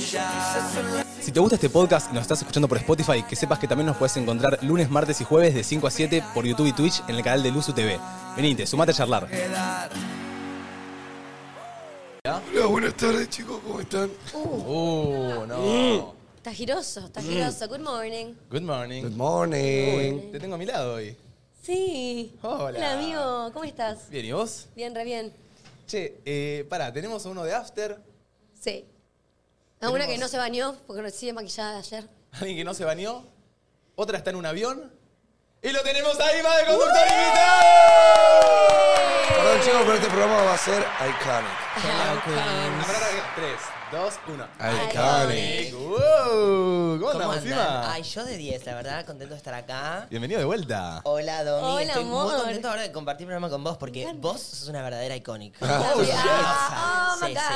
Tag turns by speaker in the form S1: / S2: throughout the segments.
S1: Si te gusta este podcast y nos estás escuchando por Spotify, que sepas que también nos puedes encontrar lunes, martes y jueves de 5 a 7 por YouTube y Twitch en el canal de Luzu TV. Venite, sumate a charlar.
S2: Hola, buenas tardes chicos, ¿cómo están?
S1: Uh,
S2: no.
S3: Está giroso,
S2: Mm.
S3: está giroso. Good morning.
S1: Good morning.
S2: Good morning.
S1: Te tengo a mi lado hoy.
S3: Sí.
S1: Hola.
S3: amigo. ¿Cómo estás?
S1: Bien, ¿y vos?
S3: Bien, re bien.
S1: Che, eh, pará, tenemos a uno de After,
S3: Sí. A Ah, una
S1: Tenemos-
S3: que no se bañó porque recién maquillada ayer.
S1: alguien que no se bañó, otra está en un avión, y lo tenemos ahí, va de conductor invitado.
S2: Perdón chicos, pero este programa va a ser iconic.
S1: Ahora, ahora, ahora, Tres, dos, uno.
S3: Iconic.
S1: Wow, ¿Cómo
S4: ¿Cómo
S1: andamos,
S4: andan?
S1: Fima?
S4: Ay, yo de 10, la verdad, contento de estar acá.
S1: Bienvenido de vuelta.
S4: Hola, Domi.
S3: Hola,
S4: Estoy muy
S3: amor.
S4: contento ahora de compartir programa con vos porque vos sos una verdadera icónica.
S1: Oh, yes.
S3: Ah, oh,
S4: Sí,
S3: my
S4: sí, sí.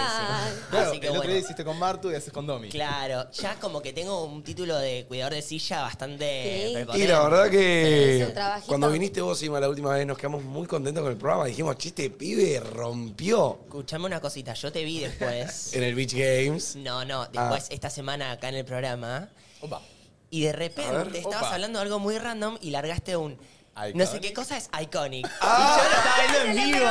S1: Claro,
S4: Así que
S1: el otro
S4: bueno.
S1: día hiciste con Martu y haces con Domi.
S4: Claro, ya como que tengo un título de cuidador de silla bastante
S3: Sí.
S4: prepotente.
S2: Y la verdad
S3: Sí, es
S2: que
S3: un trabajito.
S2: cuando viniste vos, Ima, la última vez nos quedamos muy contentos con el programa. Dijimos, chiste, pibe, rompió
S4: Escuchame una cosita, yo te vi después.
S2: en el Beach Games.
S4: No, no, después esta semana acá en el programa.
S1: Ah. Opa.
S4: Y de repente estabas
S1: Opa.
S4: hablando de algo muy random y largaste un. No sé
S1: Iconic.
S4: qué cosa es iconic. Y yo lo estaba viendo en vivo.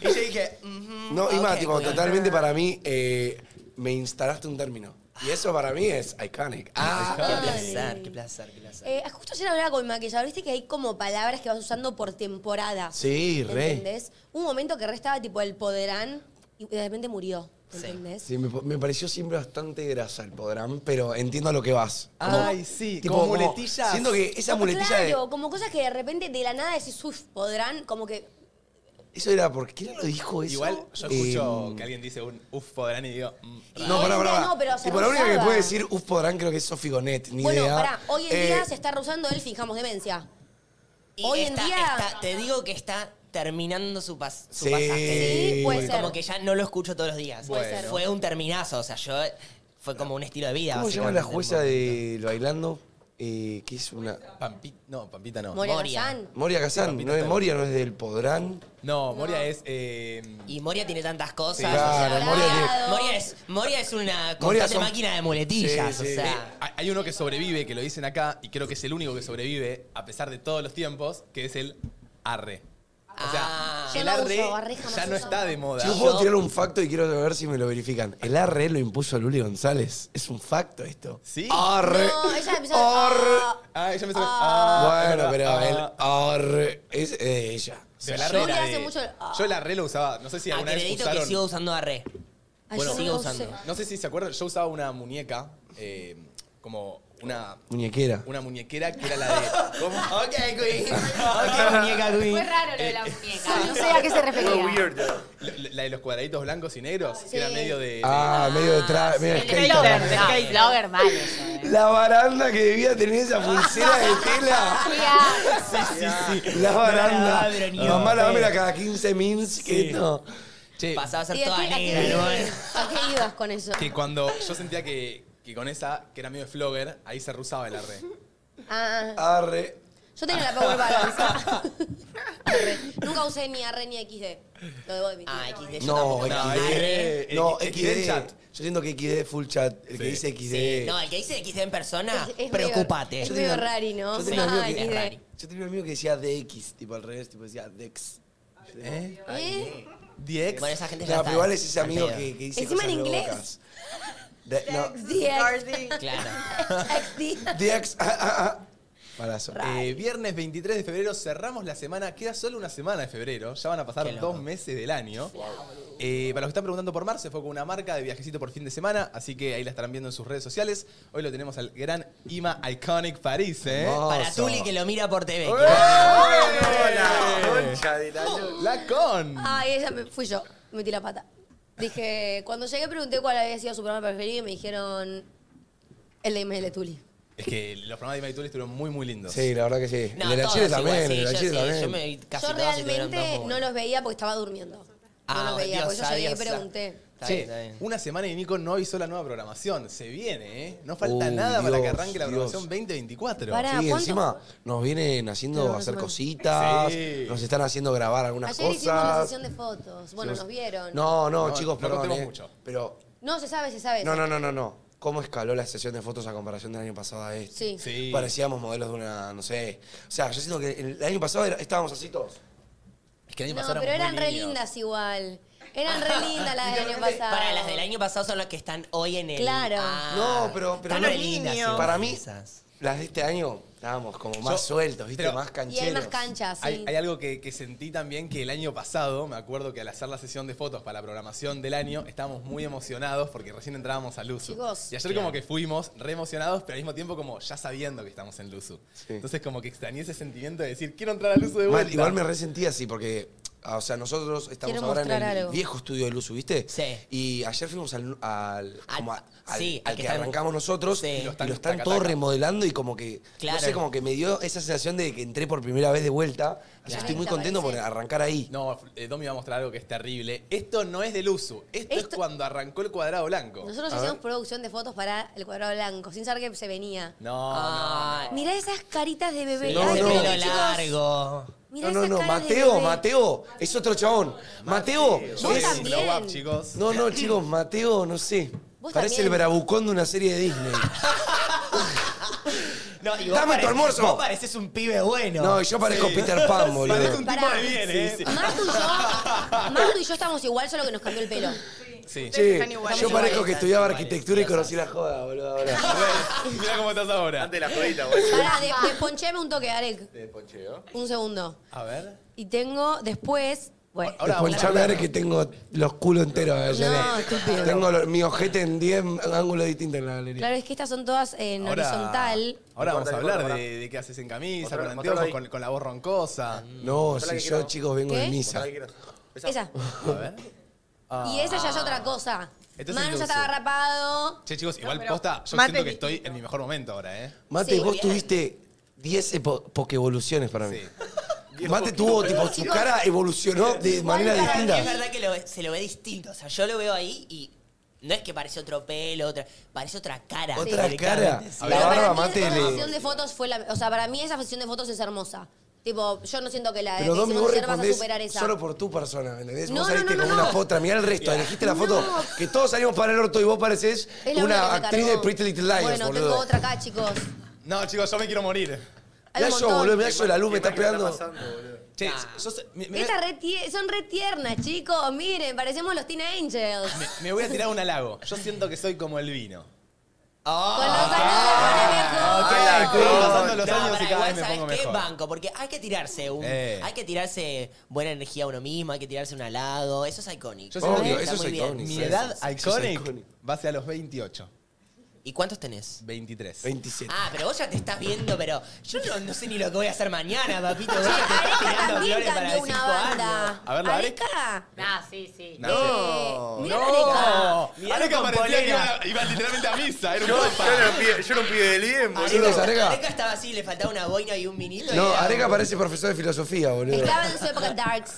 S4: Y yo dije. mm, ujú,
S2: No, Ima,
S4: ok,
S2: tipo,
S4: cuidado.
S2: totalmente para mí, eh, me instalaste un término. Y eso para mí es iconic. Ah,
S4: Qué placer, qué placer, qué placer.
S3: Eh, justo ayer hablaba con mi maquillador, viste que hay como palabras que vas usando por temporada.
S2: sí, re.
S3: ¿Entendés? Un momento que restaba tipo el poderán y de repente murió. ¿Entendés?
S2: Sí, me, me pareció siempre bastante grasa el podrán, pero entiendo a lo que vas.
S1: Ay, sí, como muletillas.
S2: Siento que esa
S3: Como,
S2: muletilla de-
S3: claro, como cosas que de repente de la nada decís, uff, podrán, como que.
S2: Eso era, ¿por qué lo dijo eso?
S1: Igual yo escucho
S2: Eh,
S1: que alguien dice un uf podrán y digo. mm,
S3: Y
S2: No,
S3: hoy
S2: pará,
S3: en día
S2: pará.
S3: no, pero se
S2: Tipo, la única que
S3: rehusaba.
S2: puede decir uf podrán creo que es Sofi Gonet, ni
S3: bueno,
S2: idea.
S3: pará, hoy en día
S2: Eh,
S3: se está rehusando el fijamos demencia.
S4: Y
S3: Hoy
S4: está-
S3: en día.
S4: está- te digo que está terminando su, pas- su
S2: Sí.
S4: pasaje.
S3: Sí, puede ser.
S4: Como que ya no lo escucho todos los días.
S1: Puede ser.
S4: Fue un terminazo, o sea, yo. Fue como un estilo de vida.
S2: ¿Cómo se llama
S4: básicamente,
S2: la jueza
S4: un poquito.
S2: de Lo Bailando? Eh, que es una...
S1: Pampita. No, Pampita no.
S3: Moria
S4: Moria.
S3: Kazan.
S2: Moria Kazán,
S1: Papita
S2: no es
S1: está-
S2: Moria, no es del Podrán.
S1: No, Moria es. eh,
S4: Y Moria tiene tantas cosas.
S2: Sí, claro, Moria
S3: tiene-
S4: Moria es, Moria es una constante
S2: Moria son-
S4: máquina de muletillas,
S2: Sí, sí.
S4: o sea.
S1: hay- hay uno que sobrevive, que lo dicen acá, y creo que es el único que sobrevive, a pesar de todos los tiempos, que es el arre. O sea,
S4: Ah.
S1: el
S3: Yo no
S1: arre
S3: uso, arre jamás
S1: ya no
S3: uso.
S1: está de moda.
S2: Yo puedo tirar un facto y quiero saber si me lo verifican. El ARRE lo impuso Luli González. Es un facto esto.
S1: ¿Sí?
S2: ARRE.
S3: No, ella empezó.
S2: ARRE.
S3: Ah,
S1: Ah, ella me sale- ah,
S2: Bueno, pero
S1: ah.
S2: el ARRE es de ella.
S1: Pero el arre
S3: Yo le
S1: era
S3: hace
S1: de-
S3: mucho el- ah.
S1: Yo el arre lo usaba, no sé si alguna vez
S4: Acredito Ah, que
S1: usaron.
S4: sigo usando Arre.
S3: ay,
S4: Bueno,
S3: yo
S4: sigue
S3: no
S4: usando.
S3: sé.
S1: No sé si se acuerdan, yo usaba una muñeca, eh, como una,
S2: Muñequera.
S1: una muñequera que era la de. ¿Cómo?
S4: Ok, Queen. Ok, muñeca
S5: Fue
S4: Queen.
S5: raro lo de
S1: Eh,
S5: la muñeca.
S6: No sé a qué se refería.
S1: La- La de los cuadraditos blancos y negros, que era
S3: Sí.
S1: medio de. de-
S2: Ah, medio de tra... medio de
S5: El
S2: skater.
S5: blogger,
S6: El
S5: el skater.
S6: blogger mal eso, eh.
S2: La baranda que debía tener esa pulsera de tela.
S6: Tía,
S4: Ah,
S2: La baranda.
S4: abro ni
S2: Mamá,
S4: en
S2: lavámela cada 15 mins. Que
S1: Sí.
S2: no.
S1: Che,
S4: Pasaba a
S3: ¿Y
S4: ser
S3: a
S4: toda
S3: qué- a
S4: negra,
S3: qué-
S4: ¿no?
S3: eh, ¿A qué ibas con eso?
S1: que cuando yo sentía que, que con esa, que era medio de flogger, ahí se rusaba el arre.
S3: Ah,
S2: Arre.
S3: yo tenía la Power Balance. Arre. Nunca usé ni arre ni XD. Lo debo admitir.
S4: Ah, XD. yo
S2: No,
S4: tampoco. Arre.
S2: XD. No,
S1: X-
S2: XD.
S1: XD chat.
S2: Yo siento que XD es full chat. El que
S1: Sí.
S2: dice
S4: Sí, no,
S2: XD.
S4: el que dice XD en persona,
S3: Es- es
S4: preocupate.
S3: medio- Yo medio rari, ¿no?
S2: Yo tenía, un amigo
S3: Ah,
S2: que,
S4: es rari.
S2: yo tenía un amigo que decía DX, tipo al revés, tipo decía DEX.
S1: ¿Eh?
S3: ¿Eh?
S1: Diex.
S4: Bueno, esa gente
S2: No,
S4: ya está.
S2: pero igual es ese
S4: al
S2: amigo
S4: pedo.
S2: que, que dice
S3: Encima
S2: cosas
S3: en inglés.
S2: locas. De- no,
S3: DX.
S4: Claro.
S3: XD.
S2: DX. Ah, ah, ah. Malazo.
S1: Eh, viernes 23 de febrero cerramos la semana. Queda solo una semana de febrero. Ya van a pasar
S4: Qué loco.
S1: dos meses del año. Eh, para los que están preguntando por Mar, se fue con una marca de viajecito por fin de semana. Así que ahí la estarán viendo en sus redes sociales. Hoy lo tenemos al gran Ima Iconic París, ¿eh?
S2: No.
S4: Para
S2: Oso.
S4: Tuli que lo mira por TV.
S1: ¡Eh! La con.
S3: Ay, esa me- fui yo. Metí la pata. Dije, cuando llegué pregunté cuál había sido su programa preferido y me dijeron el de ML Tuli.
S1: Es que los programas de Ima y Tuli estuvieron muy, muy lindos.
S2: Sí, la verdad que sí.
S4: No,
S2: el de la
S4: todos
S2: Chile
S4: igual,
S2: también,
S4: sí,
S2: el de la
S4: yo
S2: Chile
S4: sí,
S2: también.
S4: Yo me casi
S3: yo
S4: todos estuvieron
S3: realmente
S4: dos
S3: no
S4: buenos.
S3: los veía porque estaba durmiendo. no los
S4: Ah,
S3: veía,
S4: Dios,
S3: porque yo llegué
S4: adiós,
S3: y pregunté.
S4: Está
S1: Che,
S4: bien, está bien.
S1: una semana y Nico no hizo la nueva programación. Se viene, ¿eh? No falta
S2: Uy,
S1: nada para que
S2: Dios,
S1: arranque la
S2: Dios.
S1: programación 2024.
S3: Pará.
S2: Sí,
S3: ¿cuánto?
S2: encima nos vienen haciendo
S3: Claro,
S2: hacer
S3: hermano.
S2: cositas,
S1: Sí.
S2: nos están haciendo grabar algunas
S3: Ayer hicimos una
S2: cosas.
S3: sesión de fotos. Bueno,
S2: Hicimos-
S3: nos vieron.
S2: No, no,
S1: No,
S2: chicos,
S1: no
S2: perdón.
S1: contemos
S2: eh,
S1: mucho.
S2: Pero
S3: No, se sabe, se sabe.
S2: No, no, no, no, no. ¿Cómo escaló la sesión de fotos a comparación del año pasado a este?
S3: Sí.
S1: Sí.
S2: Parecíamos modelos de una, no sé. O sea, yo siento que el año pasado era- estábamos así todos.
S7: Es que el año
S3: No,
S7: pasado
S3: pero
S7: éramos
S3: eran
S7: muy
S3: re
S7: niños.
S3: lindas igual. Eran re lindas las del año pasado.
S4: Para las del año pasado son las que están hoy en el. Ah,
S3: Claro.
S2: No, pero- pero
S4: están
S2: no-
S4: re lindas,
S2: niño.
S4: sí,
S2: Para mí-
S4: esas.
S2: Las de este año estábamos como más
S1: Yo-
S2: sueltos, ¿viste?
S1: pero-
S2: más
S3: Y
S2: cancheros.
S3: hay más canchas, sí.
S1: Hay, hay algo que, que sentí también que el año pasado, me acuerdo que al hacer la sesión de fotos para la programación del año, estábamos muy emocionados porque recién entrábamos a Luzu.
S3: Chicos.
S1: y ayer como que fuimos re emocionados, pero al mismo tiempo como ya sabiendo que estamos en Luzu. Entonces como que extrañé ese sentimiento de decir, quiero entrar a Luzu de vuelta.
S2: Mal, igual me resentí así porque, ah, o sea, nosotros estamos
S3: Quiero
S2: ahora en el
S3: mostrar algo.
S2: viejo estudio de Luz, ¿viste?
S4: Sí.
S2: Y ayer fuimos al, al,
S4: Al-
S2: como a- al-
S4: sí,
S2: al
S4: al que
S2: que
S4: están-
S2: arrancamos nosotros
S4: Sí.
S2: y lo están,
S1: Lo están taca,
S2: todos
S1: taca.
S2: remodelando y como que,
S4: Claro.
S2: no sé, como que me dio esa sensación de que entré por primera vez de vuelta. Así que estoy muy
S3: Desaparece.
S2: contento por arrancar ahí.
S1: No, eh, Domi va a mostrar algo que es terrible. Esto no es del uso. Esto, es
S3: Esto-
S1: cuando arrancó el cuadrado blanco. No,
S3: Nosotros
S2: A
S3: hacíamos
S2: ver.
S3: producción de fotos para el cuadrado blanco, sin saber que se venía.
S1: no.
S4: Ay,
S3: Mirá esas caritas de bebé.
S2: Sí. No,
S3: Ay,
S4: el
S2: no.
S4: pelo
S3: chicos,
S4: largo.
S3: mirá
S2: no, no,
S3: esas
S2: no,
S3: caras de
S2: Mateo,
S3: bebé.
S2: Mateo, es otro chabón. Mateo,
S3: Vos
S2: es-
S3: también.
S1: Glow Eh, up, chicos.
S2: No, no, chicos, Mateo, no sé.
S3: Vos
S2: Parece
S3: también.
S2: el bravucón de una serie de Disney.
S4: No, y
S2: Dame tu
S4: pareces-
S2: almuerzo.
S4: Vos pareces un pibe bueno.
S2: No, yo parezco Peter Pan, boludo.
S1: Parece un tipo
S3: Pará.
S1: de bien, ¿eh?
S3: Martu y yo, Martu y yo estamos igual, solo que nos cambió el pelo.
S1: Sí.
S2: Che,
S8: están iguales.
S2: yo parezco que
S4: Iguales,
S2: estudiaba
S4: iguales,
S2: arquitectura y conocí la joda, boludo, ahora.
S1: Bueno, mira cómo estás ahora.
S7: Antes de la jodita, güey.
S3: Pará, de- desponcheme un toque, Arek.
S7: Este,
S3: Un segundo.
S1: A ver.
S3: Y tengo después. Bueno.
S1: Ahora,
S2: Después
S1: vamos a
S2: ya
S1: hablar.
S2: ver que tengo los culos enteros. eh, ya
S3: No,
S2: le-
S3: estúpido.
S2: Tengo lo- mi ojete en 10 ángulos distintos en la galería.
S3: Claro, es que estas son todas en horizontal.
S1: Ahora vamos a
S7: Corta,
S1: hablar
S7: corta,
S1: de, de qué haces en camisa,
S7: Mostralo,
S1: con anteojos,
S7: mostralo
S1: con,
S7: ahí.
S1: con la voz roncosa.
S2: Mm. No,
S7: la
S2: si
S7: que
S2: yo,
S7: quiero.
S2: chicos, vengo de
S3: ¿Qué?
S2: misa.
S3: Esa.
S1: A ver.
S3: Y esa ya es otra cosa.
S1: Entonces,
S3: Manu ya
S1: entonces.
S3: estaba rapado.
S1: Che, chicos, igual
S8: pero
S1: posta, yo
S8: mate
S1: siento que
S8: distinto.
S1: estoy en mi mejor momento ahora, ¿eh?
S2: Mate,
S3: Sí,
S2: vos
S3: bien.
S2: tuviste 10 epo- pokeevoluciones para mí.
S1: Sí.
S2: Mate tuvo, tipo, su cara evolucionó de manera
S4: Igual, para mí
S2: distinta.
S4: Es verdad que lo- se lo ve distinto. O sea, yo lo veo ahí y no es que parece otro pelo, otra, parece otra cara.
S2: Otra
S4: directamente,
S2: cara.
S4: sí.
S2: La barba
S3: para mí
S2: mate
S3: esa
S2: le.
S3: sesión de fotos fue la. O sea, para mí esa sesión de fotos es hermosa. Tipo, yo no siento que la de
S2: Pero
S3: que
S2: Domi,
S3: hicimos
S2: vos
S3: ayer vas a
S2: respondés
S3: superar esa.
S2: solo por tu persona, ¿me ¿entendés?
S3: No,
S2: vos
S3: no,
S2: saliste
S3: no, no,
S2: como
S3: no.
S2: una potra, mirá el resto, elegiste la foto que todos salimos para el orto y vos parecés
S3: Es la
S2: una
S3: única que me
S2: actriz de
S3: cargó.
S2: Pretty Little Liars,
S3: Bueno,
S2: boludo.
S3: tengo otra acá, chicos.
S1: No, chicos, yo me quiero morir.
S3: Hay
S2: Mirá
S3: un
S2: yo,
S3: montón.
S2: boludo, mirá yo, la luz me está pegando.
S1: Che, sos- me, me-
S3: Estas re tie- son re tiernas, chicos. Miren, parecemos los Teen Angels.
S1: me- me voy a tirar un halago. Yo siento que soy como el vino.
S2: Ah,
S3: Con los años se pone mejor.
S1: Estoy pasando los
S4: No,
S1: años
S4: pará,
S1: y cada
S4: igual,
S1: vez me
S4: ¿sabes
S1: pongo
S4: qué?
S1: mejor.
S4: Banco, porque hay que tirarse un,
S1: Eh.
S4: hay que tirarse buena energía a uno mismo, hay que tirarse un halago, eso es icónico.
S1: Yo siento
S2: Obvio,
S1: que
S4: está
S2: eso es
S4: muy bien.
S2: icónico.
S1: mi
S2: Sí,
S1: edad
S2: sí, sí,
S1: iconic,
S2: sí, iconic.
S1: va hacia los 28,
S4: ¿Y cuántos tenés?
S1: 23.
S2: 27.
S4: Ah, pero vos ya te estás viendo, pero yo no, no sé ni lo que voy a hacer mañana, papito. Vos ya te estás
S3: Areca también
S4: tirando flores para
S3: cambió una
S4: cinco años.
S3: banda.
S1: A verlo, Areca.
S3: Areca.
S8: Ah, sí, sí.
S1: No.
S3: Eh, mirá la Areca.
S1: No,
S4: Mirá
S1: Ahora que
S4: con
S1: parecía que
S4: polera.
S1: iba, iba literalmente a misa, era un
S7: Yo,
S1: papa.
S7: yo, era un pibe- yo era un pibe del bien, boludo.
S2: Saludos,
S4: Areca,
S2: Areca.
S4: Areca estaba así, le faltaba una boina y un vinilo. y
S2: No,
S4: era-
S2: Areca parece profesor de filosofía, boludo.
S3: Estaba en su época darks.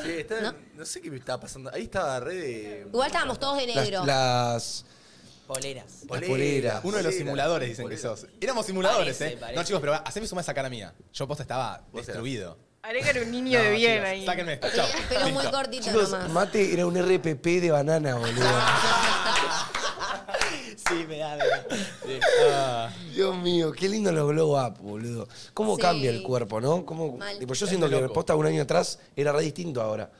S7: Sí, está-
S3: ¿No?
S7: ¿No? sé qué me estaba pasando. Ahí estaba re de.
S3: Igual estábamos todos de
S2: Las,
S3: negro.
S2: las-
S4: Poleras.
S2: las
S7: Polera.
S2: poleras.
S1: Uno de los
S7: Sí,
S1: simuladores
S7: la-
S1: dicen que
S7: por
S1: sos. Éramos simuladores,
S4: Parece,
S1: ¿eh?
S4: parece.
S1: No, chicos, pero haceme suma esa cara mía. Yo posta estaba
S7: Vos
S1: destruido.
S8: Areca era un niño de
S1: No,
S8: bien
S1: chicos,
S8: ahí.
S1: Sáquenme esto, chao.
S3: Pelo muy
S1: Listo.
S3: cortito
S2: Chicos,
S3: nomás.
S2: Mate era un RPP de banana, boludo.
S4: Sí, me da, me da.
S2: Dios mío, qué lindo los glow up, boludo. Cómo
S3: Ah. Sí.
S2: cambia el cuerpo, ¿no? Cómo,
S3: Mal.
S2: tipo, yo siento
S1: de
S2: que
S1: loco.
S2: posta un año atrás era re distinto ahora.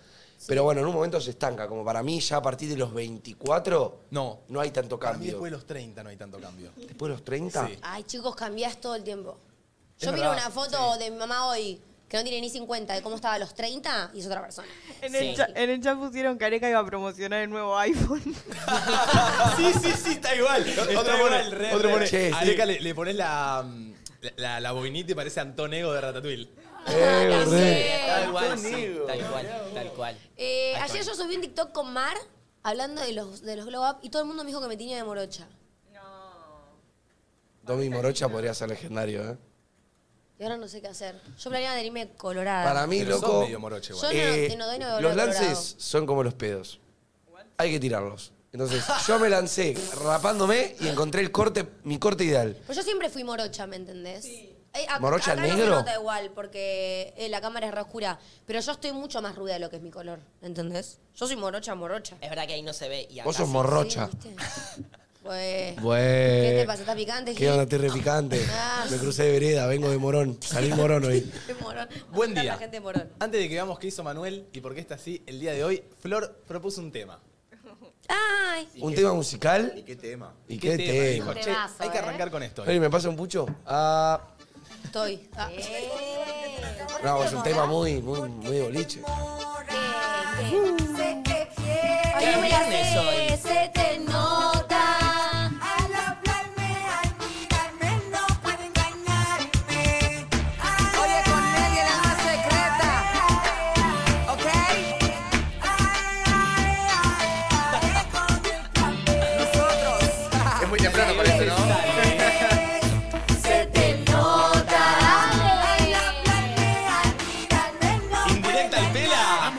S2: Pero bueno, en un momento se estanca. Como para mí, ya a partir de los 24,
S1: No.
S2: no hay tanto
S1: Para mí
S2: cambio.
S1: después
S2: Después,
S1: de los 30 no hay tanto cambio.
S2: de los 30,
S1: Sí.
S3: Ay, chicos, cambiás todo el tiempo.
S1: Es
S3: Yo miro
S1: verdad,
S3: una foto de mi mamá hoy, que no tiene ni 50, de cómo estaba a los 30, y es otra persona.
S8: En,
S4: Sí.
S8: el chat, en el chat pusieron que Areca iba a promocionar el nuevo iPhone.
S4: Sí, sí, sí, está igual.
S1: Otro pone, otro pone.
S2: Che, sí.
S1: Areca le, le pones la, mm, la, la- la boinita y parece Antonego de Ratatouille.
S2: Eh, re.
S4: Tal cual,
S7: Conmigo.
S4: sí, tal cual, tal cual.
S3: Eh, ayer yo subí un TikTok con Mar hablando de los, de los glow up y todo el mundo me dijo que me tiñe de morocha.
S2: Domi Morocha podría ser legendario, ¿eh?
S3: Y ahora no sé qué hacer. Yo planeaba de irme colorada.
S2: Para mí,
S1: Pero sos
S2: loco.
S1: medio moroche,
S3: Yo
S1: igual.
S3: no,
S2: eh,
S3: te no doy no
S2: los
S3: colorado.
S2: lances son como los pedos. Hay que tirarlos. Entonces, yo me lancé rapándome y encontré el corte, mi corte ideal.
S3: Pues yo siempre fui morocha, ¿me entendés? Eh, ac-
S2: ¿Morocha
S3: acá No
S2: negro?
S3: se nota igual, porque eh, la cámara es re oscura. Pero yo estoy mucho más rubia de lo que es mi color, ¿entendés? Yo soy morocha, morocha.
S4: Es verdad que ahí no se ve. Y acá
S2: Vos sos
S4: sí.
S2: morrocha.
S3: Pues,
S2: Bueno.
S3: ¿Qué te pasa? ¿Estás picante?
S2: Qué onda, estoy repicante.
S3: Ah.
S2: Me crucé de vereda, vengo de Morón. Salí Morón hoy.
S3: Estoy morón.
S1: Buen
S3: Tanta
S1: día.
S3: gente morón.
S1: Antes de que veamos qué hizo Manuel y por qué está así el día de hoy, Flor propuso un tema.
S3: Ay,
S2: Un tema musical.
S7: ¿Y qué tema?
S2: ¿Y qué, tema?
S1: Dijo, che,
S3: Temazo,
S1: hay que
S3: ¿eh?
S1: arrancar con esto.
S2: Ey, ¿me pasa un pucho? Ah,
S3: estoy. Ah.
S2: no, es un tema muy, muy, muy boliche.
S9: Se te quiere,
S3: Ay, no me la sé,
S4: Viernes
S3: se te nota.
S9: al hablarme, al mirarme, no puede engañarme. Oye, con él es la más secreta, ¿ok? Nosotros.
S7: Es muy temprano para eso, ¿no?
S9: Se te nota. Al hablarme, al mirarme, no
S1: Indirecta y pela.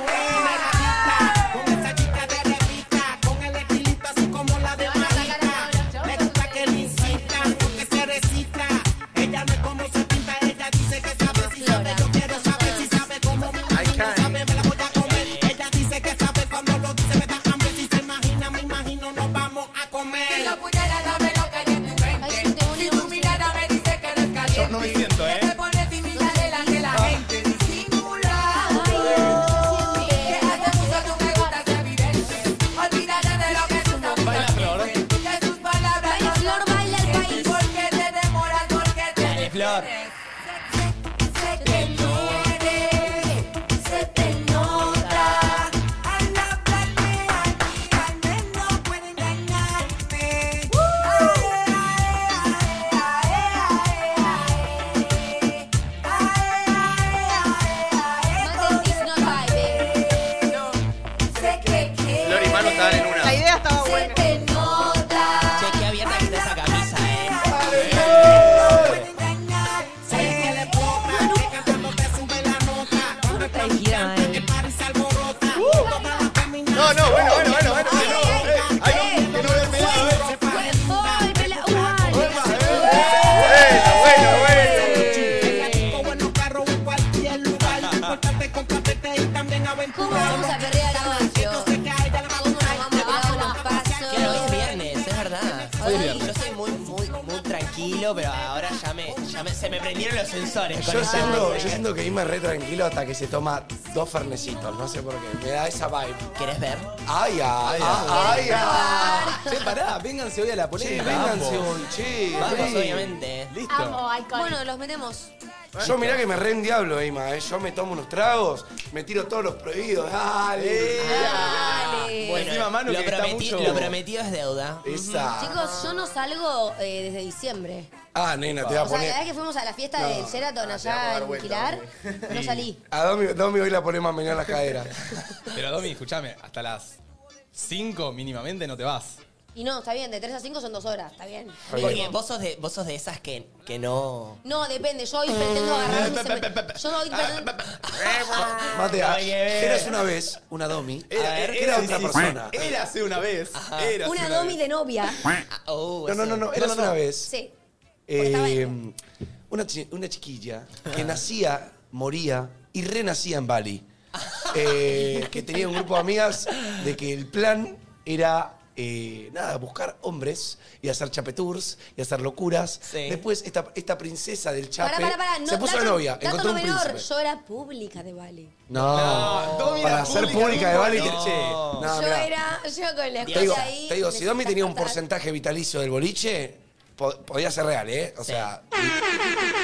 S10: Con esa chica de revista, con el estilito así como la de Marita. Me gusta que le incita, no que se recita. Ella no es como se pinta, ella dice que sabe si sabe. Yo quiero saber si sabe cómo me imagino. No sabe, me la voy a comer. Ella dice que sabe cuando lo dice, me da hambre. Si se imagina, me imagino, nos vamos a
S9: Si
S10: comer.
S9: la puñalada me lo cae en tu mente. Si tu mirada me dice que eres caliente.
S1: Yo no me siento, ¿eh?
S9: Que te pones tímida delante de la gente. Disimulando. Que hace mucho tú me gustas evidente. Olvídate de lo que tú no
S1: Baila, Flor.
S9: De tus palabras
S3: Baila,
S9: no
S3: Flor,
S9: son
S3: baila el
S9: suficientes.
S3: país.
S9: ¿Por qué te demoras? ¿Por qué te
S4: Dale, Flor.
S9: detienes? Se te muere. Se te nota. Al hablarme, al mirarme, no puede engañarme. Ae, ae, ae, ae, ae. Ae, ae, ae, ae,
S7: Flor
S9: conmigo. Sé que
S3: Mate is not vibe.
S7: y Manu estaban en
S8: La
S7: una.
S8: idea estaba
S9: Se
S8: buena.
S9: te nota.
S4: Che, qué abierta que está esa camisa, eh.
S9: No puede
S10: Sé que
S9: engañarme.
S10: le brota, que cantando te sube la nota. Cuando está gigante, que Paris se alborota. Toda la caminata.
S7: No, no, bueno, bueno, bueno, bueno. que no, eh, ay, que no voy a olvidar, eh.
S10: Se para en una
S3: Ay, me la- uy.
S7: Bueno, bueno, bueno.
S10: Con buenos carros en cualquier lugar. No importa, te compatete y también
S3: ¿Cómo
S10: aventura.
S3: vamos a perder a la
S10: Yo sé que a ella le va a
S3: ¿Cómo
S10: gustar.
S3: nos vamos a dar unos
S4: Claro, hoy es
S3: pasos?
S4: viernes, es verdad.
S3: Hoy es
S4: Hoy
S3: viernes.
S4: yo soy muy, muy, muy tranquilo, pero ahora ya me, ya me- se me prendieron los sensores. con
S2: Yo
S4: esa
S2: siento, yo
S4: música.
S2: siento que Ima es re tranquilo hasta que se toma dos fernecitos, no sé por qué. Me da esa vibe.
S4: ¿Querés ver?
S2: ¡Ay, ay, ay! ay
S1: Che, pará, vénganse hoy a la
S2: Che,
S1: polémica.
S2: vénganse
S1: ambos.
S2: hoy, che.
S4: Vamos,
S2: sí.
S4: obviamente.
S1: Listo.
S3: Bueno, los metemos.
S2: Yo mirá que me re un diablo, Ima, eh. Yo me tomo unos tragos, me tiro todos los prohibidos. Dale.
S3: Eh, Dale.
S1: Bueno, Encima Manu
S4: lo,
S1: que está
S4: prometi-
S1: mucho-
S4: lo prometido es deuda.
S2: Esa.
S3: Chicos, yo no salgo eh, desde diciembre.
S2: Ah, nena, te voy a
S3: O sea,
S2: poner. Ah,
S3: cada vez que fuimos a la fiesta del Sheraton allá en Quilar, no salí.
S2: A Domi, Domi hoy la pone más menos las caderas.
S1: Pero Domi, escúchame, hasta las 5 mínimamente no te vas.
S3: Y no, está bien, de 3 a 5 son 2 horas, está bien.
S4: Porque vos sos de, vos sos de esas que, que no.
S3: No, depende, yo hoy pretendo agarrar un semestre. Yo
S2: Ah,
S3: hoy pretendo...
S2: Matea,
S4: Ay, eh.
S2: eras una vez una Domi.
S1: Era,
S4: ver,
S2: ¿qué era otra persona?
S1: Era hace una vez. Era hace
S3: Una
S1: una
S3: domi
S1: vez.
S3: de novia.
S4: Ah, oh,
S2: No, no,
S4: eso-
S2: no, no, eras
S1: No, no, no.
S2: una vez.
S3: Sí. Porque estaba
S2: Eh,
S3: en-
S2: una, chi- una chiquilla
S3: Ah.
S2: que nacía, moría y renacía en Bali. Eh, que tenía un grupo de amigas de que el plan era, eh, nada, buscar hombres y hacer chapetours y hacer locuras.
S4: Sí.
S2: Después esta, esta princesa del chape
S3: Pará, pará, pará. No,
S2: se puso de
S3: dato-
S2: novia,
S3: dato
S2: encontró un
S3: menor,
S2: príncipe.
S3: Yo era pública de Bali.
S2: No,
S1: Domi era
S2: para ser
S1: pública,
S2: pública de Bali.
S1: no.
S2: che. No,
S3: yo
S2: mirá.
S3: era... Yo con la
S2: Te digo,
S3: escuela ahí...
S2: te digo, si Domi tenía un
S3: necesitas
S2: porcentaje vitalicio del boliche, po- podía ser real, ¿eh? O sea,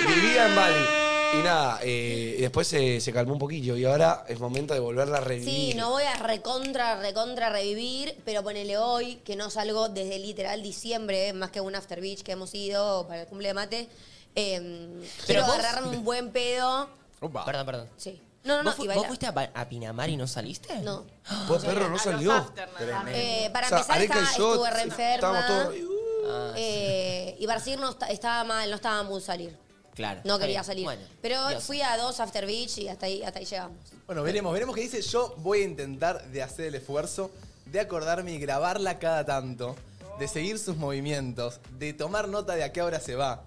S2: vi- vivía en Bali. Y nada, eh, y después se, se calmó un poquillo y ahora es momento de volverla a revivir.
S3: Sí, no voy a recontra, recontra revivir, pero ponele hoy, que no salgo desde literal diciembre, más que un after beach que hemos ido para el cumple de mate. eh, quiero
S4: vos-
S3: agarrarme un buen pedo.
S1: Opa.
S4: Perdón, perdón.
S3: Sí. No, no, no,
S4: ¿Vos, fu-
S3: y
S4: vos
S3: bailar.
S4: fuiste a, Ba- a Pinamar y no saliste?
S3: No.
S2: Pues perro, no
S8: A los
S2: salió.
S8: after, nada.
S3: Eh, para
S2: O sea,
S3: empezar,
S2: Areca y
S3: estaba,
S2: yo
S3: estuve re enferma.
S2: Estábamos todos.
S4: Ah,
S3: eh, y Barcir no esta- estaba mal, no estaba muy salir.
S4: claro.
S3: No
S4: Está
S3: quería
S4: bien.
S3: salir.
S4: Bueno,
S3: pero
S4: Dios.
S3: fui a dos after beach y hasta ahí, hasta ahí llegamos.
S1: Bueno, veremos, veremos qué dice. Yo voy a intentar de hacer el esfuerzo de acordarme y grabarla cada tanto, de seguir sus movimientos, de tomar nota de a qué hora se va.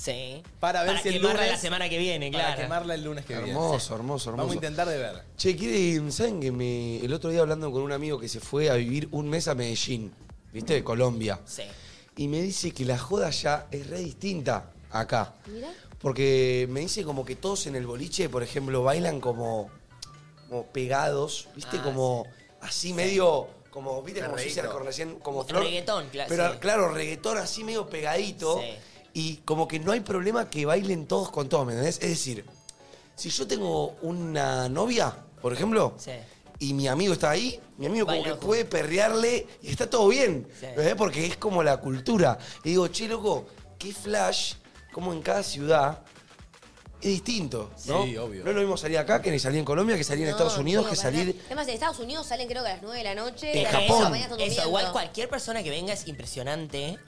S4: Sí.
S1: Para ver si el
S4: quemarla
S1: lunes-
S4: la semana que viene,
S1: Para
S4: claro.
S1: quemarla el lunes que viene.
S2: Hermoso, hermoso, hermoso.
S1: Vamos a intentar de ver.
S2: Che, ¿quieren- ¿saben que me, el otro día hablando con un amigo que se fue a vivir un mes a Medellín, viste, de Colombia?
S4: Sí.
S2: Y me dice que la joda ya es re distinta acá.
S3: Mira.
S2: Porque me dice como que todos en el boliche, por ejemplo, bailan como, como pegados, viste,
S4: Ah,
S2: como así medio, como, viste, como
S1: Perreíto.
S2: se dice recién, como
S4: Como
S2: flor.
S4: reggaetón, claro,
S2: Pero
S4: sí.
S2: claro, reggaetón así medio pegadito.
S4: Sí.
S2: Y como que no hay problema que bailen todos con todos, ¿me entendés? Es decir, si yo tengo una novia, por ejemplo,
S4: Sí.
S2: y mi amigo está ahí, mi amigo como
S4: Bailan
S2: que
S4: juntos.
S2: puede perrearle y está todo bien.
S4: Sí.
S2: ¿verdad? Porque es como la cultura. Y digo, che, loco, qué flash, como en cada ciudad es distinto, ¿no?
S1: Sí, obvio.
S2: No es lo mismo salir acá que ni salir en Colombia, que salir en Estados Unidos, que salir...
S3: Además, en Estados Unidos salen creo que a las 9 de la noche.
S2: En
S3: y a las
S2: Japón.
S3: diez de la mañana están
S4: Eso, igual
S3: durmiendo.
S4: cualquier persona que venga es impresionante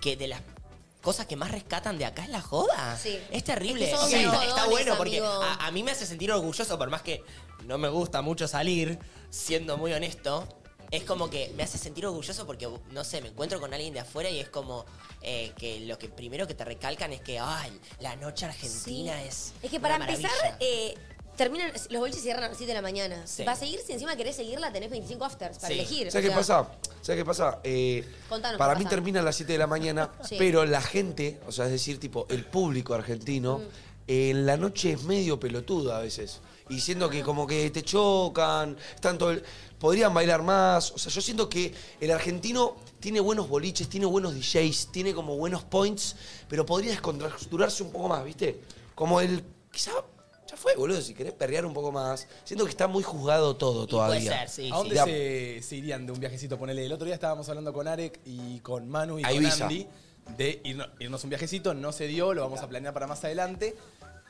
S4: que de las cosas que más rescatan de acá es la joda.
S3: Sí.
S4: Es terrible.
S3: Es que son
S4: O sea, está,
S3: jodones,
S4: está bueno porque
S3: amigo.
S4: a, a mí me hace sentir orgulloso, por más que no me gusta mucho salir, siendo muy honesto. Es como que me hace sentir orgulloso porque, no sé, me encuentro con alguien de afuera y es como eh, que lo que primero que te recalcan es que, ay, la noche argentina
S3: Sí.
S4: es.
S3: que para
S4: una
S3: empezar,
S4: maravilla".
S3: eh, terminan, los boliches cierran a las 7 de la mañana.
S4: Sí.
S3: Va a seguir, si encima querés seguirla, tenés 25 afters para
S4: Sí.
S3: elegir.
S2: ¿Sabes
S3: o
S2: qué
S3: sea,
S2: pasa? ¿Sabes qué pasa? Eh,
S3: Contanos
S2: para
S3: qué
S2: mí
S3: pasa.
S2: termina a las 7 de la mañana,
S3: Sí.
S2: pero la gente, o sea, es decir, tipo, el público argentino,
S4: Mm.
S2: en la noche es medio pelotudo a veces. Y siento que como que te chocan, tanto podrían bailar más. O sea, yo siento que el argentino tiene buenos boliches, tiene buenos DJs, tiene como buenos points, pero podría descontracturarse un poco más, ¿viste? Como el. Quizá. Ya fue, boludo, si querés perrear un poco más. Siento que está muy juzgado todo
S4: Y puede
S2: todavía.
S4: ser, sí, sí.
S1: ¿A dónde
S2: Ya.
S1: se, se irían de un viajecito? Ponele, el otro día estábamos hablando con Arek y con Manu y
S2: A
S1: con
S2: Ibiza.
S1: Andy de irno- irnos a un viajecito. No se dio, lo vamos a planear para más adelante.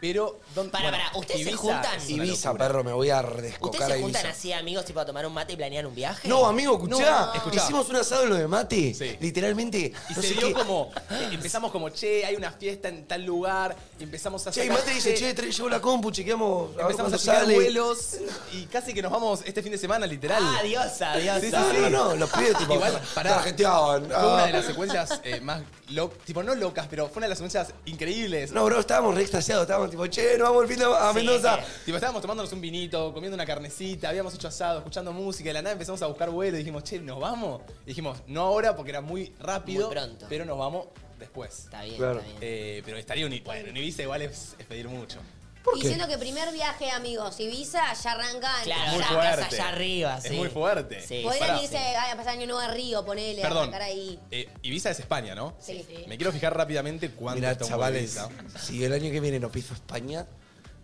S1: Pero, ¿dónde-
S4: Para, para, ¿ustedes se juntan?
S1: es una
S2: Ibiza,
S1: locura.
S2: perro, me voy a
S4: ¿Ustedes
S2: descocar a
S4: se juntan
S2: Ibiza.
S4: así, amigos, tipo a tomar un mate y planean un viaje?
S2: No, amigo, escuchá.
S1: No. Escuchá.
S2: Hicimos un asado en lo de mate.
S1: Sí.
S2: Literalmente.
S1: Y
S2: no
S1: se
S2: sé
S1: dio
S2: qué.
S1: como. eh, Empezamos como, che, hay una fiesta en tal lugar. Y empezamos a
S2: Che, y
S1: sacar-
S2: mate dice, che, tra- llevo la compu, chequeamos. a ver
S1: Empezamos
S2: cuándo
S1: a sacar
S2: sale.
S1: vuelos. Y casi que nos vamos este fin de semana, literal.
S4: Adiós, adiós.
S1: Sí, sí,
S2: No, no, no, los pibes tipo.
S1: Igual, pará.
S2: tarjeteaban. Ah.
S1: Fue una de las secuencias eh, más. lo- tipo, no locas, pero fue una de las secuencias increíbles.
S2: No, bro, estábamos re extasiados. Estábamos tipo, che, nos vamos el fin de a
S4: Sí,
S2: Mendoza.
S4: sí.
S1: eh, Tipo, estábamos tomándonos un vinito, comiendo una carnecita, habíamos hecho asado, escuchando música, y de la nada empezamos a buscar vuelo y dijimos, che, ¿nos vamos? Y dijimos, no ahora porque era muy rápido,
S4: Muy pronto.
S1: pero nos vamos después.
S4: Está bien,
S2: Claro.
S4: está bien.
S1: Eh, pero estaría un, bueno, en Ibiza igual es, es pedir mucho.
S2: ¿Por qué?
S3: Diciendo que primer viaje, amigos, Ibiza ya arranca. en-
S4: Claro,
S1: muy
S4: ya
S1: fuerte.
S4: estás Ah, allá arriba,
S1: Es
S4: sí.
S1: muy fuerte.
S4: Sí.
S3: Podrían
S1: Eh, Pará.
S3: irse a a pasar año nuevo a Río, ponele, a
S1: Perdón,
S3: arrancar ahí.
S1: eh, Ibiza es España, ¿no?
S3: Sí.
S1: Me quiero fijar rápidamente cuánto
S2: Mirá,
S1: está un
S2: chavales,
S1: Ibiza.
S2: si el año que viene no piso España.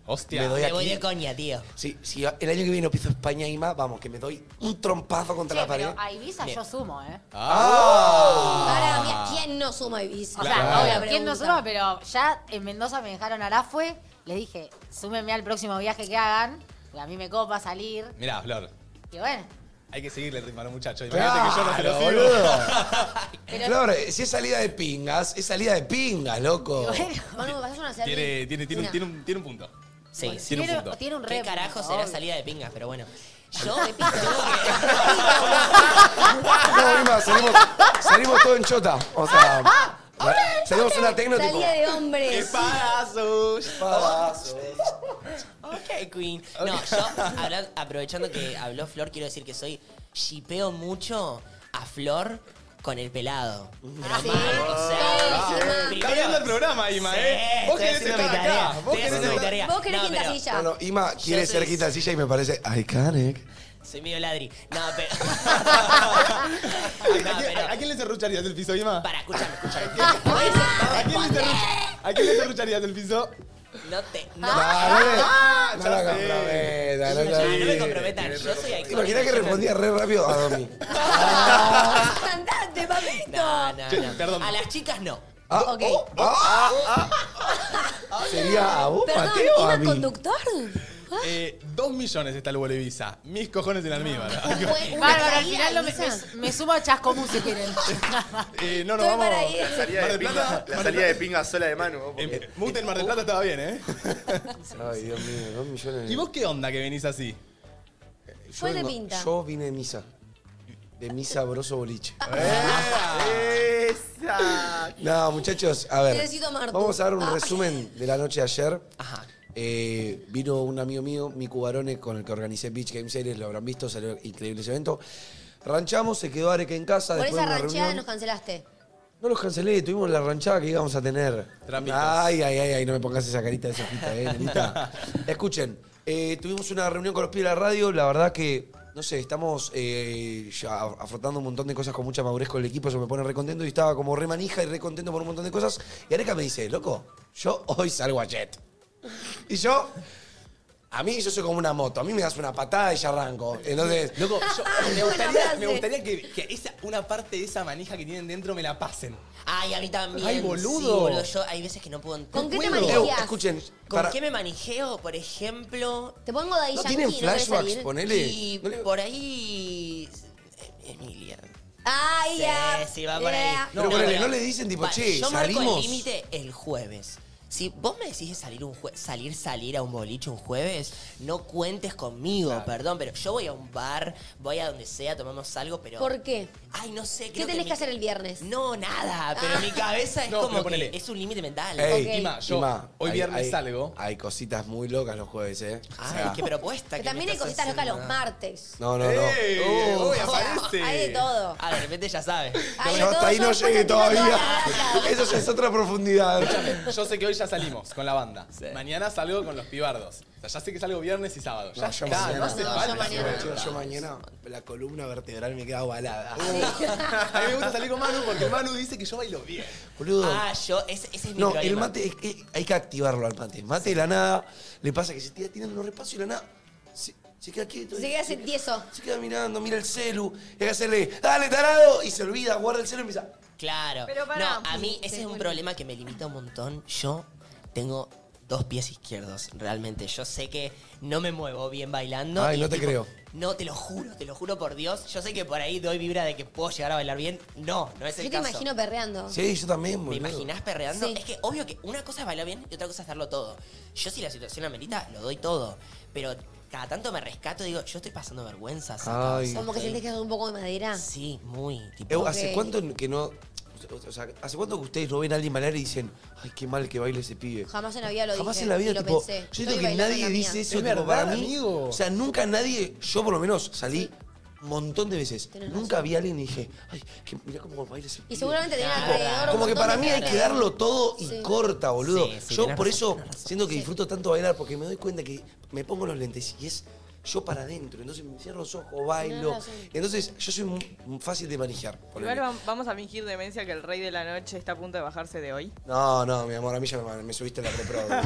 S1: Hostia.
S2: Me doy
S4: Me
S2: aquí.
S4: voy de coña, tío.
S2: Si, si el año que viene no piso España y más, vamos, que me doy un trompazo contra
S6: Che,
S2: la pared.
S6: pero a Ibiza yo sumo, ¿eh?
S1: Ah.
S3: Ahora, mira,
S2: Ah.
S3: ¿quién no suma a Ibiza?
S6: O sea,
S1: Claro.
S6: obvio, ¿quién no
S3: Pregunta.
S6: suma? Pero ya en Mendoza me dejaron Arafue. Les dije, súmenme al próximo viaje que hagan. Porque a mí me copa salir.
S1: Mirá, Flor,
S6: Y bueno.
S1: hay que seguirle el ritmo a los muchachos. Imagínate
S2: Claro,
S1: que yo no se lo sigo.
S2: boludo. Flor, eh, si es salida de pingas, es salida de pingas, loco.
S6: Bueno,
S3: Manu, ¿me pasás una selfie?
S1: Tiene, tiene, tiene, un-
S3: Una.
S1: tiene un, tiene un punto.
S4: Sí,
S1: Bueno,
S4: sí.
S1: tiene
S6: Tiene-
S1: un punto.
S6: tiene un
S4: ¿Qué
S6: re
S4: carajo
S6: punto,
S4: será
S6: obvio.
S4: salida de pingas? Pero bueno. Yo me pico que...
S2: No, Ima, salimos, salimos todo en chota. O sea, ¿eh? salimos una tecno tipo.
S3: Salida de hombres.
S2: padazo.
S4: Ok, Queen. No, yo, habla- aprovechando que habló Flor, quiero decir que soy. Shipeo mucho a Flor con el pelado. Pero
S3: Ah, sí.
S4: mal, o sea,
S3: Sí,
S4: primero-
S3: sí.
S1: Está viendo el programa, Ima,
S4: Sí,
S1: ¿eh? Vos
S4: estoy
S1: querés
S4: haciendo
S1: estar
S4: mi
S1: acá,
S4: tarea,
S1: vos
S4: estoy
S1: querés
S4: haciendo mi
S1: estar-
S4: tarea.
S3: Vos querés
S4: No,
S3: quinta
S4: pero-
S3: silla.
S2: No, no, Ima quiere
S4: Yo soy-
S2: ser quinta silla y me parece iconic.
S4: Soy medio ladri. No, pero.
S1: ¿A,
S4: no,
S1: quién,
S4: pero.
S1: a quién le cerrucharías el piso, Ima?
S4: Para, escúchame, escúchame.
S1: ¿A quién le cerru- a quién le cerrucharías el piso?
S4: No te. No,
S2: Dale,
S1: ya sé.
S2: no la comprometas, no
S4: no,
S2: la
S4: me
S2: comprometas.
S4: comprometan. Yo soy icónico.
S2: Imagina que respondía re rápido a Domi.
S3: ¡Andate, papito!
S4: No, no,
S1: Che,
S4: no.
S1: perdón.
S4: A las chicas no.
S2: Ah,
S3: Ok.
S2: oh, ah, ah, ah. ¿Sería a vos,
S3: Perdón,
S2: Mateo, o a
S3: ¿iba
S2: mí?
S3: conductor?
S1: Eh, dos millones está el vuelo Ibiza. Mis cojones en almíbar.
S3: Fue una
S6: Bárbaro, al
S3: salida,
S6: final lo me,
S3: Ibiza.
S6: me- me sumo a Chascomú si quieren.
S1: Eh, no, no,
S3: Estoy
S1: vamos.
S3: para ir.
S11: La salida,
S1: Mar
S11: de
S1: del
S11: pinga,
S1: Plata,
S11: la
S1: Mar
S11: salida de
S1: del
S11: pinga sola de Manu. ¿no?
S1: Plata. En- Mute en Mar del Plata estaba bien, ¿eh?
S2: Ay, Dios mío, dos millones.
S1: ¿Y vos qué onda que venís así?
S2: Yo
S3: Fue de
S2: vengo-
S3: pinta.
S2: Yo vine de misa. De misa broso boliche.
S11: Esa.
S2: No, muchachos, a ver.
S3: Necesito a Martu.
S2: Vamos a dar un
S3: Ah.
S2: resumen de la noche de ayer. Eh, vino un amigo mío, Miku Barone, con el que organicé Beach Game Series, lo habrán visto, salió increíble ese evento. Ranchamos, se quedó Areca en casa.
S3: Por
S2: después
S3: esa
S2: de una
S3: rancheada
S2: reunión.
S3: nos cancelaste.
S2: No los cancelé, tuvimos la ranchada que íbamos a tener.
S1: Trampitas.
S2: Ay, ay, ay, ay, no me pongas esa carita de sofita, eh, nenita. Escuchen, eh, tuvimos una reunión con los pibes de la radio, la verdad que, no sé, estamos eh, ya af- afrontando un montón de cosas con mucha madurez con el equipo, eso me pone re contento y estaba como re manija y re contento por un montón de cosas. Y Areca me dice, loco, yo hoy salgo a Jet. Y yo... A mí yo soy como una moto, a mí me das una patada y ya arranco. Entonces,
S1: Loco, yo- me,
S3: Buena
S1: gustaría,
S3: frase.
S1: me gustaría que, que esa, una parte de esa manija que tienen dentro me la pasen.
S4: Ay, a mí también.
S1: Ay, boludo.
S4: Sí, boludo, yo hay veces que no puedo entender.
S3: ¿Con qué te
S1: puedo.
S2: Eu,
S3: manejas?
S2: escuchen,
S4: ¿Con
S2: para-
S4: qué me manijeo, por ejemplo?
S3: Te pongo de ahí
S2: ¿no tienen flashbacks? Ponele.
S4: Y
S2: No le-
S4: por ahí. eh, Emilia.
S3: Ay, ya.
S4: Sí, sí, va por ahí.
S3: Ya.
S2: Pero ponele, no le dicen tipo,
S4: Va,
S2: che,
S4: yo marco
S2: salimos.
S4: el límite el jueves. Si vos me decís de salir, un jue- salir, salir a un boliche un jueves, no cuentes conmigo, perdón, pero yo voy a un bar, voy a donde sea, tomamos algo, pero...
S3: ¿Por qué?
S4: Ay, no sé,
S3: ¿Qué tenés que hacer el viernes?
S4: No, nada, pero en mi cabeza es
S1: No,
S4: como
S1: pero
S4: que
S1: ponele.
S4: es un límite mental.
S2: Ey,
S3: Ok.
S1: Ima, yo hoy
S2: hay-
S1: viernes
S2: hay-
S1: salgo. Ah,
S2: Hay cositas muy locas los jueves, ¿eh? O
S4: Ay,
S2: sea,
S4: qué propuesta.
S3: Que
S4: que
S3: también
S4: me
S3: hay
S4: estás
S3: cositas locas los
S4: haciendo.
S3: martes.
S2: no, no, no.
S1: ¡Eh!
S2: Uh,
S1: Uy,
S3: O sea,
S1: aparece.
S3: hay de todo.
S4: Ah, de repente ya sabes.
S3: Hay de
S2: yo
S3: todo,
S2: hasta ahí no
S3: yo después
S2: llegué
S3: te tiro toda
S2: todavía.
S3: la data.
S2: Eso ya es otra profundidad.
S1: Yo sé que hoy ya salimos con la banda.
S4: Sí.
S1: Mañana salgo con los pibardos. O sea, ya sé que salgo viernes y sábado. Ya
S2: No, yo
S1: está,
S2: mañana.
S1: no hace
S3: No, yo
S1: falta.
S3: mañana.
S2: Yo, yo mañana la columna vertebral me queda ovalada.
S1: Ah, A mí me gusta salir con Manu porque Manu dice que yo bailo bien.
S2: Boludo.
S4: Ah, yo, ese, ese es mi
S2: no,
S4: problema.
S2: el mate, es que hay que activarlo al mate. Mate de la nada, le pasa que se tira tirando los repasos y de la nada se, se queda quieto.
S3: Se queda sin tieso.
S2: Se queda mirando, mira el celu, y hay que hacerle, dale, tarado, y se olvida, guarda el celu y empieza.
S4: Claro.
S8: Pero pará.
S4: no, a mí ese es un
S8: Sí.
S4: problema que me limita un montón. Yo tengo dos pies izquierdos, realmente. Yo sé que no me muevo bien bailando.
S2: Ay,
S4: y
S2: no te
S4: tipo,
S2: creo.
S4: No, te lo juro, te lo juro por Dios. Yo sé que por ahí doy vibra de que puedo llegar a bailar bien. No, no es el
S3: Yo te
S4: caso.
S3: imagino perreando.
S2: Sí, yo también, boludo.
S4: ¿Me imaginás perreando?
S3: Sí.
S4: Es que obvio que una cosa es bailar bien y otra cosa es darlo todo. Yo si la situación amerita, lo doy todo. Pero cada tanto me rescato y digo, yo estoy pasando vergüenza. sacados,
S2: Ay.
S3: Como que
S4: ¿ok?
S3: sentís que es un poco de madera.
S4: Sí, muy. Tipo,
S2: Eu, ¿Hace
S3: Ok.
S2: cuánto que no.? O sea, ¿hace cuánto que ustedes no ven a alguien bailar y dicen, ay, qué mal que baile ese pibe?
S3: Jamás en la vida lo dije.
S2: Jamás en la vida,
S3: ni lo
S2: tipo,
S3: pensé.
S2: yo siento
S3: Estoy
S2: que
S3: bailando
S2: nadie
S3: la
S2: dice
S3: mía.
S2: eso,
S1: Es
S2: tipo, para
S1: verdad,
S2: mí.
S1: amigo.
S2: O sea, nunca nadie, yo por lo menos salí un montón de veces. nunca vi a alguien y dije, ay, que, mirá cómo baila ese
S3: Y
S2: pibe.
S3: seguramente tenía
S4: Claro.
S3: alrededor. un
S2: Como que
S3: montón
S2: para
S3: de
S2: mí hay
S3: gente.
S2: que darlo todo y
S3: Sí.
S2: corta, boludo.
S4: Sí, sí,
S2: yo
S4: tenés
S2: por
S4: razón,
S2: eso
S4: tenés razón.
S2: siento que disfruto tanto bailar porque me doy cuenta que me pongo los lentes y es yo para adentro. Entonces me cierro los ojos, bailo.
S3: razón.
S2: Entonces yo soy muy- muy fácil de manejar.
S8: Igual
S2: ponele.
S8: vam- vamos a fingir demencia que el rey de la noche está a punto de bajarse de hoy.
S2: No, no, mi amor, a mí ya me, me subiste la repro. boludo.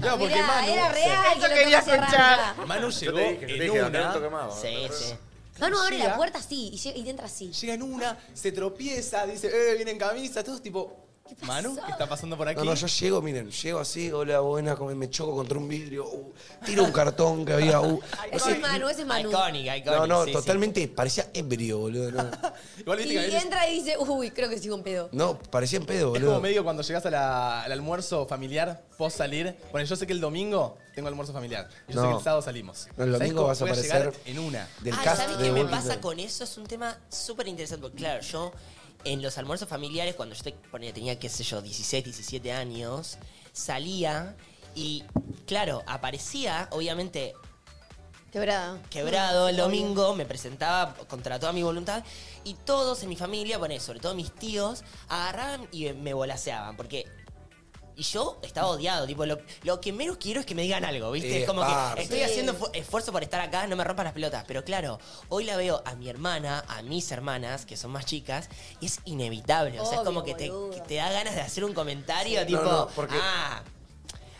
S1: No, porque
S3: Mirá,
S1: Manu.
S3: era real.
S8: Eso
S3: que lo
S8: quería
S3: tengo que
S8: escuchar.
S3: cerrar.
S1: Manu llegó en una.
S4: sí, sí.
S3: Manu abre
S1: Llega.
S3: la puerta así y, llega- y entra así.
S1: Llega en una, se tropieza, dice, eh, viene en camisa, todos tipo. Manu, ¿qué está pasando por aquí?
S2: No, no, yo llego, miren, llego así, hola, buena, como me choco contra un vidrio, uh, tiro un cartón que había, uh, no
S3: Ese es
S2: sé.
S3: Manu, ese es Manu.
S4: Iconic, iconic.
S2: No, no,
S4: Ah, sí, sí.
S2: totalmente, parecía ebrio, boludo. No,
S1: Igual viste
S3: Y
S1: que a veces
S3: entra y dice, uy, creo que sigo un pedo.
S2: no parecía en pedo,
S1: Es
S2: boludo.
S1: como medio cuando llegas a la- al almuerzo familiar, post salir. Bueno, yo sé que el domingo tengo almuerzo familiar. Yo sé
S2: No.
S1: que el sábado salimos.
S2: No,
S1: ¿Sabés
S2: el domingo
S1: cómo
S2: vas a
S1: voy
S2: aparecer-
S1: llegar en una.
S2: Del
S4: Ay,
S2: cast
S4: Ah, ¿sabes
S2: de
S4: qué me
S2: Walking
S4: pasa
S2: Dead.
S4: con eso? Es un tema súper interesante. Porque, claro, yo en los almuerzos familiares, cuando yo te- ponía- tenía, qué sé yo, 16, 17 años, salía y, claro, aparecía, obviamente,
S3: Quebrada.
S4: quebrado el domingo, me presentaba contra toda mi voluntad y todos en mi familia, bueno, sobre todo mis tíos, agarraban y me volaseaban porque... Y yo estaba odiado, tipo, lo, lo que menos quiero es que me digan algo, ¿viste?
S2: Eh,
S4: Es como
S2: parce.
S4: que estoy haciendo fu- esfuerzo por estar acá, no me rompan las pelotas. Pero claro, hoy la veo a mi hermana, a mis hermanas, que son más chicas, y es inevitable. o sea, es
S3: Obvio,
S4: como que te,
S3: boludo.
S4: que te da ganas de hacer un comentario,
S2: Sí.
S4: tipo,
S2: No, no, porque-
S4: ah,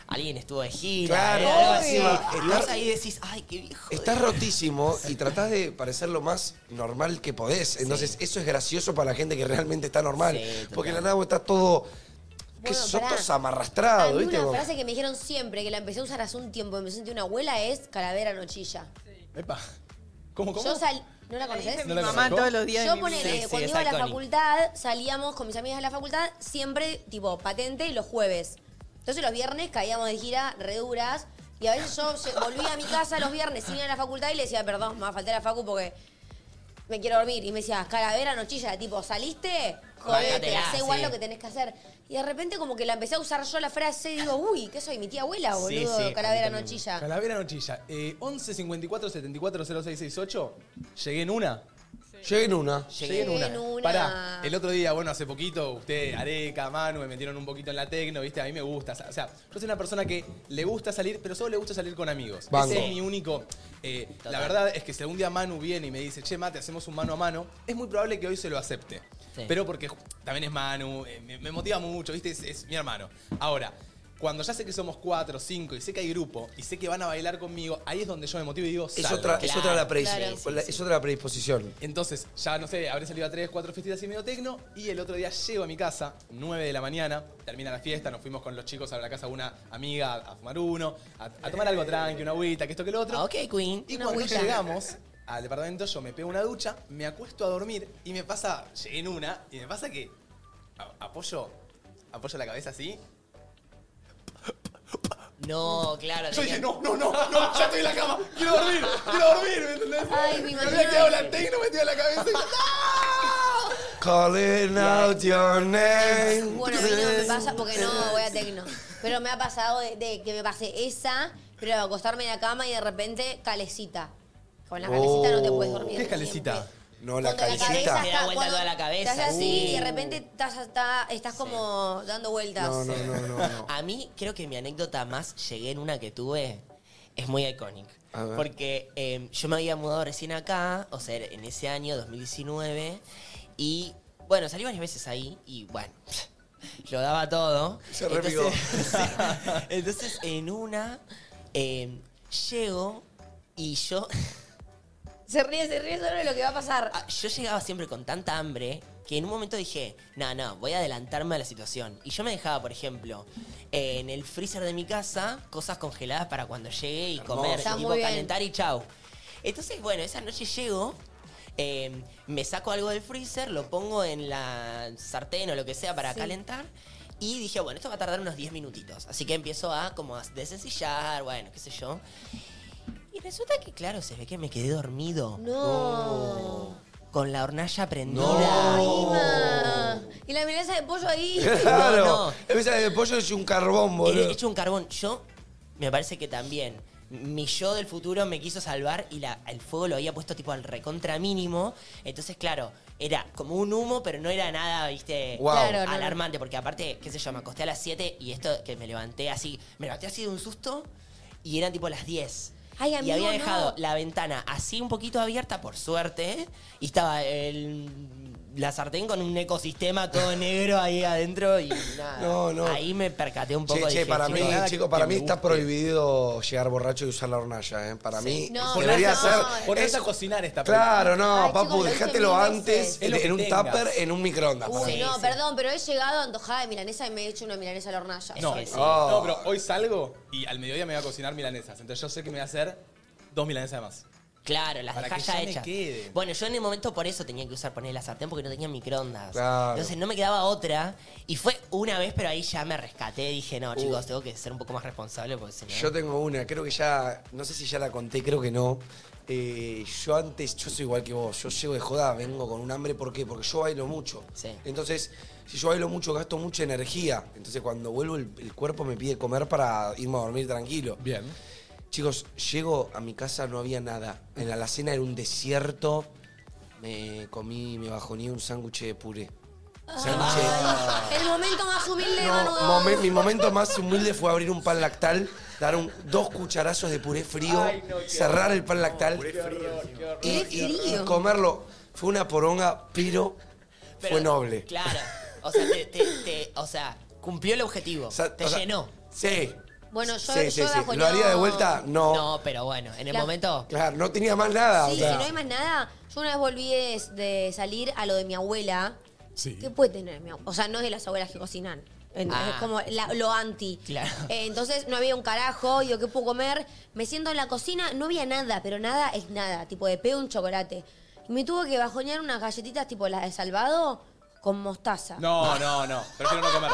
S4: alguien estuvo de gira.
S2: Claro,
S4: eh, algo así.
S2: encima,
S4: Y
S2: estar-
S4: vos ahí decís, ay, qué viejo. de
S2: Estás rotísimo y tratás de parecer lo más normal que podés. Entonces, eso es gracioso para la gente que realmente está normal.
S4: Sí, total.
S2: porque en la nada vos estás todo. que
S3: Bueno,
S2: sos
S3: pará.
S2: todos
S3: A
S2: amarrastrado,
S3: mí
S2: ¿viste?
S3: una
S2: Como-
S3: frase que me dijeron siempre, que la empecé a usar hace un tiempo, me sentí una abuela, es calavera nochilla.
S1: Epa. ¿Cómo, cómo?
S3: Yo sal... ¿No la
S8: Dice
S3: conoces?
S8: mi
S1: No la
S8: mamá
S1: conozco.
S8: todos los días
S3: Yo
S8: de mi vida.
S3: ponele,
S4: Sí, sí,
S3: cuando
S4: es
S3: iba a la
S4: iconic.
S3: facultad, salíamos con mis amigas de la facultad, siempre tipo patente los jueves. Entonces los viernes caíamos de gira reduras y a veces yo se- volvía a mi casa los viernes sin ir a la facultad y le decía, perdón, me va a faltar a la facu porque me quiero dormir. Y me decía, calavera, no chilla, tipo, saliste, jodete,
S4: Bancatela,
S3: hacé igual
S4: sí.
S3: lo que tenés que hacer. Y de repente como que la empecé a usar yo la frase y digo, uy, ¿qué soy? Mi tía abuela,
S1: Sí,
S3: boludo,
S1: sí, a mí
S3: calavera, no
S1: también.
S3: chilla.
S1: Calavera Nochilla. Eh, 11 54 74 06 68. Llegué en una.
S2: Llegué en una.
S1: Llegué en
S3: Llegué
S1: una.
S3: en una.
S1: Pará, el otro día, bueno, hace poquito, usted, Areca, Manu, me metieron un poquito en la tecno, ¿viste? A mí me gusta. O sea, yo soy una persona que le gusta salir, pero solo le gusta salir con amigos.
S2: Banco.
S1: Ese es mi único. eh, la
S4: Total.
S1: verdad es que si algún día Manu viene y me dice, che, mate, hacemos un mano a mano, es muy probable que hoy se lo acepte.
S4: Sí.
S1: Pero porque ju- también es Manu, eh, me, me motiva mucho, ¿viste? Es, es mi hermano. Ahora. Cuando ya sé que somos cuatro, cinco y sé que hay grupo y sé que van a bailar conmigo, ahí es donde yo me motivo y digo,
S2: Es
S1: "Salgo".
S2: otra, es otra la predis-
S3: claro, sí,
S2: la- es otra la predisposición.
S1: Entonces, ya no sé, habré salido a tres, cuatro fiestas y medio tecno. Y el otro día llego a mi casa, 9 de la mañana, termina la fiesta, nos fuimos con los chicos a la casa de una amiga a fumar uno, a, a tomar algo tranqui, una agüita, que esto que lo otro.
S4: Ah, ok, Queen.
S1: Y
S3: Una
S1: cuando
S3: agüita.
S1: llegamos al departamento, yo me pego una ducha, me acuesto a dormir y me pasa, llegué en una, y me pasa que a- apoyo, apoyo la cabeza así.
S4: No, claro.
S1: Yo
S4: tenía-
S1: dije, no, no, no, no, ya estoy en la cama, quiero dormir, quiero dormir, ¿me entendés?
S3: Ay, me
S1: había
S3: imagino.
S1: quedado la tecno metida en la cabeza y
S2: Calling out your name.
S3: Bueno, a mí no me pasa porque no voy a tecno. Pero me ha pasado de, de que me pasé esa, pero acostarme en la cama y de repente calecita. Con la calecita no te
S2: Oh.
S3: puedes dormir.
S1: ¿Qué es calecita?
S3: Siempre.
S2: No, la
S3: Cuando
S2: calecita.
S3: cabeza
S4: Te da
S3: está-
S4: vuelta
S3: cuando
S4: toda Oh. la cabeza.
S3: Estás así
S4: Uh.
S3: y de repente estás, está- estás como dando vueltas.
S2: No, no, no, no. no.
S4: A mí creo que mi anécdota más llegué en una que tuve es muy icónica.
S2: A ver.
S4: Porque eh, yo me había mudado recién acá, o sea, en ese año 2019, y bueno, salí varias veces ahí y bueno, lo daba todo.
S2: Se repicó.
S4: Entonces, entonces, en una eh, llego y yo
S3: Se ríe, se ríe solo de lo que va a pasar.
S4: Ah, yo llegaba siempre con tanta hambre que en un momento dije, no, no, voy a adelantarme a la situación. Y yo me dejaba, por ejemplo, eh, en el freezer de mi casa cosas congeladas para cuando llegue y comer,
S3: Está
S4: tipo
S3: muy bien.
S4: calentar y chau. Entonces, bueno, esa noche llego, eh, me saco algo del freezer, lo pongo en la sartén o lo que sea para
S3: Sí.
S4: calentar. Y dije, bueno, esto va a tardar unos 10 minutitos. Así que empiezo a como a desencillar, bueno, qué sé yo. Y resulta que, claro, se ve que me quedé dormido
S3: No.
S4: con la hornalla prendida.
S2: No.
S3: Ima. Y la milanesa de pollo ahí.
S2: Claro.
S4: No, no.
S2: En vez de pollo es un carbón,
S4: He
S2: boludo.
S4: hecho un carbón. Yo, me parece que también. Mi yo del futuro me quiso salvar y la, el fuego lo había puesto tipo al recontra mínimo. Entonces, claro, era como un humo, pero no era nada, viste,
S2: Guau.
S3: Claro, no, no.
S4: alarmante. Porque aparte, qué sé yo, me acosté a las 7 y esto que me levanté así, me levanté así de un susto y eran tipo las 10.
S3: Ay,
S4: y
S3: amigo,
S4: había dejado
S3: no.
S4: la ventana así un poquito abierta, por suerte, y estaba el, la sartén con un ecosistema todo negro ahí adentro y nada.
S2: No, no.
S4: Ahí me percaté un poco.
S2: Che, che,
S4: dije,
S2: para
S4: "Sí,
S2: mí,
S4: no,
S1: nada
S2: chicos,
S1: que
S2: para
S1: me
S2: mí está
S1: guste.
S2: prohibido llegar borracho y usar la hornalla, ¿eh? Para mí
S3: No,
S2: debería
S3: no,
S2: ser.
S3: no.
S1: Por
S2: es-
S1: a cocinar esta
S2: Claro, no,
S3: Ay, chicos,
S2: papu,
S3: lo hice
S2: dejátelo
S3: mil
S2: antes
S3: veces.
S1: Es lo que
S2: en un
S1: tengas.
S2: tupper, en un microondas. para
S3: Uy,
S2: mí.
S3: no,
S4: sí.
S3: perdón, pero he llegado antojada de milanesa y me he hecho una milanesa a la hornalla.
S4: Eso
S1: No,
S4: es.
S2: Oh.
S1: no, pero hoy salgo y al mediodía me voy a cocinar milanesas. Entonces yo sé que me voy a hacer dos milanesas más.
S4: Claro, las
S1: Para
S4: dejás
S1: que
S4: ya
S1: ya me
S4: hechas.
S1: quede.
S4: Bueno, yo en el momento por eso tenía que usar poner la sartén porque no tenía microondas.
S2: Claro.
S4: Entonces no me quedaba otra. Y fue una vez, pero ahí ya me rescaté. Dije, no, chicos, tengo que ser un poco más responsable porque si no.
S2: Uh. Yo tengo una, creo que ya, no sé si ya la conté, creo que no. Eh, yo antes, yo soy igual que vos, yo llego de joda, vengo con un hambre, ¿por qué? Porque yo bailo mucho.
S4: Sí.
S2: Entonces, si yo bailo mucho, gasto mucha energía. Entonces, cuando vuelvo, el, el cuerpo me pide comer para irme a dormir tranquilo.
S1: Bien.
S2: Chicos, llego a mi casa, no había nada. En la alacena era un desierto. Me comí, me bajoné un sándwich de puré. Sándwich de-
S3: El momento más humilde, de
S2: no,
S3: Manu.
S2: momen- mi momento más humilde fue abrir un pan lactal, dar un- dos cucharazos de puré frío, cerrar el pan lactal y, y- y
S3: frío.
S2: comerlo. Fue una poronga, pero,
S4: Pero,
S2: fue noble.
S4: Claro. O sea, te, te- te- o sea, cumplió el objetivo.
S2: O sea,
S4: te
S2: o sea,
S4: llenó.
S2: Sí.
S3: Bueno, yo-
S2: Sí, sí,
S3: yo
S2: sí.
S3: bajo
S2: ¿Lo haría
S3: no.
S2: de vuelta? No.
S4: No, pero bueno, en el
S3: La-
S4: momento.
S2: Claro, no tenía más nada.
S3: Sí,
S2: o sea.
S3: si no hay más nada, yo una vez volví de, de salir a lo de mi abuela.
S1: Sí.
S3: ¿Qué puede tener mi abuela? O sea, no es de las abuelas que cocinan.
S4: Ah.
S3: Es como la- lo anti.
S4: Claro.
S3: Eh, entonces no había un carajo, digo, ¿qué puedo comer? Me siento en la cocina, no había nada, pero nada es nada. Tipo, de peo un chocolate. Y me tuvo que bajonear unas galletitas tipo las de Salvado con mostaza.
S1: No, no, no. Prefiero no comer.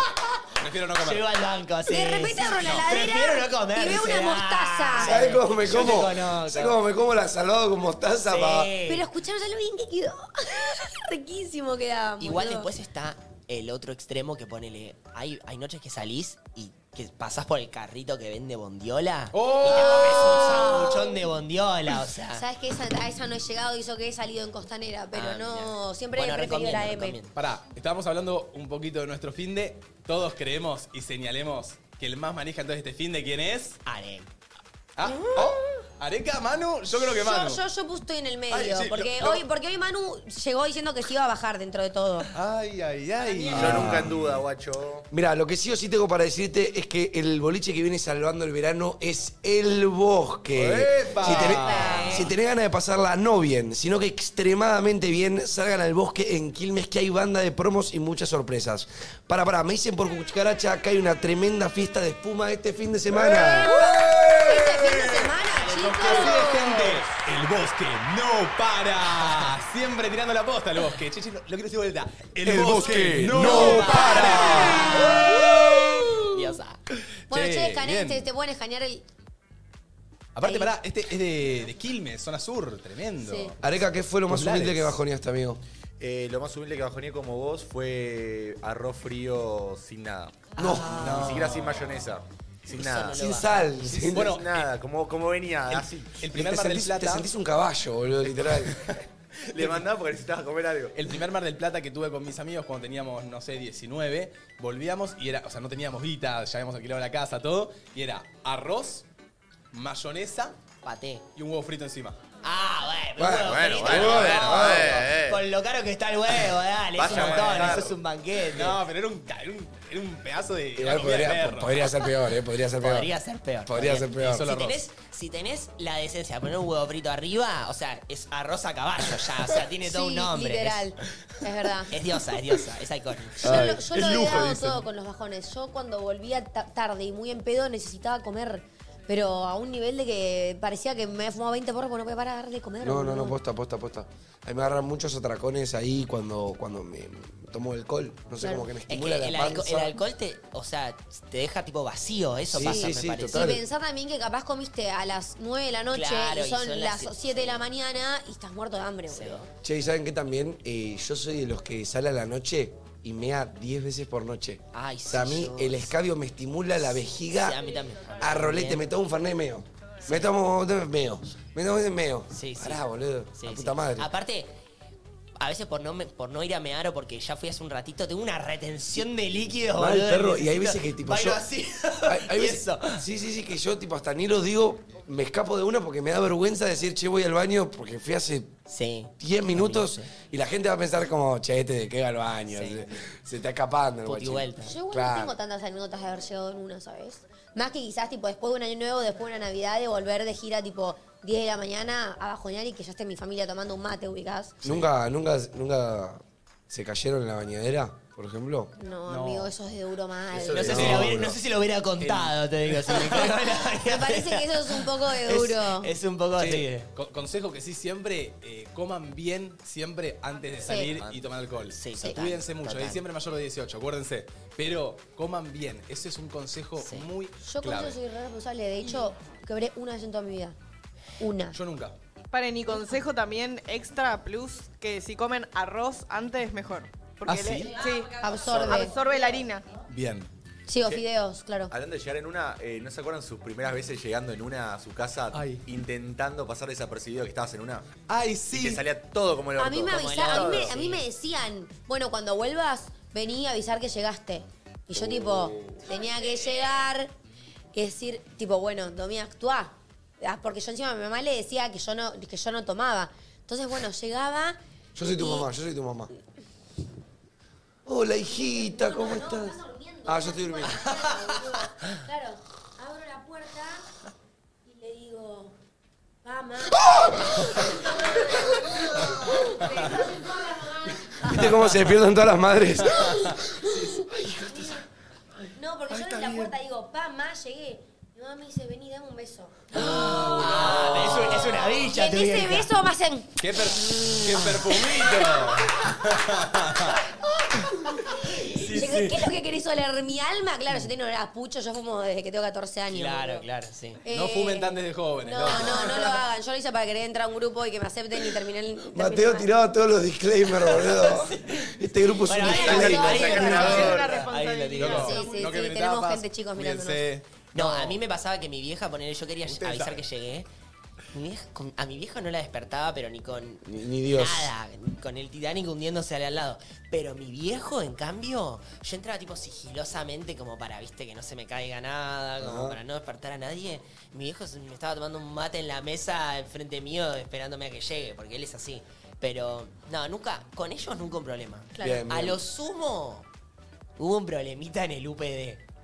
S1: Prefiero no comer.
S4: Llego al banco, sí.
S3: De repente abro la
S4: No,
S3: heladera
S4: Prefiero no comer.
S3: y veo una
S4: dice,
S3: mostaza.
S4: "Ah,
S2: ¿Sabes cómo me
S4: yo te
S2: como?
S4: conozco".
S2: ¿Sabes cómo me como la salado con mostaza?
S4: Sí.
S2: pa?
S3: Pero escucharon ya lo bien que quedó. Riquísimo quedaba.
S4: Igual
S3: boludo.
S4: después está el otro extremo que ponele. Hay, hay noches que salís y que pasás por el carrito que vende bondiola.
S1: ¡Oh!
S4: Y te comes un sanguchón de bondiola, o sea.
S3: Sabes que esa, a esa no he llegado y eso que he salido en Costanera, pero
S4: Ah,
S3: no,
S4: mirá.
S3: siempre
S4: Bueno,
S3: he preferido la
S4: recomiendo,
S3: M.
S4: recomiendo.
S1: Pará, estábamos hablando un poquito de nuestro finde. Todos creemos y señalemos que el más manija entonces este finde, ¿quién es?
S4: Are.
S1: Ah, oh, Areca, Manu, yo creo que Manu.
S3: Yo, yo, yo puse estoy en el medio,
S1: Ay, sí,
S3: porque,
S1: lo- lo-
S3: hoy, porque hoy Manu llegó diciendo que se iba a bajar dentro de todo.
S1: Ay, ay, ay.
S7: Yo nunca en duda, guacho.
S2: Mira, lo que sí o sí tengo para decirte es que el boliche que viene salvando el verano es el bosque.
S1: ¡Epa!
S2: Si tenés, si tenés ganas de pasarla no bien, sino que extremadamente bien, salgan al bosque en Quilmes, que hay banda de promos y muchas sorpresas. Para, para, me dicen por cucaracha que hay una tremenda fiesta de espuma este fin de semana.
S1: ¡Eh!
S3: Este fin de semana,
S1: Así de
S3: chicos.
S1: gente, el bosque no para. Siempre tirando la posta al bosque. Che, che, lo, lo quiero decir de vuelta. El, bosque, no, para.
S4: Diosa.
S3: Bueno,
S1: Che,
S3: che, escaneé,
S1: bien.
S3: te, te pueden escanear el.
S1: Aparte,
S3: Ahí.
S1: pará, este es de, de Quilmes, zona sur, tremendo.
S3: Sí.
S2: Areca, ¿qué fue lo más
S1: Populares.
S2: humilde que bajoneaste, amigo?
S7: Eh, lo más humilde que bajoné como vos fue arroz frío sin nada.
S2: No,
S7: Ni siquiera sin mayonesa. Sin nada.
S2: sin sal. sin-
S1: Bueno, eh,
S7: Sin nada, como, como venía,
S1: Ah,
S7: así.
S1: El primer
S2: te,
S1: Mar del
S2: sentís, te
S1: Plata.
S2: sentís un caballo, boludo, literal.
S7: Le mandaba porque necesitaba comer algo.
S1: El primer Mar del Plata que tuve con mis amigos cuando teníamos, no sé, 19, volvíamos y era, o sea, no teníamos guita, ya habíamos alquilado la casa, todo, y era arroz, mayonesa
S4: Paté.
S1: y un huevo frito encima.
S4: Ah, bueno,
S2: Bueno,
S4: huevo
S7: bueno,
S4: frito,
S7: bueno,
S4: huevo,
S7: bueno,
S4: huevo.
S7: eh, eh.
S4: Con lo caro que está el huevo, dale, es un
S7: Vaya,
S4: montón,
S7: bueno,
S4: eso es un banquete.
S1: No, pero era un, ca- era un, era un pedazo de. era
S2: Igual
S1: comida de
S2: podría,
S1: perro.
S2: podría ser peor, ¿eh? Podría ser peor.
S4: Podría ser peor.
S2: Podría ser peor.
S1: Y solo
S4: Si
S1: arroz.
S4: tenés, si tenés la decencia de poner un huevo frito arriba, o sea, es arroz a caballo ya, Ah, o sea, tiene todo
S3: sí,
S4: un nombre.
S3: literal. Es verdad.
S4: Es, es diosa, es diosa, es icónica.
S3: Yo lo, yo lo he
S1: lujo,
S3: dado
S1: dicen.
S3: todo con los bajones. Yo cuando volvía ta- tarde y muy en pedo necesitaba comer, pero a un nivel de que parecía que me había fumado 20 porros porque no podía parar de comer.
S2: No, no,
S3: boludo.
S2: no, posta, posta, posta. A mí me agarran muchos atracones ahí cuando, cuando me me tomo alcohol. No sé,
S3: Claro.
S2: como que me
S4: Es
S2: estimula
S4: que el,
S2: la
S4: alco-
S2: panza.
S4: el alcohol te, o sea, te deja tipo vacío, eso
S2: Sí,
S4: pasa,
S2: sí,
S4: me
S2: sí,
S4: parece.
S2: total.
S3: Y pensar también que capaz comiste a las 9 de la noche
S4: Claro,
S3: y, son las 7
S4: siete.
S3: de la mañana y estás muerto de hambre, boludo.
S2: Che, ¿y saben qué también? Eh, yo soy de los que sale a la noche y mea 10 veces por noche.
S4: Ay,
S2: O sea, a
S4: sí,
S2: mí
S4: yo-
S2: el escabio me estimula la vejiga.
S4: Sí, a mí también.
S2: A rolete, me tomo un fernet y meo. Me tomo un meo. Me tomo un meo.
S4: Sí, sí.
S2: Pará, boludo.
S4: Sí,
S2: la
S4: sí.
S2: puta madre.
S4: Aparte, a veces por no, me- por no ir a mear o porque ya fui hace un ratito, tengo una retención de líquidos,
S2: Mal,
S4: boludo.
S2: perro, y hay
S4: necesito-
S2: veces que tipo
S4: bailo
S2: yo-
S4: así.
S2: Hay, hay
S4: Y
S2: veces-
S4: eso.
S2: Sí, sí, sí, que yo tipo hasta ni los digo, me escapo de una porque me da vergüenza decir, che, voy al baño porque fui hace
S4: Sí.
S2: 10 minutos y la gente va a pensar como, che, este de qué va al baño,
S4: Sí.
S2: se, se está escapando. el
S4: Puti
S2: guachín".
S4: vuelta.
S3: Yo igual
S2: Claro.
S3: no tengo tantas anécdotas de haber llegado en una, ¿sabes? Más que quizás tipo después de un año nuevo, después de una Navidad, de volver de gira tipo 10 de la mañana a bajonear y que ya esté mi familia tomando un mate, ubicás.
S2: ¿Nunca, nunca, nunca se cayeron en la bañadera, por ejemplo?
S3: No, amigo, eso es de duro mal.
S4: No sé, si
S2: No,
S4: lo hubiera,
S2: bro.
S4: no sé si lo hubiera contado, te digo. si me
S3: Me parece que eso es un poco de duro.
S4: Es un poco así.
S1: Che,
S4: de-
S1: co- consejo que sí, siempre eh, coman bien, siempre antes de salir y tomar alcohol.
S4: Sí,
S1: O sea,
S4: total,
S1: cuídense mucho.
S4: total.
S1: eh, siempre mayor de 18, acuérdense. Pero coman bien. Ese es un consejo
S4: Sí.
S1: muy
S3: Yo con
S1: clave.
S3: eso soy re responsable. De hecho, quebré una vez en toda mi vida. Una.
S1: Yo nunca.
S8: Paren, y consejo también extra plus que si comen arroz antes mejor. Porque
S1: ¿Ah,
S8: le-
S1: sí?
S3: Absorbe.
S8: absorbe la harina.
S1: Bien.
S3: Sí, o fideos, claro.
S7: Hablando de llegar en una, eh, ¿no se acuerdan sus primeras veces llegando en una a su casa
S1: Ay.
S7: intentando pasar desapercibido que estabas en una?
S1: Ay,
S7: Y te
S1: sí.
S7: salía todo como el orto.
S3: A mí me
S4: Como
S3: avisa- a mí
S4: helado,
S3: me, a mí
S4: sí.
S3: me decían, bueno, cuando vuelvas, vení a avisar que llegaste. Y yo, tipo,
S4: Uh.
S3: tenía que llegar y decir, tipo, bueno, Domi, actuá. Ah, Porque yo encima a mi mamá le decía que yo no, que yo no tomaba. Entonces, bueno, llegaba.
S2: Yo soy tu
S3: y-
S2: mamá, yo soy tu mamá. Hola, hijita, ¿cómo estás? Ah, yo estoy durmiendo.
S3: Claro, abro la puerta y le digo, mamá.
S2: ¿Viste cómo se despiertan todas las madres?
S3: No, porque yo abro la puerta y digo, mamá, llegué. Mi mamá me dice, vení, dame un beso.
S4: Es, Ah, un- es una
S3: Y
S4: bicha,
S3: en
S4: tu
S3: ese
S4: vieja.
S3: beso me hacen.
S1: ¡Qué, per- qué perfumito! sí,
S3: Llegué ¿Qué es lo que querés oler? ¿Mi alma? Claro, yo tengo olor a pucho, yo fumo desde que tengo 14 años.
S4: Claro,
S3: boludo.
S4: claro, sí.
S3: Eh,
S1: No fumen tan desde jóvenes.
S3: No, no, no lo hagan. Yo lo hice para querer entrar a un grupo y que me acepten y terminar el.
S2: Mateo tiraba todos los disclaimers, boludo. Este grupo es
S4: Bueno,
S2: un
S4: ahí
S2: disclaimer.
S4: lo digo, ahí lo digo.
S1: Loco,
S3: Sí, sí,
S1: no
S3: sí,
S1: quemen
S3: tenemos
S1: etapas,
S3: gente, chicos, mirándonos.
S1: cuídense.
S4: No, a mí me pasaba que mi vieja, ponele, yo quería
S1: Ustedes
S4: avisar
S1: saben.
S4: que llegué. Mi vieja- con- a mi vieja no la despertaba, pero ni con
S2: Ni- ni Dios.
S4: nada, con el Titanic hundiéndose al lado. Pero mi viejo, en cambio, yo entraba tipo sigilosamente como para, viste, que no se me caiga nada, como
S2: Ajá.
S4: para no despertar a nadie. Mi viejo se- me estaba tomando un mate en la mesa enfrente mío esperándome a que llegue, porque él es así. Pero, no, nunca, con ellos nunca un problema.
S3: Claro.
S2: Bien,
S4: A
S2: bien.
S4: lo sumo, hubo un problemita en el UPD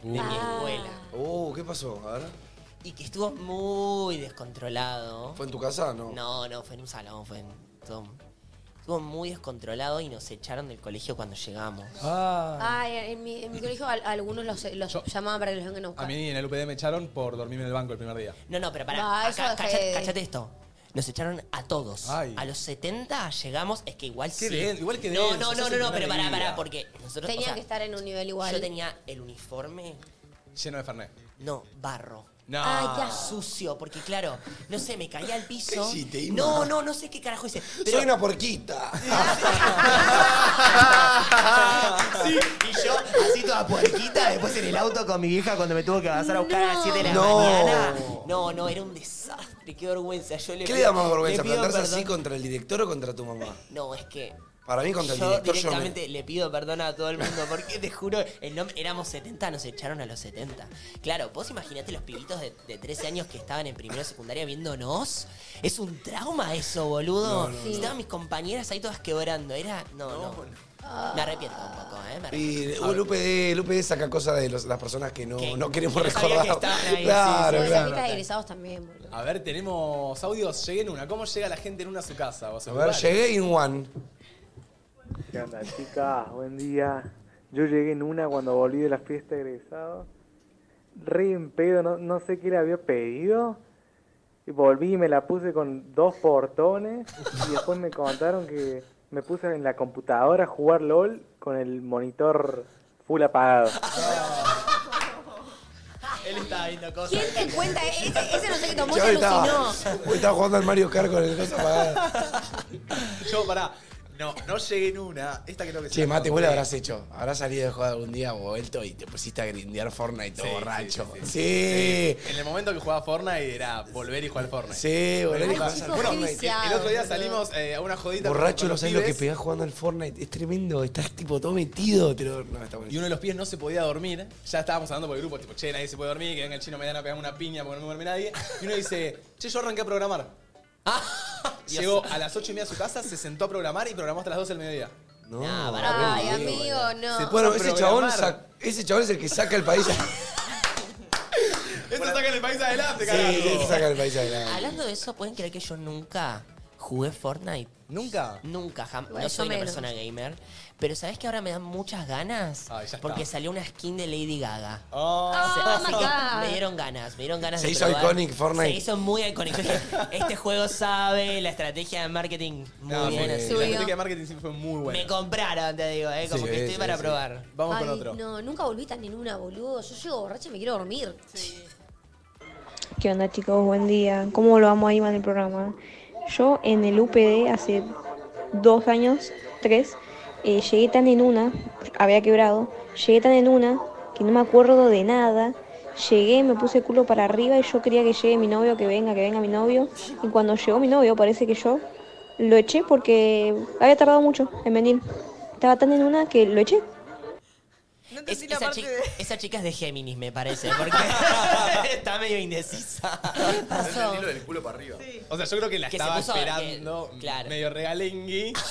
S4: de mi
S3: Ah.
S4: escuela.
S2: Oh, ¿qué pasó? A ver.
S4: Y que estuvo muy descontrolado.
S2: ¿Fue en tu casa no?
S4: No, no, fue en un salón, fue en todo. Estuvo muy descontrolado y nos echaron del colegio cuando llegamos.
S3: Ah. Ay, en mi, en mi colegio al- algunos los, los
S1: Yo-
S3: llamaban para que los vengan a
S1: A
S3: buscar.
S1: mí en el UPD me echaron por dormirme en el banco el primer día.
S4: No, no, pero pará.
S3: Ah, eso
S4: acá,
S3: es
S4: cacha-
S3: heavy.
S4: cachate esto. Nos echaron a todos.
S1: Ay.
S4: A los 70 llegamos, es que igual
S1: Qué
S4: sí.
S1: den- igual que
S4: No,
S1: denso,
S4: no,
S1: esa
S4: no,
S1: es
S4: no, no,
S1: una
S4: pero pará,
S1: medida.
S4: pará, porque nosotros.
S3: Tenían
S4: o sea,
S3: que estar en un nivel igual.
S4: Yo tenía el uniforme,
S1: Lleno de Fernet.
S4: no, barro.
S1: No.
S3: Ay, qué asco.
S4: Sucio, porque claro, no sé, me caía al piso.
S2: ¿Qué hiciste, Ima?
S4: no, no, no sé qué carajo hice. Pero
S2: Soy una porquita.
S4: Sí, y yo así toda puerquita, después en el auto con mi vieja cuando me tuvo que pasar a buscar a las 7 de la
S2: No.
S4: mañana. No, no, era un desastre, qué vergüenza. Yo le
S2: ¿Qué
S4: pido-
S2: le da más vergüenza?
S4: le pido
S2: ¿Plantarse
S4: perdón.
S2: así contra el director o contra tu mamá?
S4: No, es que.
S2: Para mí contra el
S4: Yo
S2: director yo me-
S4: directamente le pido perdón a todo el mundo porque te juro, el nombre, éramos 70, nos echaron a los 70. Claro, vos imaginate los pibitos de, de 13 años que estaban en primero de secundaria viéndonos. Es un trauma eso, boludo. Estaban mis compañeras ahí todas quebrando. Era. No, no. Me arrepiento un poco, ¿eh? Me arrepiento.
S2: Y uh, el UPD, el UPD saca cosas de los- las personas que no,
S4: Que-
S2: no queremos
S4: que no sabía
S2: recordar.
S4: que estaban ahí,
S2: claro,
S3: Claro,
S2: claro.
S3: de egresados también, boludo.
S1: A ver, tenemos audios. Lleguen una. ¿Cómo llega la gente en una a su casa? o a su
S2: A ver,
S1: lugar?
S2: llegué in one.
S11: ¿Qué onda, chicas? Buen día. Yo llegué en una cuando volví de la fiesta de egresado. Re en pedo, no, no sé qué le había pedido. Y volví y me la puse con dos portones. Y después me contaron que me puse en la computadora a jugar LOL con el monitor full apagado.
S4: Él estaba viendo cosas.
S3: ¿Quién te cuenta? E-, Ese, ese no sé qué tomó,
S2: Yo
S3: se
S2: hoy estaba,
S3: alucinó.
S2: hoy estaba jugando al Mario Kart con el cosa apagada.
S1: Yo, pará. No, no llegué en una. Esta creo que
S2: Che,
S1: sí.
S2: mate, vos lo habrás hecho. Habrás salido de jugar algún día, vuelto y te pusiste a grindear Fortnite todo
S1: Sí,
S2: borracho.
S1: sí,
S2: Sí,
S1: sí,
S2: sí,
S1: En el momento que jugaba Fortnite era volver y jugar Fortnite.
S2: volver y
S3: Ay,
S2: jugar al
S3: chicos, qué
S2: Fortnite.
S1: El otro día
S3: viciados,
S1: salimos eh, a una jodita. con-
S2: Borracho,
S1: con
S2: no
S1: los
S2: sabes lo que
S1: pibes,
S2: pegás jugando al Fortnite. Es tremendo. Estás tipo todo metido. Te lo- No, está
S1: Y
S2: buenísimo.
S1: uno de los pies no se podía dormir. Ya estábamos hablando por el grupo, tipo, che, nadie se puede dormir, que venga el chino me dan a pegar una piña porque no me duerme nadie. Y uno dice, che, yo arranqué a programar. Llegó a las 8 y media a su casa, se sentó a programar y programó hasta las 12 del mediodía.
S2: No,
S3: Ay, amigo, no.
S1: Se puede-
S2: Bueno,
S1: a
S2: ese chabón,
S1: programar.
S2: sac- ese chabón es el que saca el país.
S1: Esto saca el país adelante, carajo.
S2: Sí, el que saca el país adelante.
S4: Hablando de eso, ¿pueden creer que yo nunca jugué Fortnite?
S1: ¿Nunca?
S4: Nunca, jamás.
S3: Igual
S4: No
S3: yo
S4: soy una
S3: menos.
S4: persona gamer. Pero ¿sabes que ahora me dan muchas ganas?
S2: Ah,
S1: Ay, ya está.
S4: porque salió una skin de Lady Gaga.
S1: Oh,
S4: O sea,
S3: Oh,
S4: así
S3: my
S4: que
S3: God.
S4: me dieron ganas, me dieron ganas
S2: Se
S4: de
S2: hizo
S4: probar.
S2: iconic Fortnite.
S4: Se hizo muy icónico. Este juego sabe la estrategia de marketing muy
S2: Ah,
S1: no,
S4: bien.
S1: porque
S4: así que
S1: La
S3: Subió.
S1: estrategia de marketing siempre fue muy
S4: Me
S1: buena.
S4: compraron, te digo, ¿eh? como
S2: Sí,
S4: que estoy
S2: sí,
S4: para
S2: sí.
S4: probar.
S1: Vamos
S3: Ay,
S1: con otro.
S3: No, nunca volví tan en una, boludo. Yo llego borracha y me quiero dormir.
S12: ¿Qué onda chicos? Buen día. ¿Cómo lo vamos ahí en el programa? Yo en el UPD hace dos años, tres, eh, llegué tan en una, había quebrado, llegué tan en una que no me acuerdo de nada. Llegué, me puse el culo para arriba y yo quería que llegue mi novio, que venga, que venga mi novio. Y cuando llegó mi novio parece que yo lo eché porque había tardado mucho en venir. Estaba tan en una que lo eché.
S8: No
S4: Es-
S8: entendí la
S4: esa,
S8: parte
S4: chi-
S8: de...
S4: esa chica es de Géminis, me parece, porque está medio indecisa.
S3: Pasó.
S7: del culo para arriba.
S1: O sea, yo creo que la
S4: Que se
S1: estaba
S4: puso,
S1: esperando
S4: eh, claro.
S1: medio regalengui.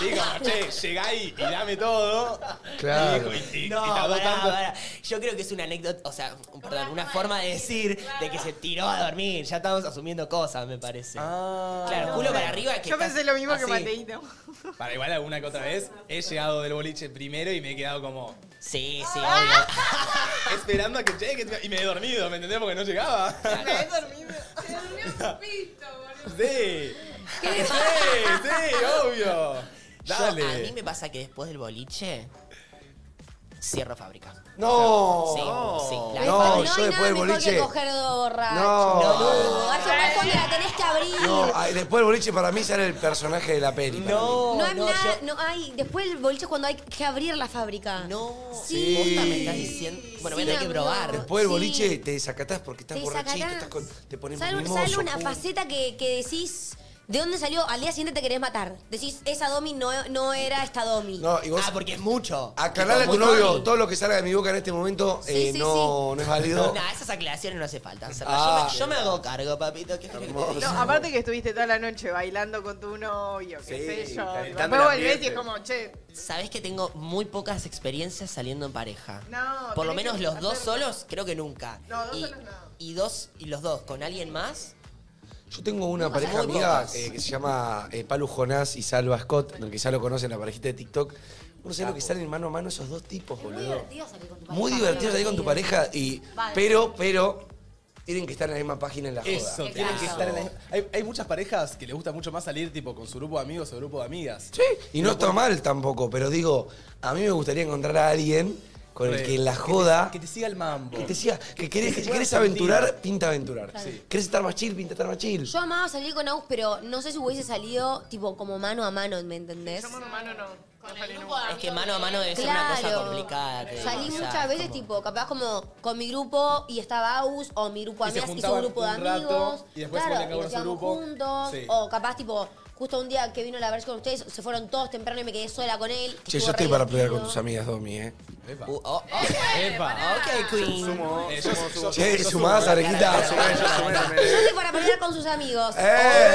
S1: Digo, che, llegá ahí y dame todo.
S2: Claro.
S1: Y, dijo, y- y-
S4: No,
S1: y tardó
S4: pará,
S1: tanto.
S4: pará. Yo creo que es una anécdota, o sea, un- perdón, una forma de decir de que se tiró a dormir. Ya estamos asumiendo cosas, me parece.
S2: Ah,
S4: claro, culo para arriba. es Que
S8: Yo
S4: estás
S8: pensé lo mismo que
S4: así.
S8: Mateito.
S1: Para igual alguna que otra vez he llegado del boliche primero y me he quedado como Ah.
S4: Sí, sí, obvio.
S1: esperando a que llegue y me he dormido, ¿me entendés? Porque no llegaba.
S8: Me he dormido.
S1: Sí. Sí, sí, obvio.
S4: Yo- a mí
S1: Dale.
S4: me pasa que después del boliche cierro fábrica.
S2: No.
S4: Sí, sí. La
S2: No,
S4: fábrica-
S2: yo después del boliche. No.
S3: Boludo, Eso es cuando la tenés que abrir.
S2: No, ay, después del boliche para mí sale el personaje de la peli. para mí.
S3: No hay nada, no hay. Después el boliche es cuando hay que abrir la fábrica.
S4: No,
S3: sí.
S4: Posta, me estás diciendo. Bueno, voy a tener que
S3: amigo.
S4: probar.
S2: Después del boliche te desacatás porque estás
S3: Te
S2: borrachito,
S3: desacatás.
S2: estás con, te pones
S3: Sale,
S2: mimoso,
S3: sale una
S2: pum.
S3: faceta que, que decís. ¿De dónde salió? Al día siguiente te querés matar. Decís, esa Domi no, no era esta Domi.
S2: No, y vos-
S4: Ah, porque es mucho.
S2: Aclarale a tu
S4: Tipo, muy
S2: novio,
S4: funny.
S2: todo lo que salga de mi boca en este momento
S4: Sí,
S2: eh,
S4: sí,
S2: no,
S4: sí.
S2: no es válido.
S4: Nah, esas aclaraciones no hace falta. hacerlas.
S2: Ah.
S4: yo, me, yo me hago cargo, papito. ¿qué querés que te
S8: No,
S4: diga?
S8: aparte que estuviste toda la noche bailando con tu novio, qué
S4: Sí,
S8: sé yo.
S4: calentando
S8: Después
S4: el
S8: volvés y es
S4: ambiente.
S8: como, che,
S4: Sabés que tengo muy pocas experiencias saliendo en pareja.
S8: No,
S4: Por lo
S8: tenés
S4: menos
S8: que
S4: los dos
S8: hacerlo.
S4: solos, creo que nunca.
S8: No, dos
S4: y,
S8: solos
S4: y dos y los dos con alguien más.
S2: Yo tengo una
S4: Nunca
S2: pareja
S4: salgo de
S2: amiga
S4: pocas.
S2: eh, que se llama eh, Palu Jonás y Salva Scott, que ya lo conocen, la parejita de TikTok. Uno sabe lo que salen mano a mano esos dos tipos, boludo. Muy divertido salir con tu pareja y.
S1: Vale.
S2: Pero, pero. Tienen que estar en la misma página en la joda.
S1: Eso, tienen que estar en la hay, hay muchas parejas que les gusta mucho más salir tipo con su grupo de amigos o grupo de amigas.
S2: Sí. Y no está mal tampoco, pero digo, a mí me gustaría encontrar a alguien con el
S1: Re.
S2: que en la
S1: Que te-
S2: joda.
S1: Que te siga el mambo.
S2: Que te siga. Que querés,
S1: Que se
S2: que querés
S1: pueda sentir.
S2: aventurar, pinta aventurar.
S3: Claro. Sí.
S2: Querés estar más chill, pinta estar más chill.
S3: Yo amaba salir con Aus, pero no sé si hubiese salido tipo como mano a mano, ¿me entendés? Yo mano
S8: a mano no.
S4: Es que mano a mano debe ser una
S3: Claro.
S4: cosa complicada. creo,
S3: Salí
S4: o sea,
S3: muchas veces,
S4: como-
S3: tipo, capaz como con mi grupo y estaba Aus, o mi grupo de
S4: Y se
S3: amigas y su
S4: juntaban
S3: grupo de
S4: un rato,
S3: amigos.
S4: y después se
S3: claro, y
S4: ponían cada
S3: nos
S4: uno a su
S3: íbamos
S4: grupo.
S3: juntos.
S4: Sí.
S3: O capaz, tipo, justo un día que vino la versión con ustedes, se fueron todos temprano y me quedé sola con él. que
S2: Che,
S3: estuvo
S2: yo estoy
S3: re
S2: para pelear con
S3: divertido.
S2: tus amigas, Domi, ¿eh?
S4: Uh, oh, oh.
S3: Eh,
S4: Ok, Queen.
S1: Eh, yo- yo-
S2: Che,
S1: yo- yo
S2: sumás,
S1: sumo.
S2: Arequita.
S3: Yo estoy para pelear con sus amigos.
S2: Eh,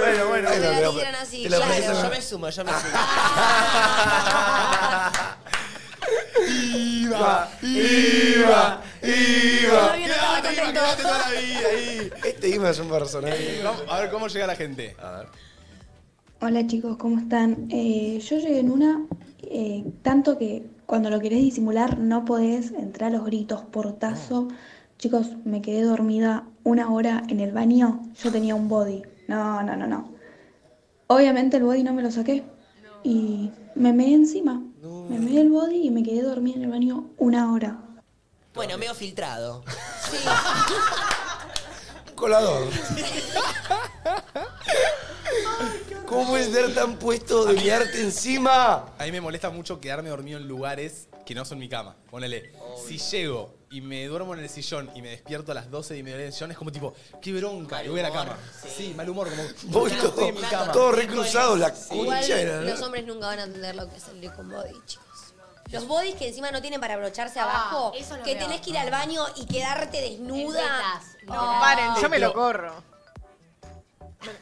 S2: Bueno, bueno,
S3: Ojalá
S2: bueno,
S3: dijeran
S2: pero-
S3: así,
S2: te lo
S3: claro.
S2: presento.
S4: Yo me sumo, yo me sumo.
S2: Iba, iba, iba.
S1: Todavía no estaba
S2: Quédate,
S1: contento.
S2: quédate toda la vida ahí. Este Iba es un personaje.
S1: Vamos a ver cómo llega la gente. A ver.
S12: Hola chicos, ¿cómo están? Eh, yo llegué en una, eh, tanto que cuando lo querés disimular no podés, entré a los gritos, portazo. Chicos, me quedé dormida una hora en el baño, yo tenía un body. No, no, no, no. Obviamente el body no me lo saqué y me meé encima. Me meé el body y me quedé dormida en el baño una hora.
S4: Bueno, medio filtrado.
S2: Colador. ¿Cómo puedes ser tan puesto de mirarte encima?
S1: A mí me molesta mucho quedarme dormido en lugares que no son mi cama. Ponele, si llego y me duermo en el sillón y me despierto a las 12 y me duermo en el sillón, es como tipo, qué bronca, y voy a la cama. Sí, mal humor, como,
S2: Voy
S1: ya
S2: todo-
S1: estoy en mi cama.
S2: todo recruzado, la
S3: Igual
S2: concha de la-
S3: los hombres nunca van a entender lo que es salir con body, chicos. Los bodys que encima no tienen para abrocharse abajo,
S6: Ah, eso es lo
S3: que
S6: peor.
S3: tenés que ir al baño y quedarte desnuda.
S6: En tetas.
S8: No, paren, yo me lo corro.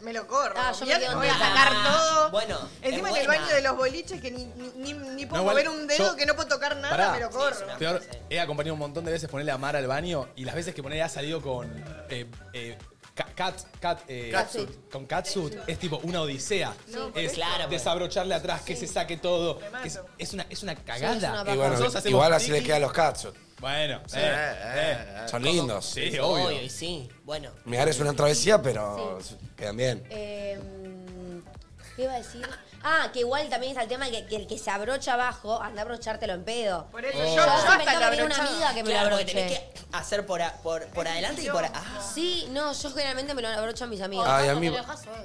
S8: Me, me lo corro.
S3: Ah, yo me
S8: Mirá
S3: quedo
S8: que voy a
S3: en teta.
S8: sacar todo.
S4: Bueno,
S8: Encima
S4: es
S8: en el
S4: buena.
S8: baño de los boliches que ni, ni- ni- ni puedo
S1: No, igual,
S8: mover un dedo,
S1: yo-
S8: que no puedo tocar nada,
S1: Pará.
S8: me lo corro.
S1: Peor, he acompañado un montón de veces ponerle a Mara al baño y las veces que ponerle ha salido con. Eh, eh, ca- Cat, cat, eh,
S4: Catsuit.
S1: Con catsuit es tipo una odisea.
S4: No, por
S1: es
S4: eso. Claro, pues.
S1: desabrocharle atrás, que se saque todo. que es, es una, es una cagada.
S2: Y bueno,
S1: Nosotros hacemos
S2: igual así
S1: tiki.
S2: le quedan los cats.
S1: Bueno,
S2: Sí,
S1: eh,
S2: eh,
S1: eh.
S2: son lindos.
S1: Sí, obvio.
S4: y sí. Bueno.
S2: Mirar es una travesía, pero quedan bien.
S3: Eh, ¿Qué iba a decir? Ah, que igual también está el tema que, que el que se abrocha abajo, anda a abrochártelo en pedo.
S8: Por
S3: yo, me tengo que pedir una amiga que me lo
S4: Oh. Claro, porque
S3: abroche.
S4: tenés que hacer por, a- por, por adelante y por... a- Ah,
S3: Sí, no, yo generalmente me lo abrocho a mis amigos.
S2: Ay, a mí-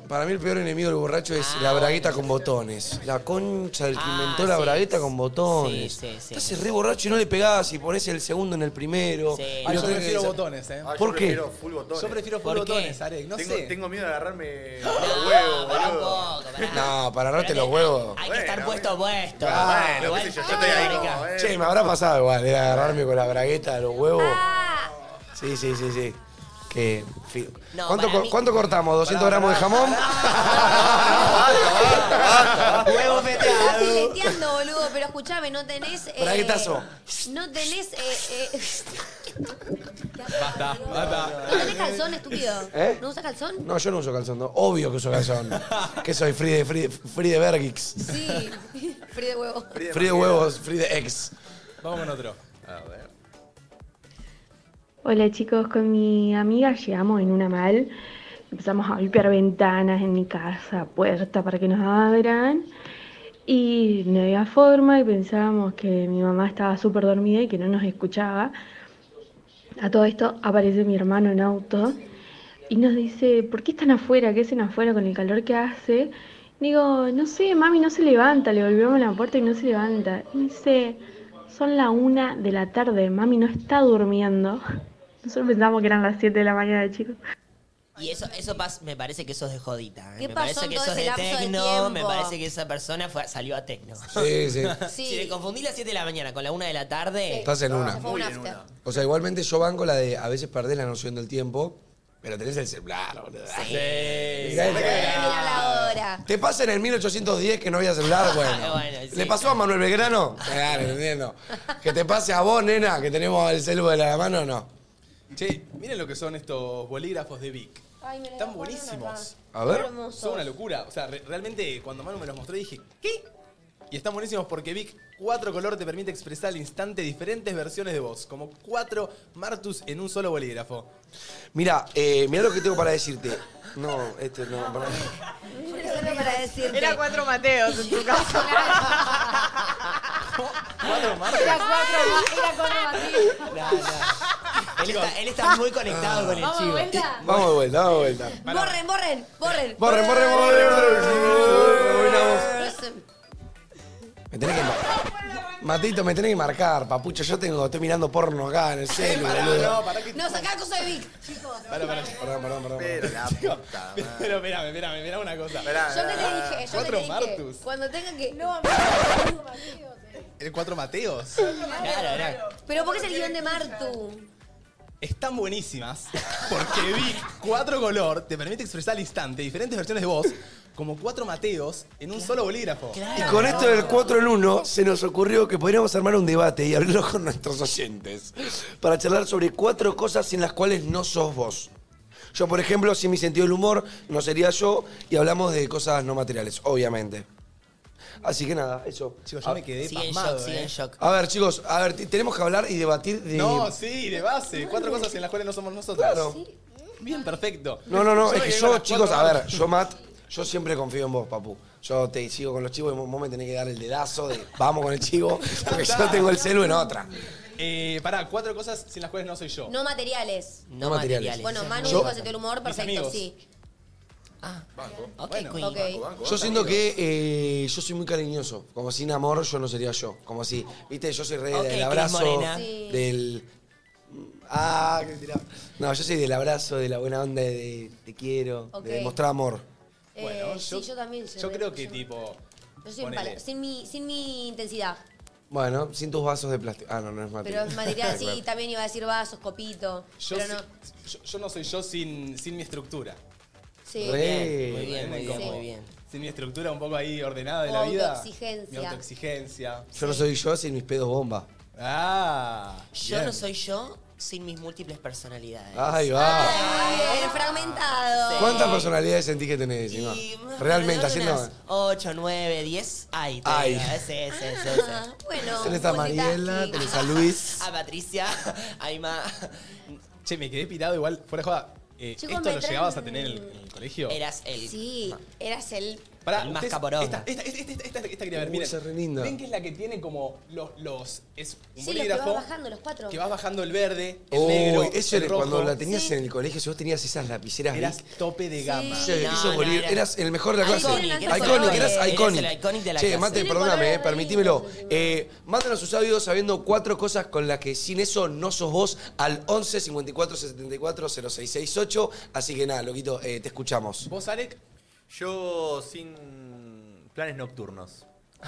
S2: Para mí el peor enemigo del borracho es
S1: Ah,
S2: la bragueta con botones. La concha del que inventó la bragueta con botones.
S1: Sí, sí, sí.
S2: Estás re borracho y no le pegás y ponés el segundo en el primero. Y
S1: Ah, yo
S2: lo tenés que
S1: prefiero
S2: desa-
S1: botones, ¿eh?
S2: Ah, yo ¿Por qué?
S13: prefiero full botones.
S1: Yo prefiero full
S13: ¿Por qué?
S1: botones, Arek. No
S13: tengo,
S1: sé.
S13: tengo miedo de agarrarme los huevos, boludo.
S2: No, para no te los huevos.
S4: Ah, hay que estar puesto puesto.
S2: Ah,
S13: bueno,
S4: Igual-
S13: qué sé yo, yo estoy ahí como, eh.
S4: Rica.
S2: Che, me habrá pasado igual, de agarrarme con la bragueta de los huevos. Sí, sí, sí, sí. Que, fi-
S4: Ah. No,
S2: ¿Cuánto,
S4: para
S2: co-
S4: mí-
S2: cuánto cortamos? ¿200 gramos de jamón?
S4: Huevo
S3: Estás fileteando, boludo, pero escuchame, no tenés. eh,
S2: Braguetazo.
S3: No tenés. eh, eh,
S1: Basta, basta.
S3: ¿No tenés calzón, estúpido?
S2: ¿Eh?
S3: ¿No usas calzón?
S2: No, yo no uso calzón. no. Obvio que uso calzón. que soy free de, free, free de Bergix.
S3: Sí. Frío de huevo.
S2: Free de huevos, free de ex.
S1: Vamos con otro. A ver.
S12: Hola chicos, con mi amiga llegamos en una mal. Empezamos a golpear ventanas en mi casa, puerta para que nos abran.
S14: Y no había forma y pensábamos que mi mamá estaba súper dormida y que no nos escuchaba. A todo esto aparece mi hermano en auto y nos dice, ¿por qué están afuera? ¿Qué hacen afuera con el calor que hace? Digo, no sé, mami no se levanta, le volvemos la puerta y no se levanta. Y dice, son la una de la tarde, mami no está durmiendo. Nosotros pensábamos que eran las 7 de la mañana, chicos.
S4: Y eso, eso pas- me parece que eso es de jodita. ¿eh?
S3: ¿Qué
S4: me
S3: pasó
S4: parece
S3: en
S4: que
S3: todo
S4: eso es
S3: ese
S4: de
S3: lapso de
S4: tecno,
S3: tiempo?
S4: me parece que esa persona fue- salió a tecno.
S2: Sí, sí.
S3: Sí. Ah,
S4: Si le confundí las 7 de la mañana con la 1 de la tarde.
S2: Estás en una.
S3: Fue un after.
S2: O sea, igualmente yo banco la de a veces perdés la noción del tiempo, pero tenés el celular, boludo.
S4: Sí.
S2: Mirá el
S4: Sí.
S2: celular.
S3: Ahora.
S2: ¿Te pasa en el 1810 que no había celular? Bueno.
S4: Bueno, sí.
S2: ¿Le pasó a Manuel Belgrano? Claro, entiendo. Que te pase a vos, nena, que tenemos el celular de la mano, no.
S1: Che, miren lo que son estos bolígrafos de Vic. Están buenísimos.
S2: A ver.
S1: Son una locura. O sea, re- realmente cuando Manu me los mostró dije, ¿qué? Y están buenísimos porque Vic 4 color te permite expresar al instante diferentes versiones de voz, como cuatro Martus en un solo bolígrafo.
S2: Mira, eh, mira lo que tengo para decirte. No, este no. perdón.
S3: Solo para decirte.
S8: Era cuatro Mateos en tu caso.
S1: cuatro Martus.
S6: Era cuatro, era cuatro Matilde.
S4: Él está, él está muy conectado con el
S6: Vamos,
S4: chivo.
S6: vuelta.
S2: Vamos de vuelta, vamos de vuelta.
S3: Borren, borren, borren.
S2: Borre, borre, borre, borre. Buena voz. Me tenés que mar- Matito, me tenés que marcar, papucho. Yo tengo, estoy mirando porno acá en el celu, boludo.
S1: pará que.
S3: No, sacá cosa de Vic, chicos.
S2: Perdón, perdón, perdón.
S13: Pero la puta madre.
S1: Pero espérame, espérame, mirá una cosa.
S3: Yo me le dije, yo me
S1: Cuatro
S3: le dije.
S1: Martus.
S3: Cuando tengan que. No,
S1: ¿El cuatro Mateos?
S4: Claro, claro.
S3: Pero porque es el guión de Martu.
S1: Están buenísimas porque Vic 4 color te permite expresar al instante diferentes versiones de voz, como cuatro Mateos en un solo bolígrafo.
S2: Y con esto del 4 en 1 se nos ocurrió que podríamos armar un debate y abrirlo con nuestros oyentes para charlar sobre cuatro cosas en las cuales no sos vos. Yo, por ejemplo, sin mi sentido del humor, no sería yo y hablamos de cosas no materiales, obviamente. Así que nada, eso.
S1: Chicos, yo me quedé
S4: Sigue en
S1: pasmado,
S4: shock, sigue
S1: eh.
S4: en shock.
S2: A ver, chicos, a ver, t- tenemos que hablar y debatir de...
S1: No, sí, de base. Cuatro cosas en las cuales no somos nosotros.
S2: Claro.
S1: Bien, perfecto.
S2: No, no, no, es que
S1: llegué
S2: yo,
S1: con las
S2: chicos, a
S1: cuatro
S2: ver, yo, Matt, yo siempre confío en vos, papu. Yo te sigo con los chivos y vos vos me tenés que dar el dedazo de vamos con el chivo, porque yo tengo el celu en otra.
S1: Eh, pará, cuatro cosas sin las cuales no soy yo.
S3: No materiales.
S2: No materiales.
S3: Bueno, Manu
S2: Yo-
S3: dijo sentido del humor, perfecto,
S1: amigos.
S3: sí.
S13: Banco.
S4: Ok,
S3: Queen. Ok. Banco, banco,
S2: Yo siento que eh, yo soy muy cariñoso. Como sin amor, yo no sería yo. Como si, viste, yo soy re
S4: Ok,
S2: del
S4: Cris
S2: abrazo,
S4: Morena.
S3: Sí.
S2: del. Ah, que tirá. No, yo soy del abrazo, de la buena onda, de te quiero,
S3: Ok.
S2: de demostrar amor.
S3: Eh,
S1: Bueno,
S3: sí, yo también. soy
S1: Yo
S3: re-
S1: creo que tipo.
S3: Yo soy
S1: ponele.
S3: impala- sin mi, sin mi intensidad.
S2: Bueno, sin tus vasos de plástico. Ah, no, no es
S3: Pero
S2: material.
S3: es material,
S2: Claro.
S3: sí, también iba a decir vasos, copito.
S1: Yo,
S3: pero
S1: si-
S3: no.
S1: yo- yo no soy yo sin, sin mi estructura.
S3: Sí.
S2: Muy bien, muy
S4: bien, muy bien,
S1: Como
S4: muy bien.
S1: Sin mi estructura un poco ahí ordenada de la
S3: O
S1: vida.
S3: autoexigencia.
S1: Mi autoexigencia.
S2: Yo no soy yo sin mis pedos bomba.
S1: Ah.
S4: Yo
S1: bien.
S4: no soy yo sin mis múltiples personalidades.
S2: Ahí va.
S3: Bien, fragmentado.
S2: ¿Cuántas personalidades sentís que tenés? Ima?
S4: Y más
S2: Realmente,
S4: alrededor de
S2: haciendo.
S4: unas 8, 9, 10. Ay,
S2: Ay.
S4: ay. Ese, ese, ese, ese.
S3: Ah, bueno.
S2: Tenés a Mariela,
S3: multitasking.
S2: tenés a Luis.
S4: A Patricia, a Ima.
S1: Che, me quedé pirado igual. Fuera de joda. Eh,
S3: Chicos,
S1: ¿Esto
S3: me
S1: lo
S3: traen-
S1: llegabas a tener en el, en el colegio?
S4: Eras el.
S3: Sí, eras el.
S1: Pará,
S4: El más
S1: ustedes-
S4: caporón.
S1: Esta, esta, esta, esta, esta- esta quería ver,
S2: Uy,
S1: miren.
S2: esa es re linda.
S1: ¿Ven que es la que tiene como los. los es un
S3: Sí, los que
S1: bolígrafo.
S3: vas bajando, los cuatro.
S1: que vas bajando el verde, el
S2: Uy,
S1: negro,
S2: eso
S1: el
S2: era
S1: rojo.
S2: cuando la tenías en el colegio, si vos tenías esas lapiceras.
S1: Eras
S2: Bic,
S1: tope de gama.
S2: Sí,
S4: No,
S2: esos
S4: no,
S2: bolí-
S4: era-
S2: eras el mejor de la clase.
S4: Iconic,
S2: Iconic,
S4: eras el
S2: Iconic,
S4: iconic.
S2: eras
S4: Eras
S2: iconic.
S4: el iconic de la
S2: che,
S4: clase.
S2: Mate,
S4: Tiene
S2: perdóname, eh,
S3: colores
S2: permitímelo.
S3: lindos
S2: Eh, mándanos sus audios sabiendo cuatro cosas con las que sin eso no sos vos al 11 54 74 0668. Así que nada, loquito, eh, te escuchamos.
S1: ¿Vos, Alec?
S13: Yo sin planes nocturnos.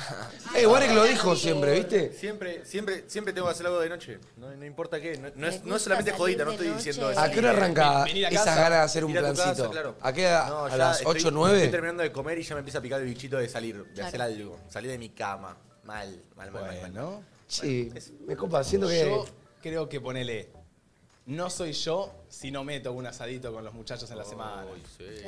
S2: Eh, Warek lo dijo siempre, ¿viste?
S13: Siempre, siempre, siempre tengo que hacer algo de noche. No, no importa qué. No, no
S3: Me
S13: es, no
S3: gusta
S13: es solamente
S3: salir
S13: jodita,
S3: de
S13: no estoy
S3: noche.
S13: diciendo eso.
S2: ¿A qué hora arranca
S1: Ven- venir a
S2: esas
S1: casa,
S2: ganas de hacer un
S13: Ir a tu
S2: plancito?
S13: casa, claro.
S2: ¿A qué edad?
S13: No,
S2: ¿A
S13: ya
S2: las
S13: estoy-
S2: 8 o 9?
S13: Estoy terminando de comer y ya me empieza a picar el bichito de salir, de
S3: Claro.
S13: hacer algo. Salir de mi cama. Mal, mal, mal, mal, mal.
S1: Bueno,
S2: Sí, me copa, siento que...
S1: yo creo que ponele. No soy yo si no meto un asadito con los muchachos en la semana.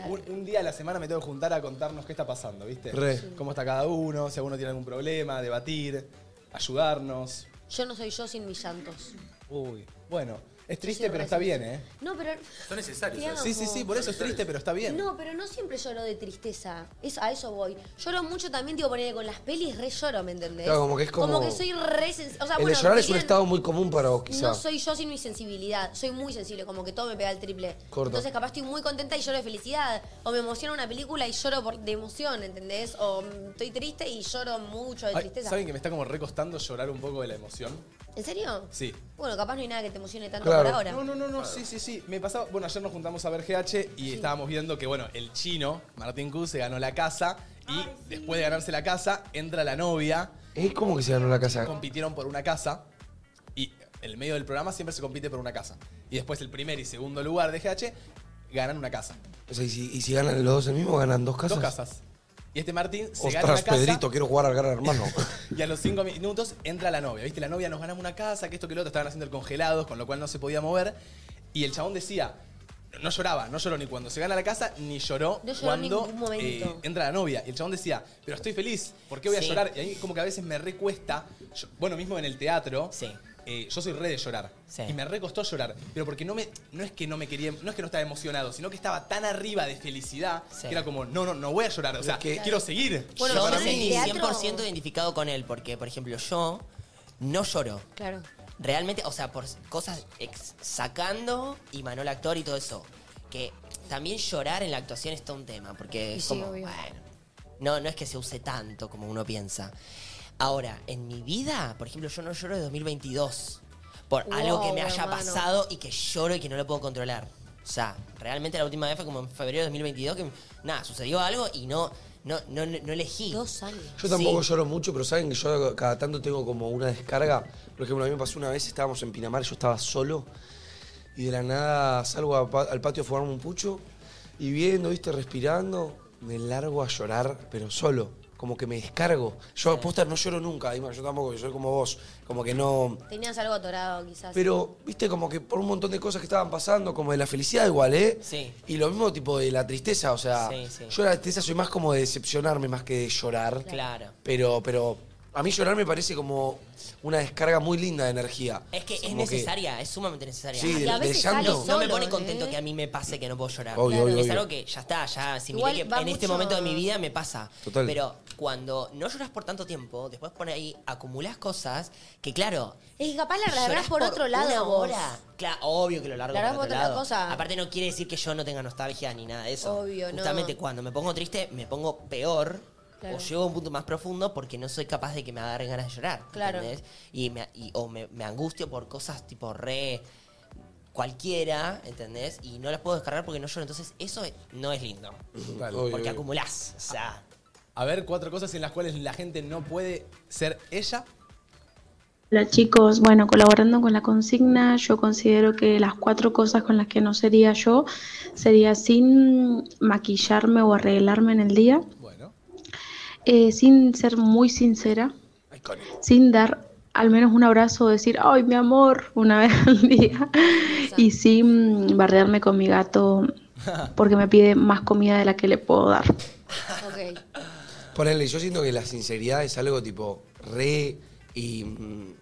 S1: Un, un día a la semana me tengo que juntar a contarnos qué está pasando, ¿viste?
S2: Re.
S1: Cómo está cada uno, si alguno tiene algún problema, debatir, ayudarnos.
S3: Yo no soy yo sin mis llantos.
S1: Uy, bueno. Es triste, pero está bien, ¿eh?
S3: No, pero.
S13: Son necesarios.
S3: Te
S1: Sí,
S13: ¿eh?
S1: sí, sí, por eso es triste,
S2: Ah,
S1: pero está bien.
S3: No, pero no siempre lloro de tristeza. Es, a eso voy. Lloro mucho también, digo, ponerle con las pelis, re lloro, ¿me entendés?
S2: Claro, como que es como-
S3: que soy re sens- O sea,
S2: el
S3: bueno,
S2: de llorar es un
S3: dirían,
S2: estado muy común para vos, quizá.
S3: No soy yo sin mi sensibilidad. Soy muy sensible, como que todo me pega el triple.
S2: Corto.
S3: Entonces, capaz estoy muy contenta y lloro de felicidad. O me emociona una película y lloro por, de emoción, ¿entendés? O mm, estoy triste y lloro mucho de
S1: Ay,
S3: tristeza.
S1: ¿Saben que me está como recostando llorar un poco de la emoción?
S3: ¿En serio?
S1: Sí.
S3: Bueno, capaz no hay nada que te emocione tanto
S1: Claro.
S3: por ahora.
S1: No, no, no, sí, sí, sí. Me pasaba. Bueno, ayer nos juntamos a ver GH y estábamos viendo que, bueno, el chino, Martín Cruz, se ganó la casa y después de ganarse la casa, entra la novia.
S2: ¿Eh? ¿Cómo que se ganó la casa?
S1: Compitieron por una casa y en el medio del programa siempre se compite por una casa. Y después el primer y segundo lugar de GH ganan una casa.
S2: O sea, ¿y si, y si ganan los dos el mismo, ganan dos casas.
S1: Dos casas. Y este Martín se gana
S2: Ostras,
S1: una casa.
S2: Pedrito, quiero jugar al gran hermano.
S1: Y a los cinco minutos entra la novia, ¿viste? La novia nos ganamos una casa, que esto que lo otro, estaban haciendo el congelados, con lo cual no se podía mover. Y el chabón decía, no lloraba, no lloró ni cuando se gana la casa, ni lloró,
S3: No lloró en
S1: cuando eh,
S3: ningún momento.
S1: entra la novia. Y el chabón decía, pero estoy feliz, ¿por qué voy
S4: Sí.
S1: a llorar? Y a mí como que a veces me recuesta, yo- bueno, mismo en el teatro, eh, yo soy re de llorar. Y me recostó llorar, pero porque no me no es que no me quería, no es que no estaba emocionado, sino que estaba tan arriba de felicidad que era como, no, no, no voy a llorar, o sea,
S4: que-
S1: quiero seguir.
S4: yo
S1: Para
S4: me sentí
S1: mí-
S4: 100% identificado con él, porque, por ejemplo, yo no lloro.
S3: Claro.
S4: Realmente, o sea, por cosas ex- sacando y Manuel actor y todo eso. Que también llorar en la actuación es todo un tema, porque
S3: Y
S4: es
S3: sí,
S4: como,
S3: obvio.
S4: bueno, no, no es que se use tanto como uno piensa. Ahora, en mi vida, por ejemplo, yo no lloro de 2022 por algo que me
S7: Wow,
S4: haya
S7: hermano.
S4: pasado y que lloro y que no lo puedo controlar. O sea, realmente la última vez fue como en febrero de 2022 que, nada, sucedió algo y no, no, no, no elegí.
S3: Dos años.
S2: Yo tampoco lloro mucho, pero saben que yo cada tanto tengo como una descarga. Por ejemplo, a mí me pasó una vez, estábamos en Pinamar, yo estaba solo y de la nada salgo a pa- al patio a fumarme un pucho y viendo, viste, respirando, me largo a llorar, pero solo. Como que me descargo. Yo aposta no lloro nunca, Ima, yo tampoco, yo soy como vos. Como que no.
S3: Tenías algo atorado, quizás.
S2: Pero, viste, como que por un montón de cosas que estaban pasando, como de la felicidad igual, ¿eh?
S4: Sí.
S2: Y lo mismo tipo de la tristeza, o sea,
S4: Sí, sí.
S2: yo la tristeza soy más como de decepcionarme más que de llorar.
S4: Claro.
S2: Pero, pero a mí llorar me parece como una descarga muy linda de energía.
S4: Es que es
S2: Como
S4: necesaria, es sumamente necesaria.
S2: Sí, Y del- a veces del sale
S4: no,
S2: llanto.
S4: me
S2: solo,
S4: pone contento que a mí me pase que no puedo llorar.
S2: Obvio, obvio,
S4: es
S2: obvio.
S4: algo que ya está, ya si
S3: Igual
S4: que en
S3: va
S4: este
S3: mucho-
S4: momento de mi vida me pasa.
S2: Total.
S4: Pero cuando no lloras por tanto tiempo, después por ahí acumulas cosas que claro,
S3: Es que capaz la
S4: Llorás
S3: largás por, otro lado
S4: una
S3: vos.
S4: hora. Claro, obvio que lo largo
S3: Largás
S4: por otro
S3: por otra
S4: lado.
S3: cosa.
S4: Aparte no quiere decir que yo no tenga nostalgia ni nada de eso.
S3: Obvio, no.
S4: Justamente cuando me pongo triste, me pongo peor
S3: Claro.
S4: o llego a un punto más profundo porque no soy capaz de que me agarren ganas de llorar.
S3: Claro.
S4: ¿entendés? Y me, y- o me, me angustio por cosas tipo re cualquiera, ¿entendés? Y no las puedo descargar porque no lloro. Entonces eso es- no es lindo.
S1: Total.
S4: porque
S1: Obvio, obvio.
S4: acumulás. O sea,
S1: A ver, cuatro cosas en las cuales la gente no puede ser ella.
S14: Hola chicos, bueno, colaborando con la consigna, yo considero que las cuatro cosas con las que no sería yo sería sin maquillarme o arreglarme en el día, eh, sin ser muy sincera, sin dar al menos un abrazo o decir, ay mi amor, una vez al día, y sin bardearme con mi gato porque me pide más comida de la que le puedo dar.
S3: Ok.
S2: Ponele, yo siento que la sinceridad es algo tipo re y mm,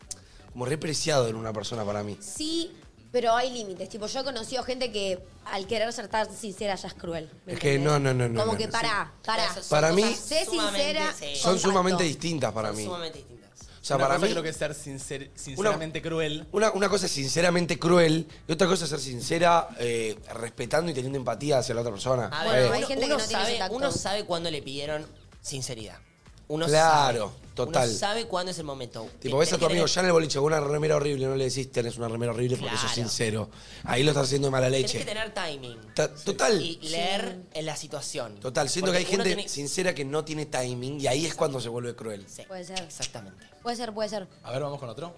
S2: como re preciado en una persona para mí.
S3: Sí, pero hay límites. Tipo, yo he conocido gente que al querer ser tan sincera ya es cruel. ¿me
S2: Es que
S3: entendés?
S2: no, no, no, no,
S3: Como
S2: no,
S3: que
S2: no,
S3: pará, pará.
S2: Para mí-
S3: sé sincera.
S2: Son
S3: contacto.
S2: sumamente distintas para mí.
S4: distintas.
S2: O sea,
S1: Una
S2: para
S1: cosa
S2: mí
S1: creo que es ser sincer- sinceramente cruel.
S2: Una, una cosa es sinceramente cruel y otra cosa es ser sincera eh, respetando y teniendo empatía hacia la otra persona.
S4: A ver,
S2: Eh,
S4: uno,
S3: no
S4: uno
S3: tiene
S4: sabe,
S3: ese tacto.
S4: uno sabe cuándo le pidieron sinceridad. Uno
S2: Claro,
S4: sabe.
S2: total.
S4: Uno sabe cuándo es el momento.
S2: tipo, ves a tu
S4: Tenés
S2: amigo
S4: que
S2: ya en el boliche con una remera horrible, no le decís tenés una remera horrible porque sos
S4: Claro.
S2: sincero. Ahí lo estás haciendo de mala
S4: tener- Tenés
S2: leche.
S4: que tener timing.
S2: Ta- Total.
S4: Y leer en la situación.
S2: Total, siento
S4: Porque
S2: que hay
S4: uno
S2: gente
S4: tiene-
S2: sincera que no tiene timing y ahí es cuando se vuelve cruel.
S3: Puede ser.
S4: Exactamente.
S3: Puede ser, puede ser.
S1: A ver, vamos con otro.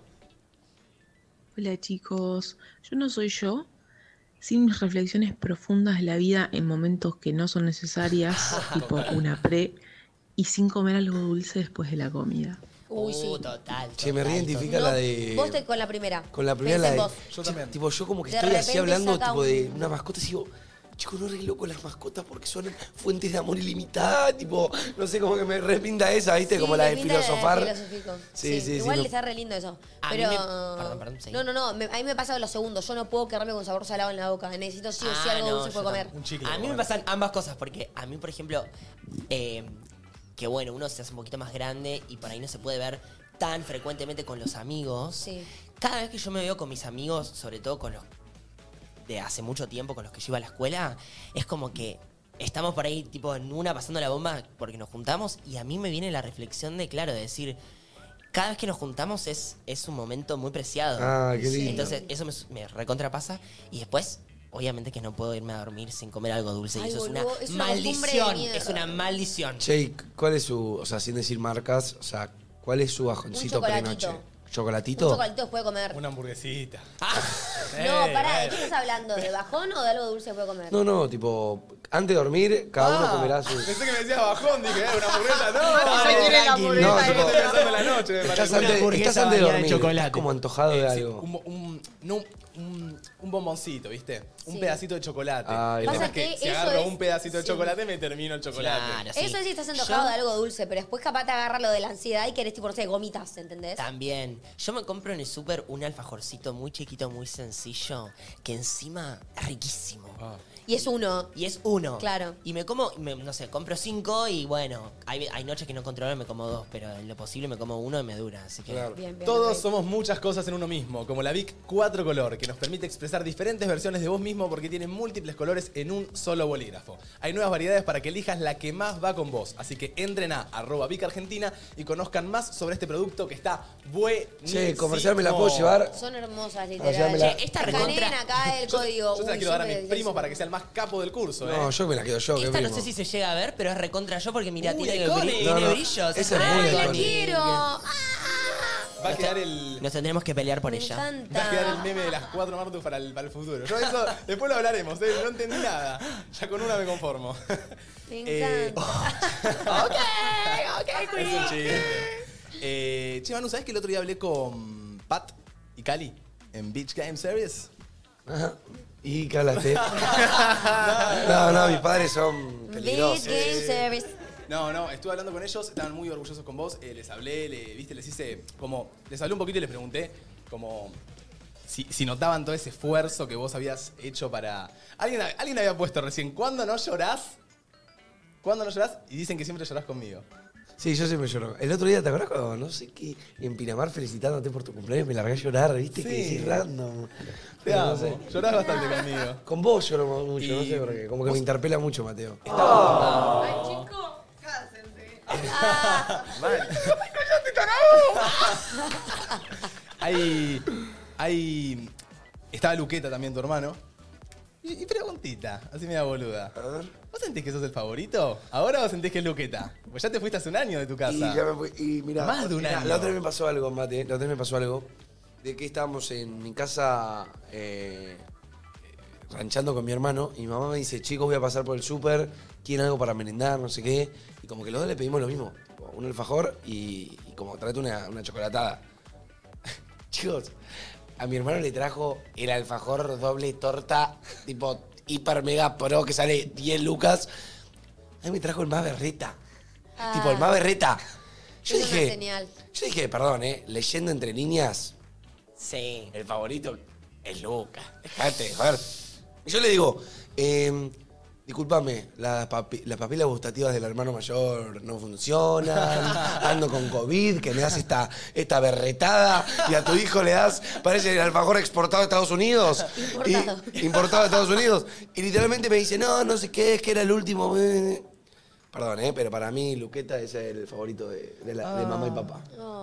S15: Hola chicos, yo no soy yo. Sin mis reflexiones profundas de la vida en momentos que no son necesarias, tipo una pre, y sin comer algo dulce después de la comida.
S3: Uy, sí.
S4: Uh, total.
S2: Che, me reidentifica la de.
S3: Vos te con la primera.
S2: Con la primera
S3: Pensé
S2: la de.
S3: en vos.
S2: Yo también. Tipo, yo como que
S3: De
S2: estoy así
S3: repente
S2: hablando
S3: saca
S2: tipo de
S3: un-
S2: una mascota y digo, Chicos, no re loco las mascotas porque son fuentes de amor ilimitada, tipo, no sé, como que me repinta esa, ¿viste?
S3: Sí,
S2: como la de
S3: pinta
S2: filosofar.
S3: filosófico.
S2: Sí, sí, sí.
S3: Igual
S2: no-
S3: está re lindo eso.
S2: A mí
S3: Pero.
S2: me- perdón, perdón, seguí.
S3: no, no, no. me- a mí me pasa lo segundo. Yo no puedo quedarme con sabor salado en la boca. Necesito sí o sí
S4: Ah,
S3: algo
S4: no,
S3: dulce
S4: yo
S3: para comer.
S4: tampoco. A mí me pasan ambas cosas, porque a mí, por ejemplo, eh, que bueno, uno se hace un poquito más grande y por ahí no se puede ver tan frecuentemente con los amigos. Cada vez que yo me veo con mis amigos, sobre todo con los de hace mucho tiempo, con los que yo iba a la escuela, es como que estamos por ahí, tipo, en una pasando la bomba porque nos juntamos y a mí me viene la reflexión de, claro, de decir... Cada vez que nos juntamos es, es un momento muy preciado.
S2: Ah, qué lindo.
S4: Entonces, eso me, me recontrapasa. Y después, obviamente que no puedo irme a dormir sin comer algo dulce.
S3: Ay,
S4: y eso
S3: boludo,
S4: es
S3: es
S4: una
S3: una costumbre de
S4: maldición.
S3: mierda.
S4: Es una maldición.
S2: Che, ¿y ¿cuál es su, o sea, sin decir marcas, o sea, cuál es su bajoncito
S3: Un chocolatito.
S2: prenoche? ¿Chocolatito?
S3: Un chocolatito después de comer.
S1: Una hamburguesita.
S3: No, pará, ¿de qué estás hablando? ¿De bajón o de algo dulce que puede comer? Ah.
S2: No, no, tipo, antes de dormir, cada uno comerá su.
S1: Pensé que me decías bajón, dije, eh, una hamburguesa, no.
S3: No, yo quiero la hamburguesa
S2: No,
S1: No,
S2: tipo,
S1: estoy pensando en la noche. me
S2: Estás
S1: parece.
S2: antes, estás antes de dormir, estás
S1: chocolate. Eh,
S2: como antojado de algo.
S1: Un, bo- un- no, un, un bomboncito, ¿viste? Un
S3: Sí.
S1: pedacito de chocolate.
S2: Ay,
S1: el tema
S3: Pasa
S1: es que
S3: que
S1: si
S3: Eh, eso
S1: agarro
S3: es-
S1: un pedacito de
S3: sí.
S1: chocolate, me termino el chocolate.
S3: Eso sí estás enojado
S4: Ah, Yo-
S3: de algo dulce, pero después capaz te agarra lo de la ansiedad y querés tipo, no sé, gomitas, ¿entendés?
S4: También. Yo me compro en el súper un alfajorcito muy chiquito, muy sencillo, que encima es riquísimo.
S2: Ah.
S3: Y es uno.
S4: Y es uno.
S3: Claro.
S4: Y me como, me- no sé, compro cinco y bueno, hay, hay noches que no controlo y me como dos, pero en lo posible me como uno y me dura. Así que.
S1: Todos somos muchas cosas en uno mismo, como la Vic 4 Color, que nos permite expresar diferentes versiones de vos mismo porque tiene múltiples colores en un solo bolígrafo. Hay nuevas variedades para que elijas la que más va con vos, así que entren a arroba Vic Argentina y conozcan más sobre este producto que está buenísimo.
S2: Che, comercial, ¿me la puedo llevar?
S3: Son hermosas,
S2: ya
S3: literal.
S2: me la- Che,
S3: esta recontra... acá el código.
S1: Yo se la
S3: Uy,
S1: quiero dar a
S3: me-
S1: mis primos para que sea el más capo del curso,
S2: No,
S1: ¿eh?
S2: yo me la quedo yo, que
S4: Esta no
S2: primo.
S4: sé si se llega a ver, pero es recontra yo porque mira,
S1: Uy,
S4: tiene,
S1: icónico.
S4: bri-
S1: No,
S4: tiene
S1: no,
S4: brillos.
S1: esa es muy
S4: re
S1: icónica.
S3: ¡Lo quiero! ¡Ah,
S1: Va a quedar el.
S4: Nos tendremos que pelear por ella.
S1: Va a quedar el meme de las cuatro martes para el, para el futuro. Yo eso, después lo hablaremos, ¿eh? no entendí nada. Ya con una me conformo.
S3: Me
S1: Eh,
S3: encanta.
S1: ok,
S3: ok,
S1: Es un chiste. Eh, che, Manu, ¿sabes que el otro día hablé con Pat y Cali en Beach Game Series?
S2: Ajá. Y cálate. no, no, mis padres son peligrosos.
S1: Eh, No, no, estuve hablando con ellos, estaban muy orgullosos con vos. eh, les hablé, le- viste, les hice como. Les hablé un poquito y les pregunté como. Si, si notaban todo ese esfuerzo que vos habías hecho para. Alguien, alguien había puesto recién, ¿cuándo no llorás? ¿Cuándo no llorás? Y dicen que siempre llorás conmigo.
S2: Sí, yo siempre lloro. El otro día, ¿te acordás cuando no sé qué? En Pinamar felicitándote por tu cumpleaños me largué a llorar, ¿viste?
S1: Sí.
S2: Que decís random.
S1: Te
S2: Pero
S1: amo, llorás bastante conmigo.
S2: Con vos lloro mucho, no sé por qué. Como que me interpela mucho, Mateo.
S6: Oh.
S1: Oh.
S2: Ah.
S1: ¡oh! Hay. Hay. Estaba Luqueta también, tu hermano. Y, y preguntita, así me da boluda. ¿Vos sentís que sos el favorito? ¿Ahora o sentís que es Luqueta? Pues ya te fuiste hace un año de tu casa.
S2: Y ya me
S1: pues,
S2: fui- Y mirá,
S1: Más de un
S2: mirá,
S1: año.
S2: La otra vez me pasó algo, Mate. La otra vez me pasó algo. De que estábamos en mi casa eh, ranchando con mi hermano. Y mi mamá me dice, chicos, voy a pasar por el súper. ¿Quieren algo para merendar? No sé qué. Y como que los dos le pedimos lo mismo. tipo, Un alfajor y, y como trate una, una chocolatada. chicos, a mi hermano le trajo el alfajor doble torta. Tipo hiper mega pro que sale 10 lucas. A mí me trajo el más berreta. Tipo, el más berreta. Yo
S3: Ah. Es una
S2: dije,
S3: señal.
S2: yo dije, perdón, ¿eh? Leyendo entre líneas.
S4: Sí.
S2: El favorito es Luca. Dejate, joder. Y Yo le digo, eh, discúlpame, las, papi- las papilas gustativas del hermano mayor no funcionan. Ando con COVID, que me das esta, esta berretada y a tu hijo le das, parece el alfajor exportado a Estados Unidos.
S3: Importado.
S2: Y, importado a Estados Unidos. Y literalmente me dice, no, no sé qué, es que era el último. eh". Perdón, ¿eh? pero para mí Luqueta es el favorito de, de la- de mamá y papá.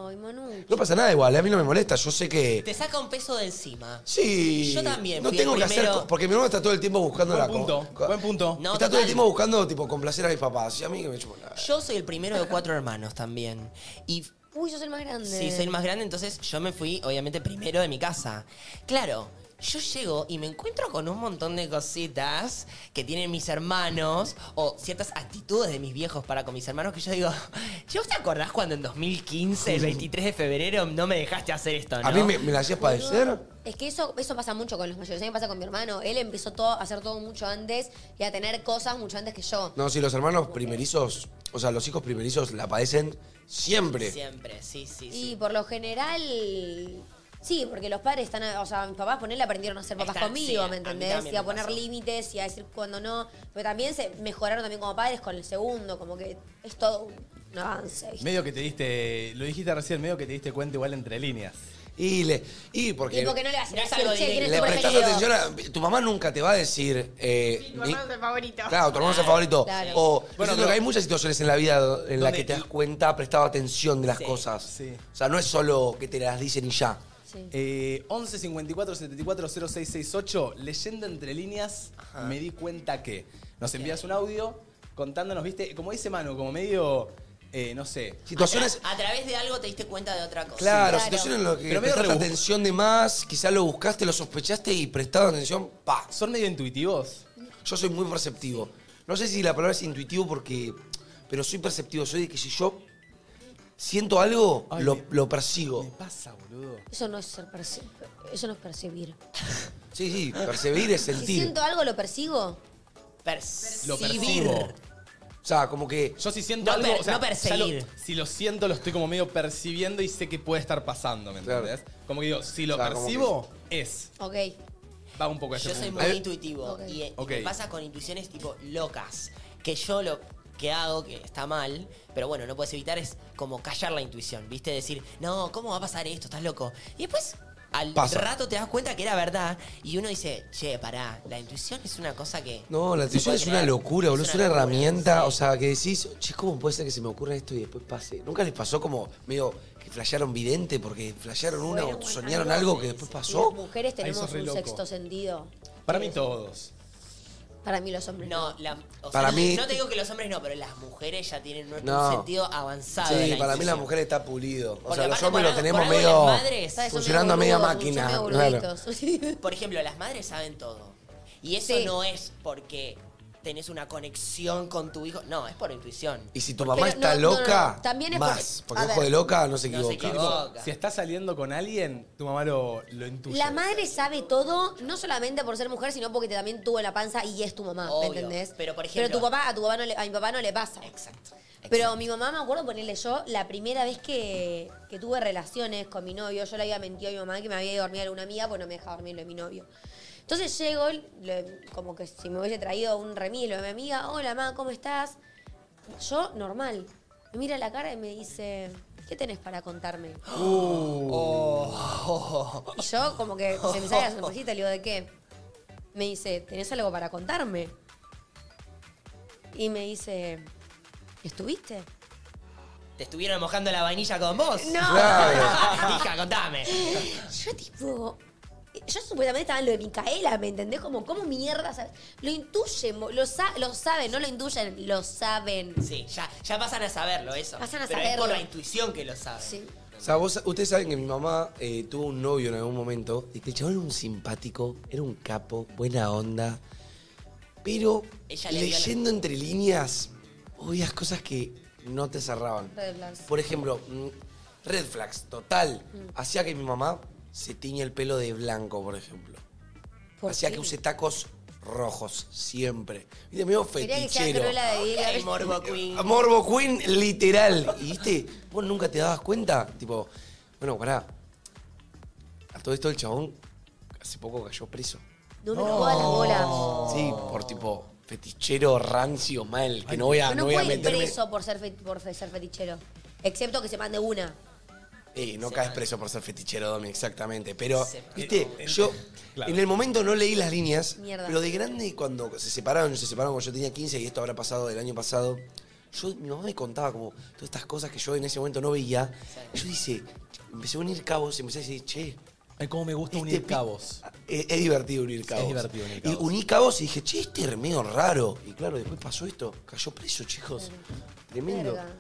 S3: Ay, Manu.
S2: No pasa nada igual, ¿eh? a mí no me molesta. Yo sé que.
S4: Te saca un peso de encima.
S2: Sí.
S4: Yo también.
S2: No
S4: fui
S2: tengo
S4: el
S2: que hacer.
S4: primero.
S2: co- Porque mi hermano está todo el tiempo buscando la.
S4: Buen
S2: co-
S4: punto,
S2: co-
S4: buen punto. No,
S2: está todo
S4: total.
S2: el tiempo buscando, tipo, complacer a mis papás. Y a mí que me chupa la-
S4: Yo soy el primero de cuatro hermanos también. Y
S3: Uy, sos el más grande.
S4: si soy el más grande, entonces yo me fui, obviamente, primero de mi casa. Claro, yo llego y me encuentro con un montón de cositas que tienen mis hermanos o ciertas actitudes de mis viejos para con mis hermanos que yo digo, ¿yo vos te acordás cuando en 2015, el 23 de febrero, no me dejaste hacer esto, no?
S2: A mí me, me la hacías padecer.
S3: Es que eso, eso pasa mucho con los mayores. A mí me pasa con mi hermano. Él empezó todo, a hacer todo mucho antes y a tener cosas mucho antes que yo.
S2: No, si los hermanos primerizos, o sea, los hijos primerizos la padecen siempre.
S4: Siempre, sí, sí,
S3: y por lo general. Sí, porque los padres están. O sea, mis papás, ponerle, aprendieron a ser papás
S4: Están- sí,
S3: conmigo,
S4: a- a
S3: ¿me
S4: mí
S3: entendés?
S4: también
S3: Y a
S4: me
S3: poner
S4: pasó.
S3: límites y a decir cuando no. Pero también se mejoraron también como padres con el segundo. Como que es todo un avance. ¿viste?
S1: Medio que te diste, lo dijiste recién, medio que te diste cuenta igual entre líneas.
S2: Y, le, y porque...
S3: Y porque no le vas a
S4: No es
S3: decir,
S4: algo
S3: che, ¿quién es
S2: Le
S3: tu
S2: prestas
S3: preferido?
S2: atención a- Tu mamá nunca te va a decir... eh,
S8: Tu
S2: ni-
S8: hermano es el favorito.
S2: Claro, tu hermano es el favorito.
S8: Claro.
S2: O yo siento que hay muchas situaciones en la vida en las que te das cuenta, prestado atención de las
S1: Sí,
S2: cosas.
S1: sí.
S2: O sea, no es solo que te las dicen y ya.
S1: Eh, 11 54 74 0668, leyendo entre líneas, me di cuenta que nos envías un audio contándonos, viste, como dice Manu, como medio, eh, no sé.
S2: Situaciones-
S4: A través de algo te diste cuenta de otra cosa.
S2: Claro, situaciones en las que
S1: Pero medio
S2: prestaste
S1: rebuscado.
S2: atención de más, quizás lo buscaste, lo sospechaste y prestado atención, pa.
S1: ¿Son medio intuitivos?
S2: Yo soy muy perceptivo. No sé si la palabra es intuitivo porque... Pero soy perceptivo, soy de que si yo siento algo, lo, lo persigo.
S1: pasa, boludo?
S3: Eso no es ser perci- Eso no es percibir.
S2: Sí, sí, percibir es
S3: Si
S2: sentir.
S3: siento algo, lo persigo.
S1: Lo percibo.
S2: O sea, como que...
S1: Yo si siento
S4: No
S1: algo,
S4: per-
S1: o sea,
S4: no perseguir.
S1: ya lo- si lo siento, lo estoy como medio percibiendo y sé que puede estar pasando, ¿me entiendes? Como que digo, si lo
S2: Ah,
S4: Claro, como
S1: percibo, Eh, es.
S3: Ok.
S1: Va un poco a ese
S4: Yo soy
S1: punto.
S4: muy intuitivo y, y
S1: Ok.
S4: me pasa con intuiciones tipo locas. Que yo lo que hago, que está mal, pero bueno, no puedes evitar, es como callar la intuición, ¿viste? Decir, no, ¿cómo va a pasar esto? Estás loco. Y después, al
S2: Pasa.
S4: rato te das cuenta que era verdad y uno dice, che, pará, la intuición es una cosa que.
S2: No, la intuición
S4: puede
S2: es una
S4: creer.
S2: locura, boludo. Es una
S4: locura,
S2: herramienta, o sea, que decís, che, ¿cómo puede ser que se me ocurra esto y después pase? ¿Nunca les pasó como medio que flashearon vidente porque flashearon una o soñaron algo que después
S3: Y
S2: pasó?
S3: Las mujeres
S2: Ahí
S3: tenemos
S2: sos re
S3: un
S2: loco.
S3: sexto sentido.
S1: Para mí todos.
S3: Para mí los hombres.
S4: No, la- o
S2: Para
S4: sea,
S2: mí-
S4: No te digo que los hombres no, pero las mujeres ya tienen un
S2: No.
S4: sentido avanzado.
S2: Sí,
S4: de la
S2: para mí la
S4: intuición.
S2: mujer está pulido. O
S4: Porque
S2: sea, los
S4: aparte
S2: hombres
S4: por
S2: lo
S4: algo-
S2: tenemos
S4: por algo
S2: medio
S4: las madres- ¿sabes? Son
S2: funcionando a media
S4: medio
S2: máquina.
S4: burbujas, son medio
S2: claro.
S4: Por ejemplo, las madres saben todo. Y eso no es porque tenés una conexión con tu hijo. No, es por intuición.
S2: Y si tu mamá
S4: Pero no,
S2: está
S4: no, no,
S2: loca,
S4: no. También es
S2: más.
S4: porque-
S2: Porque,
S4: a
S2: ojo
S4: ver.
S2: de loca no se
S4: No se
S2: equivoca.
S4: equivoca.
S1: Si estás saliendo con alguien, tu mamá lo, lo intuye.
S3: La madre sabe todo, no solamente por ser mujer, sino porque te- también tuvo en la panza y es tu mamá, ¿me
S4: Obvio,
S3: entendés?
S4: pero, por ejemplo-
S3: Pero tu papá, a tu papá no le- a mi papá no le pasa.
S4: Exacto.
S3: Pero mi mamá, me acuerdo ponerle yo, la primera vez que, que tuve relaciones con mi novio, yo le había mentido a mi mamá que me había ido a dormir a una amiga, pues no me dejaba dormir lo de mi novio. Entonces llego, le- como que si me hubiese traído un remis lo de mi amiga, hola mamá, ¿cómo estás? Yo, normal. Me mira la cara y me dice, ¿qué tenés para contarme?
S4: ¡Oh!
S2: Oh.
S1: uh.
S3: Y yo como que se me sale la sonrisita y le digo, ¿de qué? Me dice, ¿tenés algo para contarme? Y me dice, ¿estuviste?
S4: ¿Te estuvieron mojando la vainilla con vos?
S3: No.
S2: Claro.
S4: Hija, contame.
S3: Yo tipo, yo supuestamente estaba en lo de Micaela, ¿me entendés? Como, ¿cómo mierda? sabes? Lo intuyen, mo- lo, sa- lo saben, no lo intuyen, lo saben.
S4: Sí, ya, ya pasan a saberlo eso.
S3: Pasan a
S4: Pero
S3: saberlo.
S4: es por la intuición que lo saben.
S2: O sea, vos- ustedes saben que mi mamá eh, tuvo un novio en algún momento y que el chabón era un simpático, era un capo, buena onda. Pero
S4: Ella le dio la-
S2: leyendo entre líneas, oías cosas que no te cerraban. Por ejemplo, mm, red flags, total.
S3: Mm.
S2: Hacía que mi mamá se tiñe el pelo de blanco, por ejemplo. Hacía que use tacos rojos, siempre. Y de medio
S3: Quería que sea
S2: fetichero.
S3: Cruella de Vil.
S4: Ay, Morbo Queen.
S2: Morbo Queen, literal. Y viste, vos nunca te dabas cuenta. Tipo, bueno, pará. A todo esto el chabón hace poco cayó preso.
S3: No me jodas las bolas.
S2: Sí, por tipo fetichero, rancio, mal. Que no voy a,
S3: Pero
S2: no
S3: no
S2: voy a
S3: puede ir
S2: meterme.
S3: preso por ser, fe- por fe- ser fetichero. Excepto que se mande una.
S2: Eh, no caes preso por ser fetichero, Domi, exactamente. Pero,
S3: Se mal.
S2: viste, yo
S1: Eh,
S2: en el momento no leí las líneas,
S3: Mierda.
S2: pero de grande, cuando se separaron, se separaron cuando yo tenía 15 y esto habrá pasado del año pasado, yo, mi mamá me contaba como todas estas cosas que yo en ese momento no veía. Yo dice, empecé a unir cabos, empecé a decir, che.
S1: ¿Cómo me gusta
S2: unir
S1: cabos?
S2: Es, es divertido unir cabos.
S1: divertido unir
S2: Y uní cabos y dije, che, este es medio raro. Y claro, después pasó esto, cayó preso, chicos. Tremendo.
S3: Verga.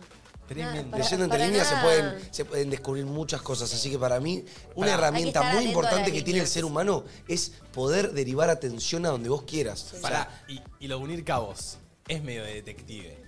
S2: Leyendo entre líneas se pueden, se pueden descubrir muchas cosas. Así que para mí, una
S1: Pará.
S2: herramienta
S1: Hay que estar
S2: muy
S1: atento a las
S2: importante que tiene el ser humano es poder derivar atención a donde vos quieras.
S1: Pará, y, y lo de unir cabos. Es medio de detective.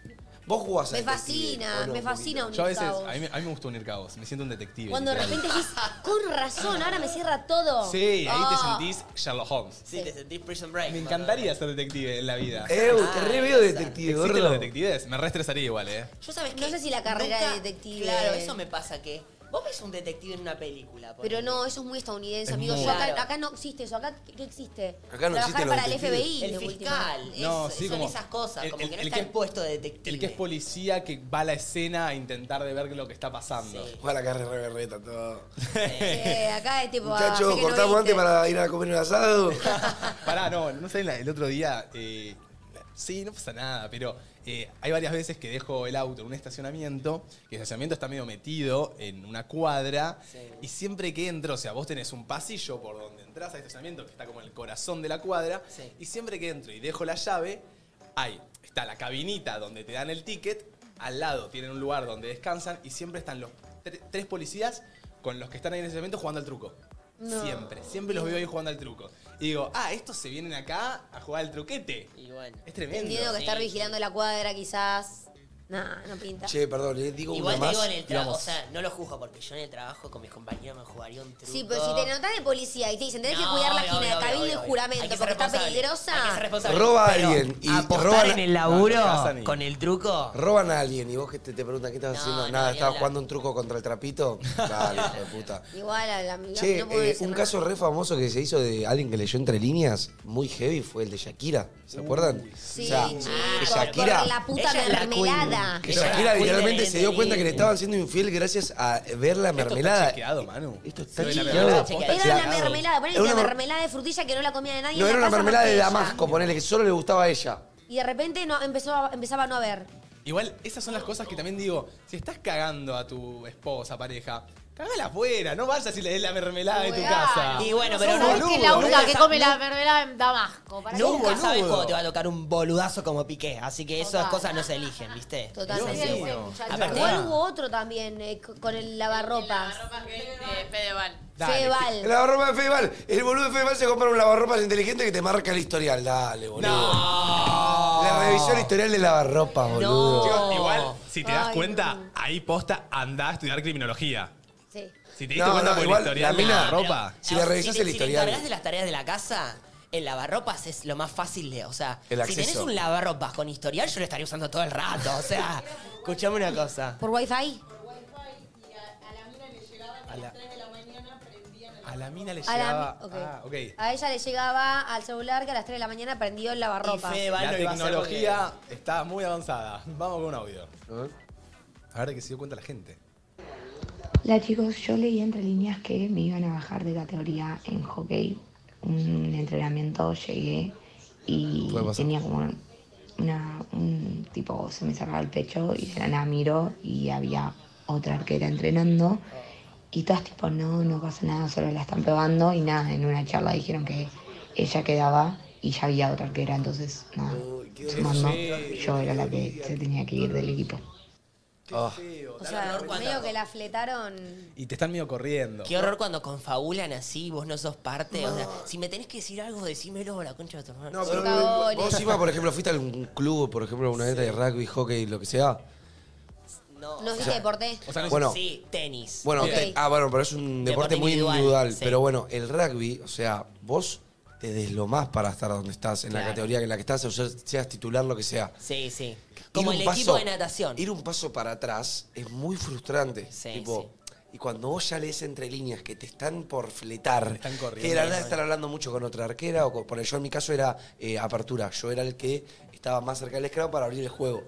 S2: Vos jugás
S3: Me fascina, me fascina unir
S1: Yo a veces,
S3: cabos.
S1: a mí, me- a mí me gusta unir cabos. Me siento un detective.
S3: Cuando de
S1: literal.
S3: repente dices, con razón, ahora me cierra todo.
S1: Sí, ahí
S3: Ah.
S1: te sentís Sherlock Holmes.
S4: Sí, te sentís prison break. Ah,
S1: Me encantaría ser detective en la vida.
S2: Eh, te re veo detective,
S1: ¿Existen
S2: gordo.
S1: los detectives? Me re estresaría igual, ¿eh?
S4: Yo sabes
S3: No sé si la carrera de detective-
S4: Claro, eso me pasa que vos ves un detective en una película.
S3: Pero no, eso es muy estadounidense,
S4: Es
S3: amigo.
S4: muy-
S3: Yo acá,
S4: Claro.
S3: acá no existe eso. Acá, ¿qué existe?
S4: Acá no
S3: Trabajar
S4: existen los
S3: para el
S4: detectives.
S3: FBI.
S4: El
S3: de última.
S4: fiscal.
S1: No,
S4: Es-
S1: sí,
S4: son
S1: como
S4: esas cosas, como que no está el
S1: puesto
S4: de detective.
S1: El que es policía que va a la escena a intentar de ver lo que está pasando.
S2: Juega la carrera berreta, todo.
S3: Eh, acá es tipo... ah, sé
S2: Muchachos,
S3: que no
S2: cortamos
S3: viste.
S2: antes para ir a comer un asado.
S1: Pará, no, no sé, la- el otro día. eh, sí, no pasa nada, pero eh, hay varias veces que dejo el auto en un estacionamiento, que el estacionamiento está medio metido en una cuadra, y siempre que entro, o sea, vos tenés un pasillo por donde entras al estacionamiento, que está como en el corazón de la cuadra, y siempre que entro y dejo la llave, hay, está la cabinita donde te dan el ticket, al lado tienen un lugar donde descansan, y siempre están los tre- tres policías con los que están ahí en el estacionamiento jugando al truco.
S7: No.
S1: Siempre, siempre los veo ahí jugando al truco. Y digo, ah, estos se vienen acá a jugar al truquete. Es tremendo.
S3: Entiendo que estar vigilando la cuadra quizás. Nah, no pinta.
S2: Che, perdón, le digo
S4: Igual
S2: una
S4: te
S2: más.
S4: digo en el
S2: y
S4: trabajo,
S2: vamos.
S4: o sea, no lo juzgo porque yo en el trabajo con mis compañeros me jugaría un truco.
S3: Sí, pero si te notas de policía y te dicen tenés que
S4: No,
S3: cuidar la
S4: obvio,
S3: esquina de
S4: obvio,
S3: cabildo
S4: obvio,
S3: y
S4: obvio. Hay
S3: juramento
S4: que
S3: porque
S4: ser
S3: está
S4: responsable. Hay que
S3: peligrosa.
S4: ser responsable.
S2: Roba a
S4: Pero
S2: alguien y
S4: apostar
S2: roban
S4: en el laburo con el truco.
S2: Roban a alguien y vos que te, te preguntas qué estás haciendo.
S4: no,
S2: Nada,
S4: ni
S2: estaba
S4: hablar.
S2: jugando un truco contra el trapito. Dale, hijo de puta.
S3: Igual a la amiga
S2: Che,
S3: no puedo
S2: eh,
S3: decir
S2: un
S3: nada.
S2: caso re famoso que se hizo de alguien que leyó entre líneas, muy heavy, fue el de Shakira. ¿Se acuerdan?
S3: Sí,
S2: o sea,
S3: chico,
S6: Ah,
S2: que
S3: por-
S2: Shakira.
S3: por la puta mermelada.
S1: Ella
S2: Que
S1: es la
S2: Shakira
S1: queen
S2: literalmente
S1: de
S2: se dio
S1: Lenny.
S2: cuenta que le estaban siendo infiel gracias a ver la
S1: Esto
S2: mermelada. Eh,
S1: está chequeado, Manu.
S2: Esto está
S1: Sí, la
S2: chequeado.
S1: mermelada,
S2: Posta,
S3: Era
S2: chequeado.
S3: una mermelada, ponele
S2: Era
S3: una
S2: una mer-
S3: mermelada de frutilla que no la comía de nadie.
S2: No,
S3: en
S2: era
S3: la
S2: una
S3: casa
S2: mermelada
S3: más
S2: de
S3: que ella.
S2: Damasco, ponele, que solo le gustaba a ella.
S3: Y de repente no, empezó a- empezaba a no haber.
S1: Igual, esas son las cosas que también digo, si estás cagando a tu esposa, pareja, cagala afuera, no vayas y le des la mermelada de tu casa.
S4: Y bueno, pero
S1: Sos
S4: no-
S1: boludo,
S6: Es la única
S1: nunca
S6: que
S1: sa-
S6: come la mermelada en Damasco. Para
S4: Nunca
S6: que-
S4: sabes cuándo te va a tocar un boludazo como Piqué, así que esas cosas no se eligen, ¿viste?
S3: Totalmente.
S4: Sí,
S3: Bueno,
S4: sí.
S3: Aparte-
S4: Aparte-
S3: Igual hubo otro también eh, co- con el lavarropas.
S8: Fedeval.
S3: Fedeval.
S2: El lavarropa de Fedeval. El boludo de Fedeval se compra un lavarropas inteligente que te marca el historial. Dale, boludo. La revisión historial de lavarropas, boludo.
S1: Chicos, igual, si te das
S3: Ay,
S1: cuenta, ahí posta andá a estudiar criminología.
S3: Sí.
S1: Si te diste cuenta por el historial de la ropa.
S4: Pero, te- Si te encargás de las tareas de la casa, el lavarropas es lo más fácil de. O sea,
S1: El
S4: si
S1: acceso.
S4: tenés un lavarropas con historial, yo lo estaría usando todo el rato. O sea, escuchame una cosa.
S3: ¿Por wifi?
S1: A la, a la mina le
S3: A la
S1: llegaba.
S3: mi- ok.
S1: Ah, ok.
S3: A ella le llegaba al celular que a las 3 de la mañana prendió el lavarropa.
S1: La tecnología está muy avanzada. Vamos con un audio. A ver de qué se dio cuenta la gente.
S16: La chicos, yo leí entre líneas que me iban a bajar de categoría en hockey. Un entrenamiento llegué y tenía como una, un tipo, se me cerraba el pecho y de la nada miro y había otra arquera entrenando. Y todas tipo, no, no pasa nada, solo la están probando y nada, en una charla dijeron que ella quedaba y ya había otra arquera, entonces nada, sumando, yo era la que se tenía que ir del equipo.
S2: Ah.
S3: O sea, medio que la fletaron.
S1: Y te están medio corriendo.
S4: Qué horror cuando confabulan así, vos no sos parte. O sea, si me tenés que decir algo, decímelo a la concha de tu hermano.
S2: No, pero vos, Ima, por ejemplo, fuiste a algún club, por ejemplo, una vez de rugby, hockey, lo que sea.
S3: No sé si te deporté.
S2: o sea, no- Bueno.
S4: sí, tenis.
S2: Bueno,
S4: Ok.
S2: te- ah, bueno, pero es un deporte,
S4: Deporte
S2: muy individual.
S4: individual, sí.
S2: Pero bueno, el rugby, o sea, vos te deslomás para estar donde estás, en la
S4: Claro.
S2: categoría en la que estás, o sea, seas titular, lo que sea.
S4: Sí, sí.
S2: Ir
S4: Como
S2: un
S4: el
S2: paso-
S4: equipo de natación.
S2: Ir un paso para atrás es muy frustrante. tipo, Y cuando vos ya lees entre líneas que te están por fletar,
S1: Están corriendo.
S2: que de la verdad estar hablando mucho con otra arquera, o con, por yo en mi caso era eh, apertura, yo era el que estaba más cerca del escravo para abrir el juego.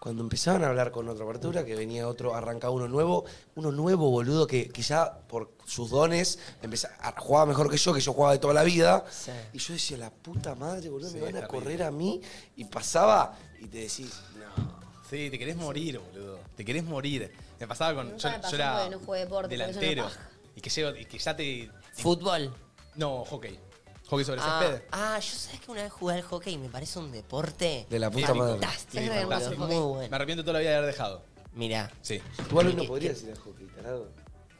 S2: Cuando empezaban a hablar con otra apertura, que venía otro, arrancaba uno nuevo, uno nuevo, boludo, que, que ya por sus dones empezaba, a- jugaba mejor que yo, que yo jugaba de toda la vida. Y yo decía, la puta madre, boludo, me van a correr a mí. Y pasaba y te decís, no.
S1: Sí, te querés morir, boludo. Te querés morir. Me pasaba con.
S3: Nunca
S1: yo,
S3: me
S1: yo
S3: pasó
S1: era
S3: porque no jugué deporte, porque soy una
S1: delantero.
S3: paja.
S1: Y que, llego, y que ya te.
S4: ¿Fútbol?
S1: No, hockey. Hockey sobre
S4: Ah,
S1: césped.
S4: ah, yo sabes que una vez jugué al hockey y me parece un deporte
S1: De la puta madre.
S4: fantástico,
S1: Es
S4: boludo.
S1: hermoso el hockey.
S4: muy bueno.
S1: Me arrepiento toda la vida de haber dejado.
S4: Mira.
S1: Sí.
S2: Igual hoy no podrías ir a hockey, tarado.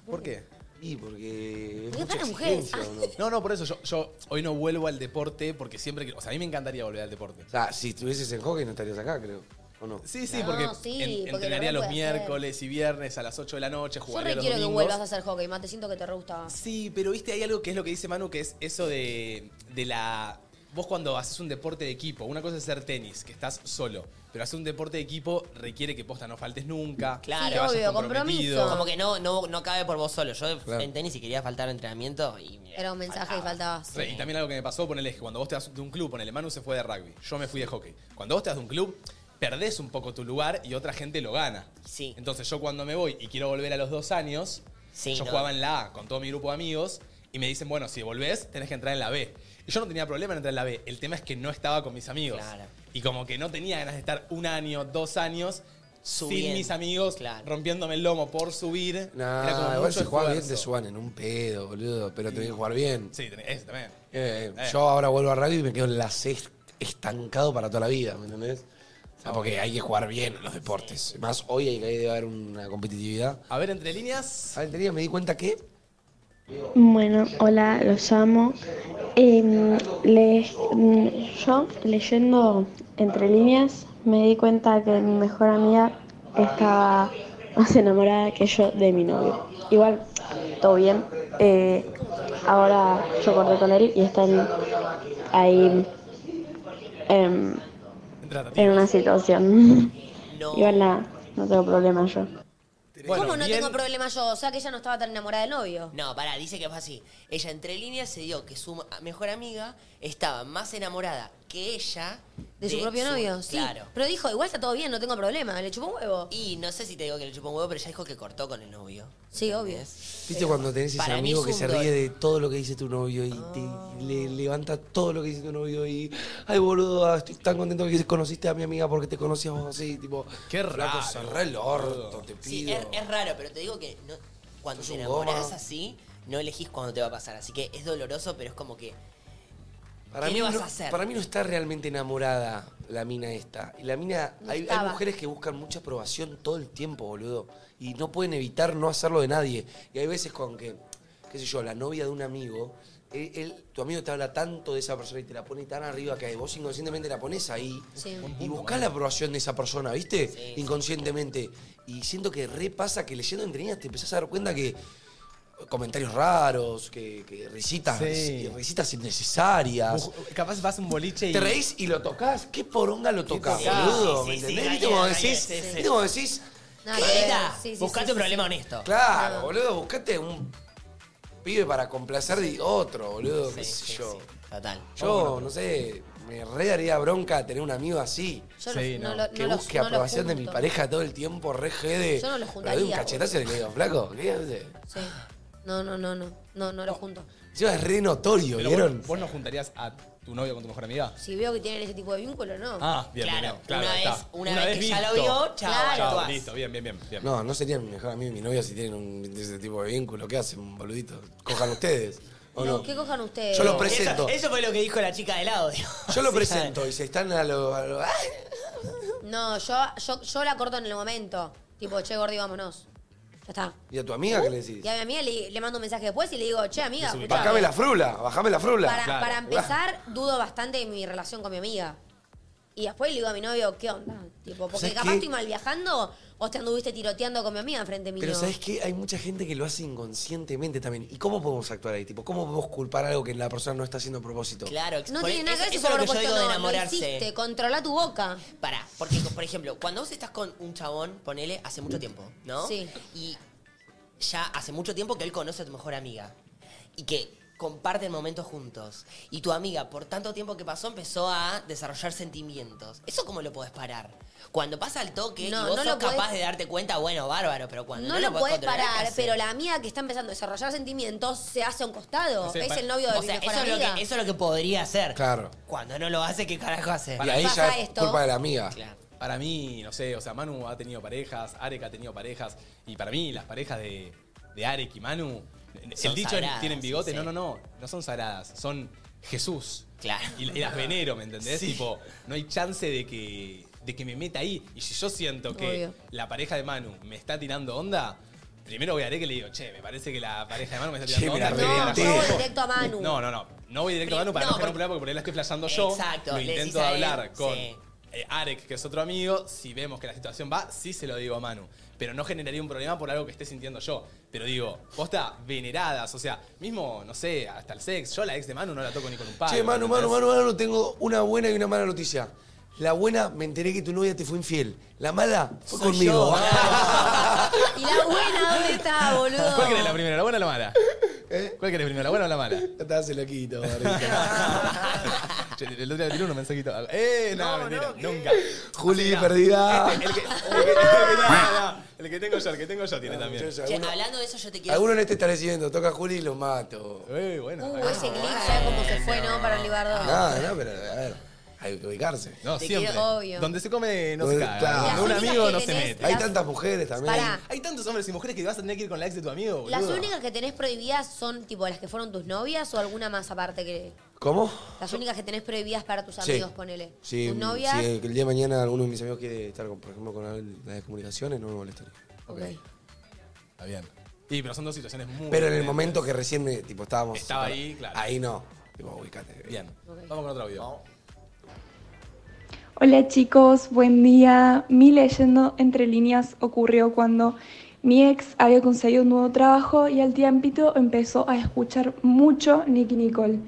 S1: ¿Por qué?
S2: Y porque. es
S3: Porque es
S2: mucha
S3: para mujeres. Ah,
S2: exigencia, ¿o no?
S1: No, no, por eso yo, yo hoy no vuelvo al deporte porque siempre. que- O sea, a mí me encantaría volver al deporte.
S2: O sea, si estuvieses en hockey no estarías acá, creo. ¿O no?
S1: Sí, sí,
S3: No,
S1: porque,
S3: sí,
S1: en-
S3: porque
S1: entrenaría
S3: lo
S1: los
S3: puede hacer.
S1: miércoles y viernes a las 8 de la noche,
S3: Yo
S1: jugaría
S3: requiero
S1: los
S3: que
S1: domingos.
S3: vuelvas a hacer hockey, mate. Siento que te re gustaba.
S1: Sí, pero viste, hay algo que es lo que dice Manu, que es eso de, de la... Vos cuando haces un deporte de equipo, una cosa es hacer tenis, que estás solo, pero hacer un deporte de equipo requiere que posta no faltes nunca.
S4: Claro,
S1: que vayas comprometido.
S4: Como que no, no, no cabe por vos solo. Yo en tenis si quería faltar a entrenamiento y
S3: Era un mensaje y faltaba.
S1: Sí, Y también algo que me pasó, ponele, es que cuando vos te vas de un club, ponele, Manu se fue de rugby, yo me fui de hockey. Cuando vos te vas de un club, perdés un poco tu lugar y otra gente lo gana.
S4: Sí.
S1: Entonces yo cuando me voy y quiero volver a los dos años, yo
S4: no.
S1: jugaba en la A con todo mi grupo de amigos y me dicen, bueno, si volvés, tenés que entrar en la B. Y yo no tenía problema en entrar en la B. El tema es que no estaba con mis amigos. Y como que no tenía ganas de estar un año, dos años sin
S2: Subiendo,
S1: mis amigos, rompiéndome el lomo por subir.
S2: No,
S1: Era como
S2: igual
S1: mucho
S2: si jugás bien te
S1: esfuerzo.
S2: suban en un pedo, boludo. Pero tenés que jugar bien.
S1: Sí, tenés- eso también.
S2: Eh,
S1: Eh.
S2: Yo ahora vuelvo a rugby y me quedo en la C estancado para toda la vida, ¿me entendés? O sea, porque hay que jugar bien en los deportes. Más hoy hay que debe haber una competitividad.
S1: A ver, entre líneas.
S2: A ver, entre líneas me di cuenta que
S12: Bueno, hola, los amo. Em, les- mm, yo leyendo entre líneas me di cuenta que mi mejor amiga estaba más enamorada que yo de mi novio. Igual, todo bien. Eh, ahora yo corté con él y están ahí em, en una situación. Igual nada, no tengo problema yo.
S3: ¿Cómo no
S4: bien.
S3: tengo problema yo? O sea, que ella no estaba tan enamorada del novio.
S4: No, pará, dice que fue así. Ella entre líneas se dio que su mejor amiga estaba más enamorada que ella
S3: De su propio novio, sí.
S4: Claro.
S3: Pero dijo, igual está todo bien, no tengo problema, le chupó un huevo.
S4: Y no sé si te digo que le chupó un huevo, pero ella dijo que cortó con el novio.
S3: Sí, obvio.
S2: ¿Viste
S1: Eh,
S2: cuando tenés ese
S4: Para mí
S2: amigo
S4: es
S2: que
S4: un
S2: se
S4: dol.
S2: ríe de todo lo que dice tu novio y
S1: Ah.
S2: te le levanta todo lo que dice tu novio y. Ay, boludo, estoy tan contento que conociste a mi amiga porque te conocí a vos así, tipo.
S1: Qué
S2: flaco,
S1: raro,
S2: cerrá el orto, te
S4: Sí,
S2: pido.
S4: es, es raro, pero te digo que no- cuando
S2: Sos
S4: te
S2: un
S4: enamorás
S2: goma.
S4: así, no elegís cuándo te va a pasar. Así que es doloroso, pero es como que.
S2: para
S4: ¿Qué
S2: mí
S4: le vas
S2: no,
S4: a hacer?
S2: Para mí no está realmente enamorada la mina esta. Y la mina.
S4: No
S2: Hay, hay
S4: estaba.
S2: mujeres que buscan mucha aprobación todo el tiempo, boludo. Y no pueden evitar no hacerlo de nadie. Y hay veces con que, qué sé yo, la novia de un amigo. él- él- tu amigo te habla tanto de esa persona y te la pone tan arriba que vos inconscientemente la pones ahí.
S3: Sí.
S2: Y buscás la aprobación de esa persona, ¿viste? Inconscientemente. Y siento que repasa que leyendo entre líneas te empezás a dar cuenta que comentarios raros, que, que risitas,
S1: Sí.
S2: risitas innecesarias.
S1: Vos- Capaz vas a un boliche y.
S2: Te reís y lo tocas. ¿Qué poronga lo tocas,
S1: tocás?
S2: boludo?
S1: Sí,
S2: ¿Me
S1: sí, sí,
S2: entendés?
S1: sí,
S2: ¿Viste cómo
S1: sí, sí,
S2: decís?
S1: sí, sí.
S2: ¿Viste cómo decís?
S3: Nada
S4: ¿Qué?
S3: que ver.
S4: Neta,
S3: Sí, sí,
S4: buscate
S3: sí,
S4: un
S3: sí,
S4: problema
S3: sí.
S4: honesto.
S2: Claro, boludo, buscate un pibe para complacer de otro, boludo. qué sé yo.
S4: Total.
S2: Yo, no sé, me re daría bronca tener un amigo así.
S3: Yo no- Sí, no no. lo-
S2: que
S3: no los-
S2: busque
S3: no los
S2: aprobación de mi
S3: junto.
S2: pareja todo el tiempo, re jede.
S3: Yo no los
S2: Pero de un
S3: juntaría,
S2: cachetazo y le digo, flaco, ¿qué haces?
S3: Sí. No, no, no, no. No, no lo junto.
S2: Encima es re notorio,
S1: Pero
S2: ¿vieron?
S1: Vos, vos no juntarías a tu novio con tu mejor amiga?
S3: Si veo que tienen ese tipo de vínculo, no.
S1: Ah, bien, bien,
S4: Claro,
S1: bien, claro,
S4: una
S1: ahí está.
S4: vez- una vez que ya lo vio, chao, actuás.
S1: listo, bien, bien, bien. bien.
S2: No, no serían mi mejor amigo y mi novia si tienen un- ese tipo de vínculo. ¿Qué hacen, boludito? Cojan ustedes. ¿O no?
S3: No, ¿Qué cojan ustedes?
S2: Yo lo presento.
S4: Eso fue lo que dijo la chica del audio.
S2: Yo lo presento y se están a lo. a lo- ¡Ay!
S3: No, yo, yo, yo la corto en el momento. Tipo, che, gordi, vámonos. Ya está.
S2: ¿Y a tu amiga qué le decís?
S3: Y a mi amiga le, le mando un mensaje después y le digo, che, amiga. escuchá,
S2: Bajame la frula, bajame la frula.
S3: Para, para empezar, dudo bastante de mi relación con mi amiga. Y después le digo a mi novio, ¿qué onda? Tipo, porque
S2: ¿Sabés
S3: capaz
S2: qué?
S3: estoy mal viajando o te anduviste tiroteando con mi amiga enfrente mío.
S2: Pero ¿sabes qué? Hay mucha gente que lo hace inconscientemente también. ¿Y cómo podemos actuar ahí? Tipo, ¿cómo podemos culpar algo que la persona no está haciendo a propósito?
S4: Claro,
S3: No
S4: por
S3: tiene
S4: eso-
S3: nada que ver si
S4: eso
S3: fue
S4: es lo que yo
S3: propuesto
S4: digo
S3: o
S4: de
S3: no,
S4: enamorarse.
S3: Lo hiciste, controla tu boca.
S4: Pará, porque, por ejemplo, cuando vos estás con un chabón, ponele, hace mucho tiempo, ¿no?
S3: Sí.
S4: Y ya hace mucho tiempo que él conoce a tu mejor amiga. Y que comparten momentos juntos. Y tu amiga, por tanto tiempo que pasó, empezó a desarrollar sentimientos. ¿Eso cómo lo podés parar? Cuando pasa el toque
S3: No,
S4: y vos
S3: no
S4: sos
S3: lo podés-
S4: capaz de darte cuenta, bueno, bárbaro, pero cuando
S3: No,
S4: no,
S3: lo podés
S4: controlar, ¿qué
S3: parar,
S4: haces?
S3: pero la amiga que está empezando a desarrollar sentimientos se hace a un costado.
S4: Sí,
S3: es
S4: para-
S3: el novio de
S4: o
S3: mi
S4: sea,
S3: mejor
S4: eso Es
S3: amiga.
S4: lo que, eso es lo que podría hacer.
S2: Claro.
S4: Cuando no lo hace, ¿qué carajo hace?
S2: Y ahí ya es culpa de la amiga.
S1: Para mí, no sé, o sea, Manu ha tenido parejas, Arek ha tenido parejas, y para mí las parejas de, de Arek y Manu,
S4: Son
S1: el dicho es,
S4: sagradas,
S1: tienen bigote,
S4: sí.
S1: no, no, no, no son sagradas, son Jesús.
S4: Claro.
S1: Y, y las venero, ¿me entendés?
S4: Sí.
S1: Tipo, no hay chance de que, de que me meta ahí. Y si yo siento que
S3: Obvio.
S1: la pareja de Manu me está tirando onda, primero voy a haré que le digo, che, me parece que la pareja de Manu me está
S2: Che,
S1: tirando
S2: me la
S1: onda.
S2: reventé.
S3: No, yo voy directo a Manu.
S1: No, no, no. No voy directo a Manu para no, generar un problema porque por ahí la estoy flasheando yo.
S4: Exacto,
S1: Lo
S4: le decís
S1: intento
S4: a él,
S1: hablar con
S4: sí.
S1: eh, Arek, que es otro amigo. Si vemos que la situación va, sí se lo digo a Manu. Pero no generaría un problema por algo que esté sintiendo yo. Pero digo, posta, veneradas. O sea, mismo, no sé, hasta el sex. Yo la ex de Manu no la toco ni con un palo.
S2: Che, Manu, Manu,
S1: ¿entendés?
S2: Manu, Manu, tengo una buena y una mala noticia. La buena, me enteré que tu novia te fue infiel. La mala fue
S1: Soy
S2: conmigo.
S3: ¿Y
S1: yo.
S3: la buena dónde está, boludo?
S1: ¿Cuál querés la primera, la buena o la mala?
S2: ¿Eh?
S1: ¿Cuál querés primero, la buena o la mala?
S2: Estás loquito,
S1: Che, El otro día tiró un mensajito. ¡Eh! No, mentira, nunca.
S2: Juli,
S1: Mira,
S2: perdida.
S1: este, el, que, el, que- el que- no, no, el que tengo yo, el que tengo yo
S2: Ah,
S1: tiene también.
S2: muchacho,
S4: Che, hablando de eso, yo te quiero.
S2: Alguno en este estaré diciendo, toca a Juli y lo mato.
S1: Eh, bueno.
S3: Uh, ese clip, ¿sabes cómo se fue, no? Para el Libardo.
S2: Nada, no, pero a ver, hay que ubicarse.
S1: No,
S3: Te
S1: siempre.
S3: quiero- obvio.
S1: Donde se come, no se
S2: Donde-
S1: caga.
S2: Pues, claro.
S1: Donde un
S2: Las únicas
S1: amigo
S3: que
S1: no se
S3: tenés-
S1: mete.
S2: Hay tantas mujeres también.
S3: Pará.
S1: Hay tantos hombres y mujeres que vas a tener que ir con la ex de tu amigo, boludo.
S3: ¿Las únicas que tenés prohibidas son tipo las que fueron tus novias o alguna más aparte que.
S2: ¿Cómo?
S3: Las únicas que tenés prohibidas para tus
S2: Sí.
S3: amigos, ponele.
S2: Sí,
S3: tus novias.
S2: Si el día de mañana alguno de mis amigos quiere estar, con, por ejemplo, con alguien de las comunicaciones, no me molestaría.
S3: Ok.
S1: Está bien. Y, pero son dos situaciones muy.
S2: Pero en el
S1: diferentes.
S2: momento que recién eh, tipo, estábamos.
S1: Estaba ahí, claro.
S2: Ahí no. Tipo, ubicate.
S1: Bien. Vamos con otro audio.
S12: Hola chicos, buen día. Mi leyendo entre líneas ocurrió cuando mi ex había conseguido un nuevo trabajo y al tiempito empezó a escuchar mucho Nicky Nicole.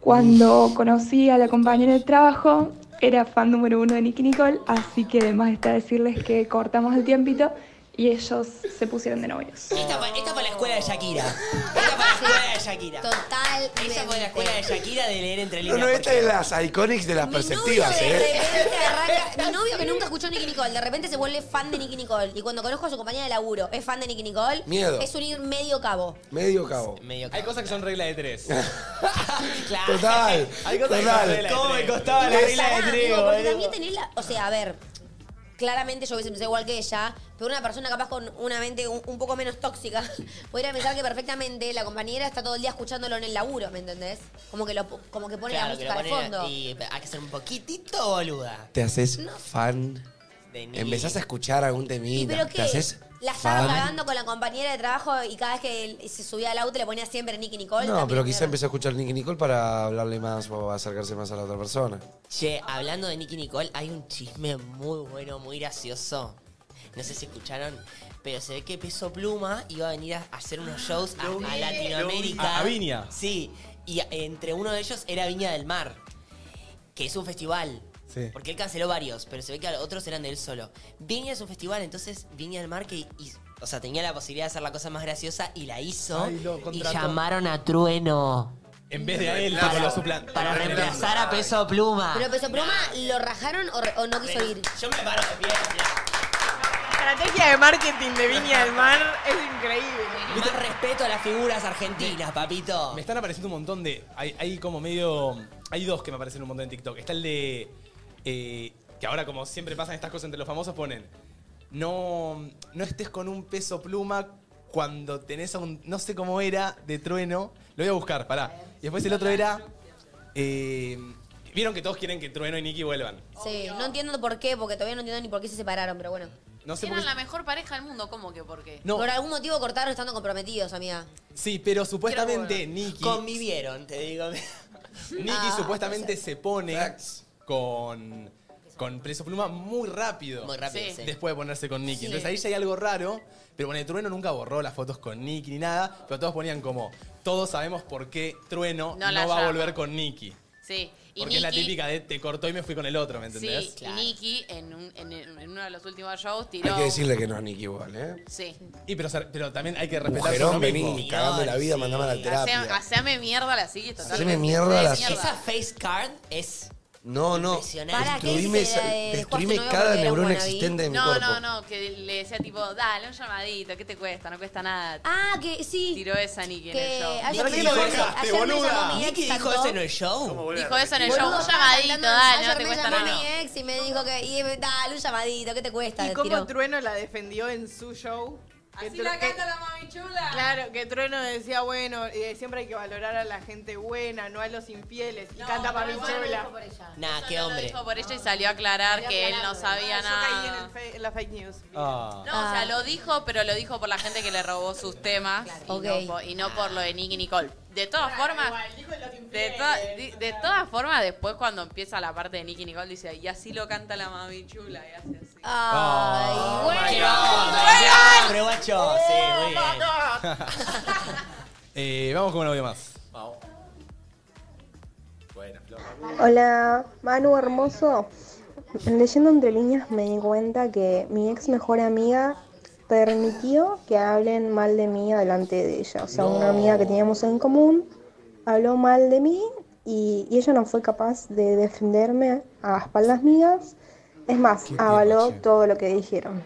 S12: Cuando conocí a la compañera de trabajo, era fan número uno de Nicky Nicole, así que además está decirles que cortamos el tiempito y ellos se pusieron de novios.
S4: Esta fue, esta fue la escuela de Shakira. Esta fue la escuela de Shakira.
S3: Total.
S4: Esa fue la escuela de Shakira de leer entre
S2: No,
S4: líneas.
S2: no, esta es las iconics de las perspectivas,
S3: De
S2: ¿eh?
S3: repente arranca. Mi novio que nunca escuchó Nicky Nicole, de repente se vuelve fan de Nicky Nicole. Y cuando conozco a su compañía de laburo, es fan de Nicky Nicole.
S2: Miedo.
S3: Es un ir medio cabo.
S2: Medio cabo.
S1: Hay cosas que son regla de tres.
S2: Total.
S1: Hay cosas que son regla de
S2: total.
S1: tres.
S4: costaba la
S3: Pero
S4: regla de
S3: pará,
S4: trigo,
S3: amigo, porque
S4: boludo.
S3: también tenés la. O sea, a ver. Claramente yo hubiese pensado igual que ella, pero una persona capaz con una mente un, un poco menos tóxica podría pensar que perfectamente la compañera está todo el día escuchándolo en el laburo, ¿me entendés? Como que, lo, como que pone la
S4: Claro, que lo
S3: música de
S4: ponen-
S3: fondo.
S4: Y hay que ser un poquitito boluda.
S2: Te haces fan.
S4: De Nicky.
S2: Empezás a escuchar algún temita.
S3: ¿Y pero qué?
S2: Te haces
S3: La estaba
S2: fan.
S3: cagando con la compañera de trabajo y cada vez que él se subía al auto le ponía siempre Nicky Nicole.
S2: No,
S3: también,
S2: pero quizá
S3: mierda.
S2: empezó a escuchar Nicky Nicole para hablarle más o acercarse más a la otra persona.
S4: Che, hablando de Nicky Nicole, hay un chisme muy bueno, muy gracioso. No sé si escucharon, pero se ve que Peso Pluma iba a venir a hacer unos shows a, a Latinoamérica.
S1: A- a Viña.
S4: Sí, y a- entre uno de ellos era Viña del Mar, que es un festival.
S1: Sí.
S4: Porque él canceló varios, pero se ve que otros eran de él solo. Viña es un festival, entonces Viña del Mar que hizo- o sea, tenía la posibilidad de hacer la cosa más graciosa y la hizo.
S1: Ay, lo
S4: y
S1: contrató.
S4: llamaron a Trueno
S1: En vez de a él,
S4: Para-
S1: como lo suplan-
S4: para
S1: lo reemplazan.
S4: reemplazar a Peso Pluma.
S3: Pero Peso Pluma, ¿lo rajaron o, o no quiso ir?
S4: Yo me paro de pie.
S8: La estrategia de marketing de Viña del Mar es increíble.
S4: Más respeto a las figuras argentinas, papito.
S1: Me están apareciendo un montón de. Hay, hay como medio. Hay dos que me aparecen un montón en TikTok. Está el de. eh, que ahora, como siempre pasan estas cosas entre los famosos, ponen. No, no estés con un peso pluma cuando tenés a un. No sé cómo era, de trueno. Lo voy a buscar, pará. Y después el otro era. eh, Vieron que todos quieren que Trueno y Nicky vuelvan.
S3: Sí, no entiendo por qué, porque todavía no entiendo ni por qué se separaron, pero bueno.
S1: No sé por
S5: Eran
S1: qué.
S5: la mejor pareja del mundo, ¿cómo que por qué?
S1: No.
S3: Por algún motivo cortaron estando comprometidos, amiga.
S1: Sí, pero supuestamente Nicky.
S4: Convivieron, te digo.
S1: Eh, Nicky
S3: Ah,
S1: supuestamente se pone con, con Preso Pluma muy rápido.
S4: Muy rápido, Sí. sí.
S1: Después de ponerse con Nicky.
S4: Sí.
S1: Entonces ahí ya hay algo raro, pero bueno, Trueno nunca borró las fotos con Nicky ni nada, pero todos ponían como, todos sabemos por qué Trueno
S5: No
S1: no,
S5: la
S1: va
S5: llama.
S1: a volver con Nicky.
S5: Sí. Y
S1: Porque es la
S5: Nicki-
S1: típica de te cortó y me fui con el otro, ¿me entendés?
S5: Sí, y Nicky en, un- en- en uno de los últimos shows tiró.
S2: Hay que decirle que no es Nicky igual, ¿eh?
S5: Sí.
S1: Y pero, ser- pero también hay que respetar
S2: Mujerón, vení, cagame la vida, mandame a la
S5: Haceme,
S2: terapia.
S5: haceme mierda la sigue totalmente.
S2: Haceme mierda la
S5: Mierda.
S4: Esa face card es.
S2: No, no.
S4: Impresionante. Para, ¿qué
S2: Destruime,
S4: dice eh,
S2: esa-
S4: la de Jorge
S2: destruime
S4: Noel porque
S2: cada
S4: era un
S2: neurona
S4: wannabe?
S2: existente de mi
S5: No,
S2: cuerpo.
S5: no, no, que le decía tipo, dale un llamadito, ¿qué te cuesta? No cuesta nada.
S3: Ah, que sí.
S5: Tiró esa Nicky en el
S3: Que
S5: show.
S3: ayer-
S4: ¿Por qué lo
S3: Nicky,
S4: dejaste,
S3: ayer me llamó
S4: boluda?
S3: mi ex,
S4: Nicky dijo
S3: cantó.
S4: eso en el show.
S5: Dijo eso en el show,
S3: Boludo,
S5: un
S3: estaba
S5: llamadito,
S3: cantando,
S5: dale, no
S3: ayer
S5: te
S3: me
S5: cuesta
S3: llamó
S5: nada.
S3: mi ex y me dijo que, y, dale un llamadito, ¿qué te cuesta?
S8: ¿Y
S3: Le
S8: cómo
S3: tiró.
S8: Trueno la defendió en su show? Que
S5: Así
S8: tru-
S5: la
S8: que-
S5: canta la mami chula.
S8: Claro, que Trueno decía, bueno, eh, siempre hay que valorar a la gente buena, no a los infieles. Y
S5: No,
S8: canta
S5: pero
S8: Mami
S5: igual lo
S8: Chula.
S5: dijo por
S4: Nah, qué
S5: Lo
S4: hombre.
S5: dijo por ella y salió a aclarar
S8: Salió
S5: que él no
S8: aclarando.
S5: sabía
S8: Ah, yo
S5: nada.
S8: caí en el fe- en la fake news.
S1: Ah.
S5: No, o sea, lo dijo, pero lo dijo por la gente que le robó sus temas y,
S8: Ok.
S5: no, po- y no por lo de Nicky Nicole. De todas formas, de, to- di- de todas formas, después cuando empieza la parte de Nicky Nicole dice, y así lo canta la mami chula, y hace así.
S3: Ay,
S4: ¡Qué
S3: bueno.
S4: onda!
S5: ¡Juegan!
S4: ¡Siempre, guacho! Sí, muy bien. Ah.
S1: Eh, vamos con un audio más.
S13: Bueno, Flor.
S17: Hola, Manu hermoso. Leyendo entre líneas me di cuenta que mi ex mejor amiga permitió que hablen mal de mí delante de ella. O sea, una amiga que teníamos en común habló mal de mí y, y ella no fue capaz de defenderme a espaldas mías. Es más, avaló todo lo que dijeron.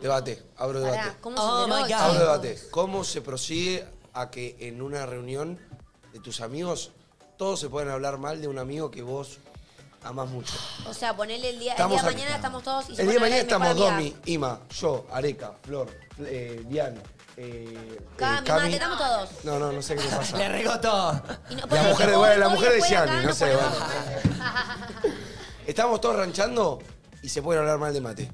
S2: Debate, abro debate.
S3: ¿cómo
S17: se Oh, enteró, my God.
S2: Abro debate. ¿Cómo se prosigue a que en una reunión de tus amigos todos se pueden hablar mal de un amigo que vos amás mucho?
S3: O sea, ponele el día, el
S2: Estamos
S3: día de
S2: aquí.
S3: mañana estamos todos y
S2: El
S3: se
S2: día de
S3: pone
S2: mañana
S3: la
S2: estamos
S3: mejor amiga.
S2: Domi, Ima, yo, Areca, Flor, eh, Diana, eh, eh,
S3: Cami,
S2: Cami.
S3: Mate, estamos todos.
S2: No, no, no sé qué le pasa.
S4: Le regotó.
S2: La mujer de, bueno, la mujer de Gianni, no sé. bueno. Estamos todos ranchando y se pueden hablar mal de mate.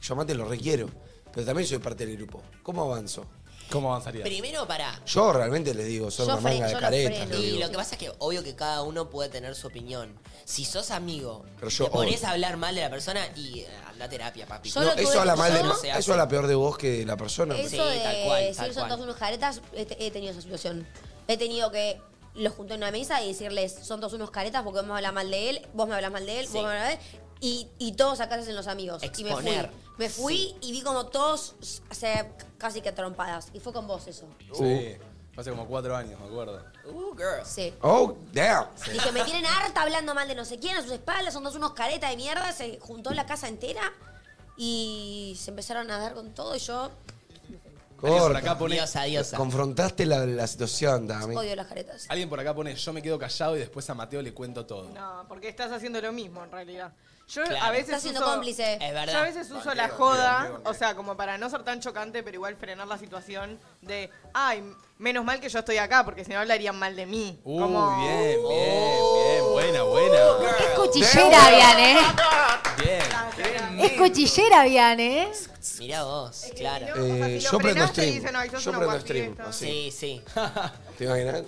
S2: Yo a mate lo requiero, pero también soy parte del grupo. ¿Cómo avanzo?
S1: ¿Cómo avanzaría?
S4: Primero para.
S2: Yo realmente les digo, soy una manga de caretas. les
S4: Y
S2: digo.
S4: lo que pasa es que obvio que cada uno puede tener su opinión. Si sos amigo,
S2: Pero yo
S4: te pones
S2: odio.
S4: a hablar mal de la persona y eh, anda a terapia, papi.
S2: No, eso habla mal de
S4: no se hace. eh,
S2: Eso habla peor de vos que de la persona.
S3: Eso
S4: Sí,
S3: de
S4: tal cual,
S3: decir
S4: tal
S3: son
S4: cual.
S3: todos unos caretas, he, te- he tenido esa situación. He tenido que los junté en una mesa y decirles, son todos unos caretas porque vamos a hablar mal de él, vos me hablas mal de él,
S4: Sí.
S3: vos me hablas mal de él. Y, y todos acá se hacen los amigos.
S4: Exponer.
S3: Y me fui. Me fui y vi como todos o sea, casi que trompadas. Y fue con vos eso.
S1: Sí. Fue hace como cuatro años, me acuerdo.
S4: Uh, girl.
S3: Sí.
S2: Oh, damn.
S3: Dije, me tienen harta hablando mal de no sé quién a sus espaldas, son todos unos caretas de mierda. Se juntó la casa entera y se empezaron a dar con todo. Y yo
S1: Alguien por acá pone-
S2: Confrontaste la, la situación, Dami.
S3: odio las caretas.
S1: Alguien por acá pone, yo me quedo callado y después a Mateo le cuento todo.
S8: No, porque estás haciendo lo mismo en realidad. Yo
S1: Claro.
S8: a veces
S1: Estás siendo
S8: uso-
S1: cómplice. Es verdad.
S8: Yo a veces uso
S1: Banqueo,
S8: la
S1: banqueo,
S8: joda,
S1: banqueo, banqueo.
S8: o sea, como para no ser tan chocante, pero igual frenar la situación de, ay, menos mal que yo estoy acá, porque si no hablarían mal de mí.
S1: Uh,
S8: como,
S1: bien,
S2: Oh.
S1: bien, bien. Buena, buena.
S6: Es cuchillera, eh. Viane.
S3: Ah,
S1: Bien.
S6: Es cuchillera, Viane.
S4: Mirá vos, claro.
S2: Eh, yo prendo stream. yo prendo stream. así.
S4: Sí, sí.
S2: ¿Te imaginas?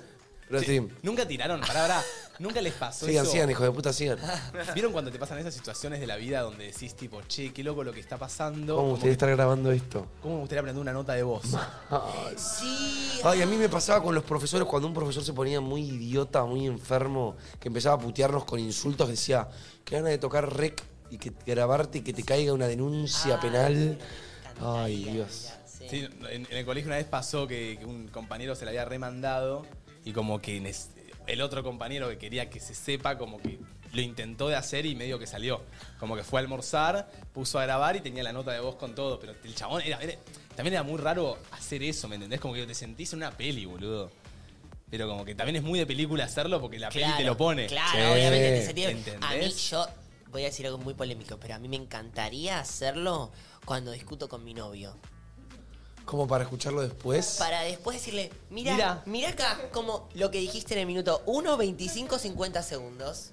S2: Prendo stream.
S1: Nunca tiraron, pará, pará. Nunca les pasó
S2: Sigan,
S1: eso.
S2: sigan, hijo de puta, sigan.
S1: ¿Vieron cuando te pasan esas situaciones de la vida donde decís tipo, che, qué loco lo que está pasando?
S2: ¿Cómo
S1: Como
S2: ustedes
S1: que-
S2: están grabando esto?
S1: ¿Cómo me gustaría aprender una nota de voz?
S2: Ay.
S4: Sí.
S2: Ay, a mí me pasaba con los profesores cuando un profesor se ponía muy idiota, muy enfermo, que empezaba a putearnos con insultos, decía, qué gana de tocar rec y que grabarte y que te caiga una denuncia penal. Ay, Dios.
S1: Sí, en, en el colegio una vez pasó que, que un compañero se le había remandado y como que nes- el otro compañero que quería que se sepa como que lo intentó de hacer y medio que salió. Como que fue a almorzar, puso a grabar y tenía la nota de voz con todo. Pero el chabón era, era- también era muy raro hacer eso, ¿me entendés? Como que te sentís en una peli, boludo. Pero como que también es muy de película hacerlo porque la peli te lo pone.
S4: Claro,
S2: Eh,
S4: obviamente te sentí- A mí
S1: ¿Entendés?
S4: yo voy a decir algo muy polémico, pero a mí me encantaría hacerlo cuando discuto con mi novio.
S2: Como para escucharlo después.
S4: Para después decirle, mira,
S2: Mirá.
S4: mira, acá, como lo que dijiste en el minuto 1, 25, 50 segundos.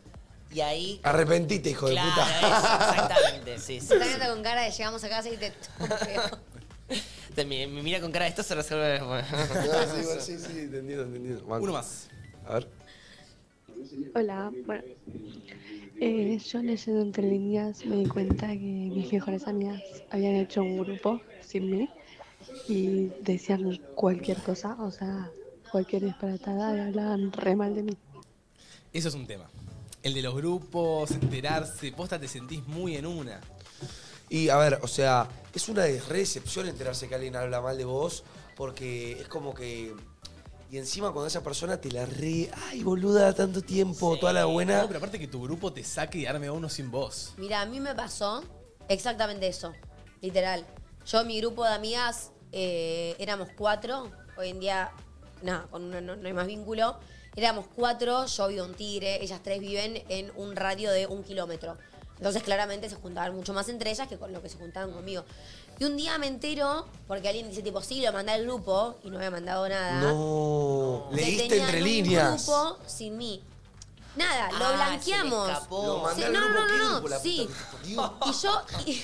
S4: Y ahí.
S2: Arrepentite, hijo
S4: Claro,
S2: de
S4: eso,
S2: puta.
S4: exactamente, sí, sí.
S3: Está viendo con cara de llegamos a casa y te...
S4: Te- Me, me mira con cara, esto se resuelve después.
S2: No, Ah, sí, bueno, sí, sí, entendido, entendido. Banco.
S4: Uno más.
S2: A ver.
S14: Hola, bueno, eh, yo leyendo entre líneas me di cuenta que mis mejores amigas habían hecho un grupo sin mí y decían cualquier cosa, o sea, cualquier disparatada y hablaban re mal de mí.
S1: Eso es un tema. El de los grupos, enterarse, posta te sentís muy en una.
S2: Y a ver, o sea, es una recepción enterarse que alguien habla mal de vos, porque es como que. Y encima cuando esa persona te la re. ¡Ay, boluda, tanto tiempo! Toda la buena.
S1: No, pero aparte que tu grupo te saque y arme a uno sin vos.
S3: Mira, a mí me pasó exactamente eso, literal. Yo, mi grupo de amigas, eh, éramos cuatro. Hoy en día, nada, con una no, no hay más vínculo. Éramos cuatro, yo vivo en Tigre, ellas tres viven en un radio de un kilómetro. Entonces, claramente se juntaban mucho más entre ellas que con lo que se juntaban conmigo. Y un día me entero, porque alguien dice, tipo, sí, lo mandé al grupo y no había mandado
S4: Ah.
S3: nada.
S2: No.
S3: que
S2: Leíste
S3: tenían
S2: entre
S3: un
S2: líneas.
S3: grupo sin mí. Nada,
S4: Ah,
S3: lo blanqueamos.
S4: se le escapó. Lo mandé
S3: Se-
S4: al
S3: no,
S4: grupo
S3: no, no, no,
S4: Kill, por la
S3: sí. Y yo. y-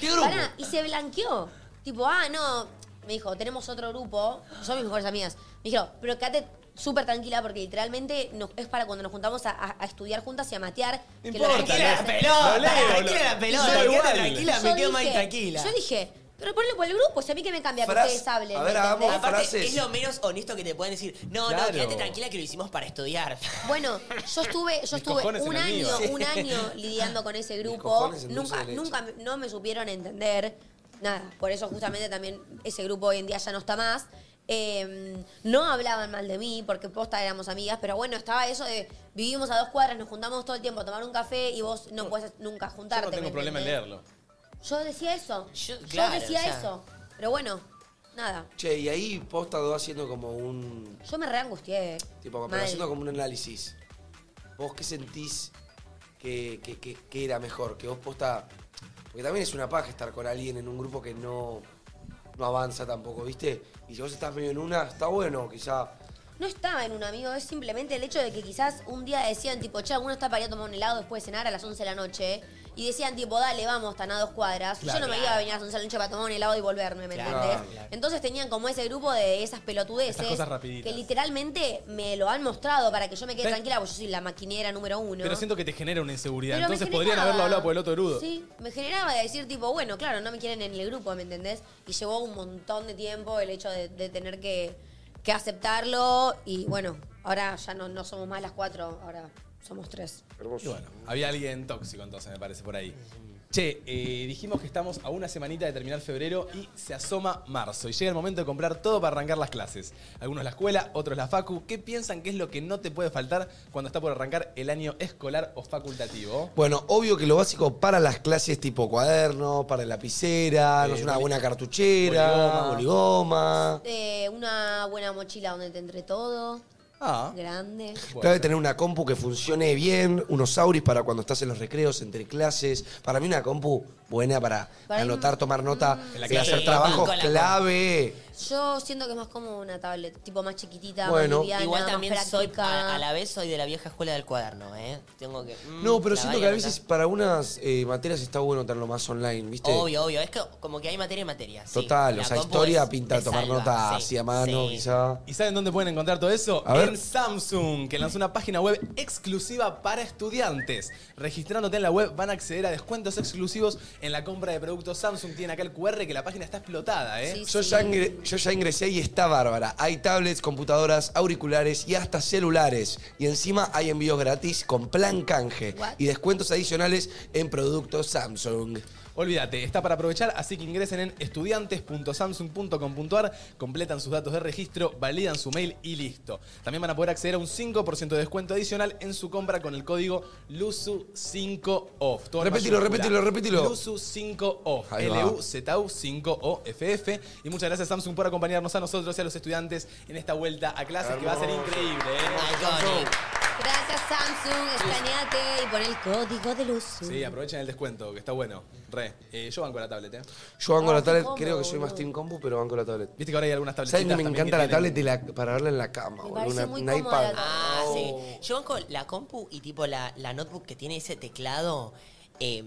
S2: ¿Qué grupo?
S3: Pará, y se blanqueó. Tipo, ah, no. Me dijo, tenemos otro grupo. Son mis mejores amigas. Me dijeron, pero quédate súper tranquila porque literalmente nos- es para cuando nos juntamos a, a- a estudiar juntas y a matear. que lo-
S4: Tranquila la pelota, tranquila la pelota,
S1: Yo
S4: quédate
S1: igual.
S4: tranquila,
S3: Yo
S4: me quedo más
S3: dije-
S4: tranquila.
S3: Yo dije, pero ponlo por el grupo, si a mí que me cambia que
S4: Frase-
S3: ustedes hablen. ¿me entendés?
S4: Aparte, es lo menos honesto que te pueden decir. No,
S3: Claro.
S4: no, quédate tranquila que lo hicimos para estudiar.
S3: Bueno, yo estuve, yo estuve
S4: cojones
S3: un
S4: en
S3: año,
S4: amigos.
S3: un
S4: Sí.
S3: año lidiando con ese grupo.
S4: cojones en dulce
S3: Nunca,
S4: de leche.
S3: nunca me- no me supieron entender. Nada, por eso justamente también ese grupo hoy en día ya no está más. Eh, no hablaban mal de mí porque posta éramos amigas, pero bueno, estaba eso de vivimos a dos cuadras, nos juntamos todo el tiempo a tomar un café y vos no puedes nunca
S1: Yo
S3: juntarte.
S1: no
S3: ¿me
S1: tengo problema en
S3: entendés?
S1: leerlo.
S3: Yo decía eso. Yo,
S2: claro,
S3: decía
S2: o sea.
S3: eso. Pero bueno, nada.
S2: Che, y ahí posta dos haciendo como un.
S3: Yo me reangustié.
S2: Tipo, como-
S3: Mal.
S2: pero haciendo como un análisis. ¿Vos qué sentís que, que- que- que era mejor? Que vos posta. Porque también es una paja estar con alguien en un grupo que no, no avanza tampoco, ¿viste? Y si vos estás medio en una, está bueno, quizá.
S3: No estaba en un amigo, es simplemente el hecho de que quizás un día decían, tipo, che, uno está para ir a tomar un helado después de cenar a las 11 de la noche. Y decían, tipo, dale, vamos, tan a dos cuadras.
S4: Claro.
S3: Yo no me iba a venir a las 11 de la noche para tomar un helado y volverme, ¿me
S4: Claro,
S3: entendés?
S4: claro.
S3: Entonces tenían como ese grupo de esas pelotudeces
S1: Estas cosas rapiditas.
S3: que literalmente me lo han mostrado para que yo me quede
S1: ¿Ves?
S3: tranquila, porque yo soy la maquinera número uno.
S1: Pero siento que te genera una inseguridad.
S3: Pero me
S1: Entonces podrían
S3: generaba.
S1: haberlo hablado por el otro grudo.
S3: Sí, me generaba de decir tipo, bueno, claro, no me quieren en el grupo, ¿me entendés? Y llevó un montón de tiempo el hecho de, de tener que, que aceptarlo y bueno, ahora ya no, no somos más las cuatro, ahora somos tres.
S1: Y bueno, había alguien tóxico entonces, me parece, por ahí. Che, eh, dijimos que estamos a una semanita de terminar febrero y se asoma marzo. Y llega el momento de comprar todo para arrancar las clases. Algunos la escuela, otros la facu. ¿Qué piensan que es lo que no te puede faltar cuando está por arrancar el año escolar o facultativo?
S2: Bueno, obvio que lo básico para las clases tipo cuaderno, para lapicera,
S1: Eh,
S2: no es una
S1: boli-
S2: buena cartuchera,
S1: boligoma.
S2: boligoma.
S3: Eh, una buena mochila donde te entre todo.
S2: Ah.
S3: Grande.
S2: Clave tener una compu que funcione bien, unos auris para cuando estás en los recreos, entre clases. Para mí una compu buena para,
S3: Para ir-
S2: anotar, tomar nota,
S4: Mm.
S1: En la
S2: y
S1: clase.
S2: hacer trabajos
S1: Banco la
S2: clave.
S3: Yo siento que es más como una tablet, tipo más chiquitita,
S2: Bueno.
S3: más liviana,
S4: Igual
S3: más
S4: también soy,
S3: práctica.
S4: a, a la vez soy de la vieja escuela del cuaderno, ¿eh? Tengo que... mm,
S2: No, pero
S4: la
S2: siento
S4: voy
S2: que a
S4: anotar.
S2: veces para unas eh, materias está bueno tenerlo más online, ¿viste?
S4: Obvio, obvio. Es que como que hay materia y materia. sí.
S2: Total,
S4: La
S2: o sea,
S4: compu
S2: historia
S4: es-
S2: pinta
S4: te
S2: tomar
S4: salva,
S2: nota
S4: sí.
S2: así a mano,
S1: Sí.
S2: quizá.
S1: ¿Y saben dónde pueden encontrar todo eso?
S2: A ver.
S1: En Samsung, que lanzó una página web exclusiva para estudiantes. Registrándote en la web van a acceder a descuentos exclusivos en la compra de productos Samsung. Tiene acá el QR que la página está explotada, ¿eh?
S2: Yo, Ya ingre- yo ya ingresé y está bárbara. Hay tablets, computadoras, auriculares y hasta celulares. Y encima hay envíos gratis con plan canje
S1: What?
S2: y descuentos adicionales en productos Samsung.
S1: Olvídate, está para aprovechar, así que ingresen en estudiantes.samsung.com.ar, completan sus datos de registro, validan su mail y listo. También van a poder acceder a un 5% de descuento adicional en su compra con el código LUSU5OFF. Todo en
S2: Repetilo,
S1: mayúscula.
S2: repetilo, repetilo.
S1: LUSU5OFF.
S2: Ahí va.
S1: L-U-Z-U-5-O-F-F. Y muchas gracias Samsung por acompañarnos a nosotros y a los estudiantes en esta vuelta a clases que va a ser
S4: Hermoso.
S1: increíble. ¿eh?
S4: Iconic.
S3: Gracias Samsung, escaneate y pon el código de luz.
S1: Sí, aprovechen el descuento, que está bueno. Re, eh, yo banco la tablet, ¿eh?
S2: Yo banco la tablet,
S1: combo,
S2: creo que soy más Team Compu, pero banco la tablet.
S1: Viste que ahora hay algunas tabletitas
S2: ¿Saben que me
S1: también
S2: encanta
S1: que
S2: la tablet de la- para verla en la cama?
S4: Me
S2: boludo?
S4: parece
S2: Una,
S4: muy
S2: una
S4: cómoda
S2: iPad.
S4: la- Ah, sí.
S3: Oh.
S4: Yo banco la compu y tipo la, la notebook que tiene ese teclado eh,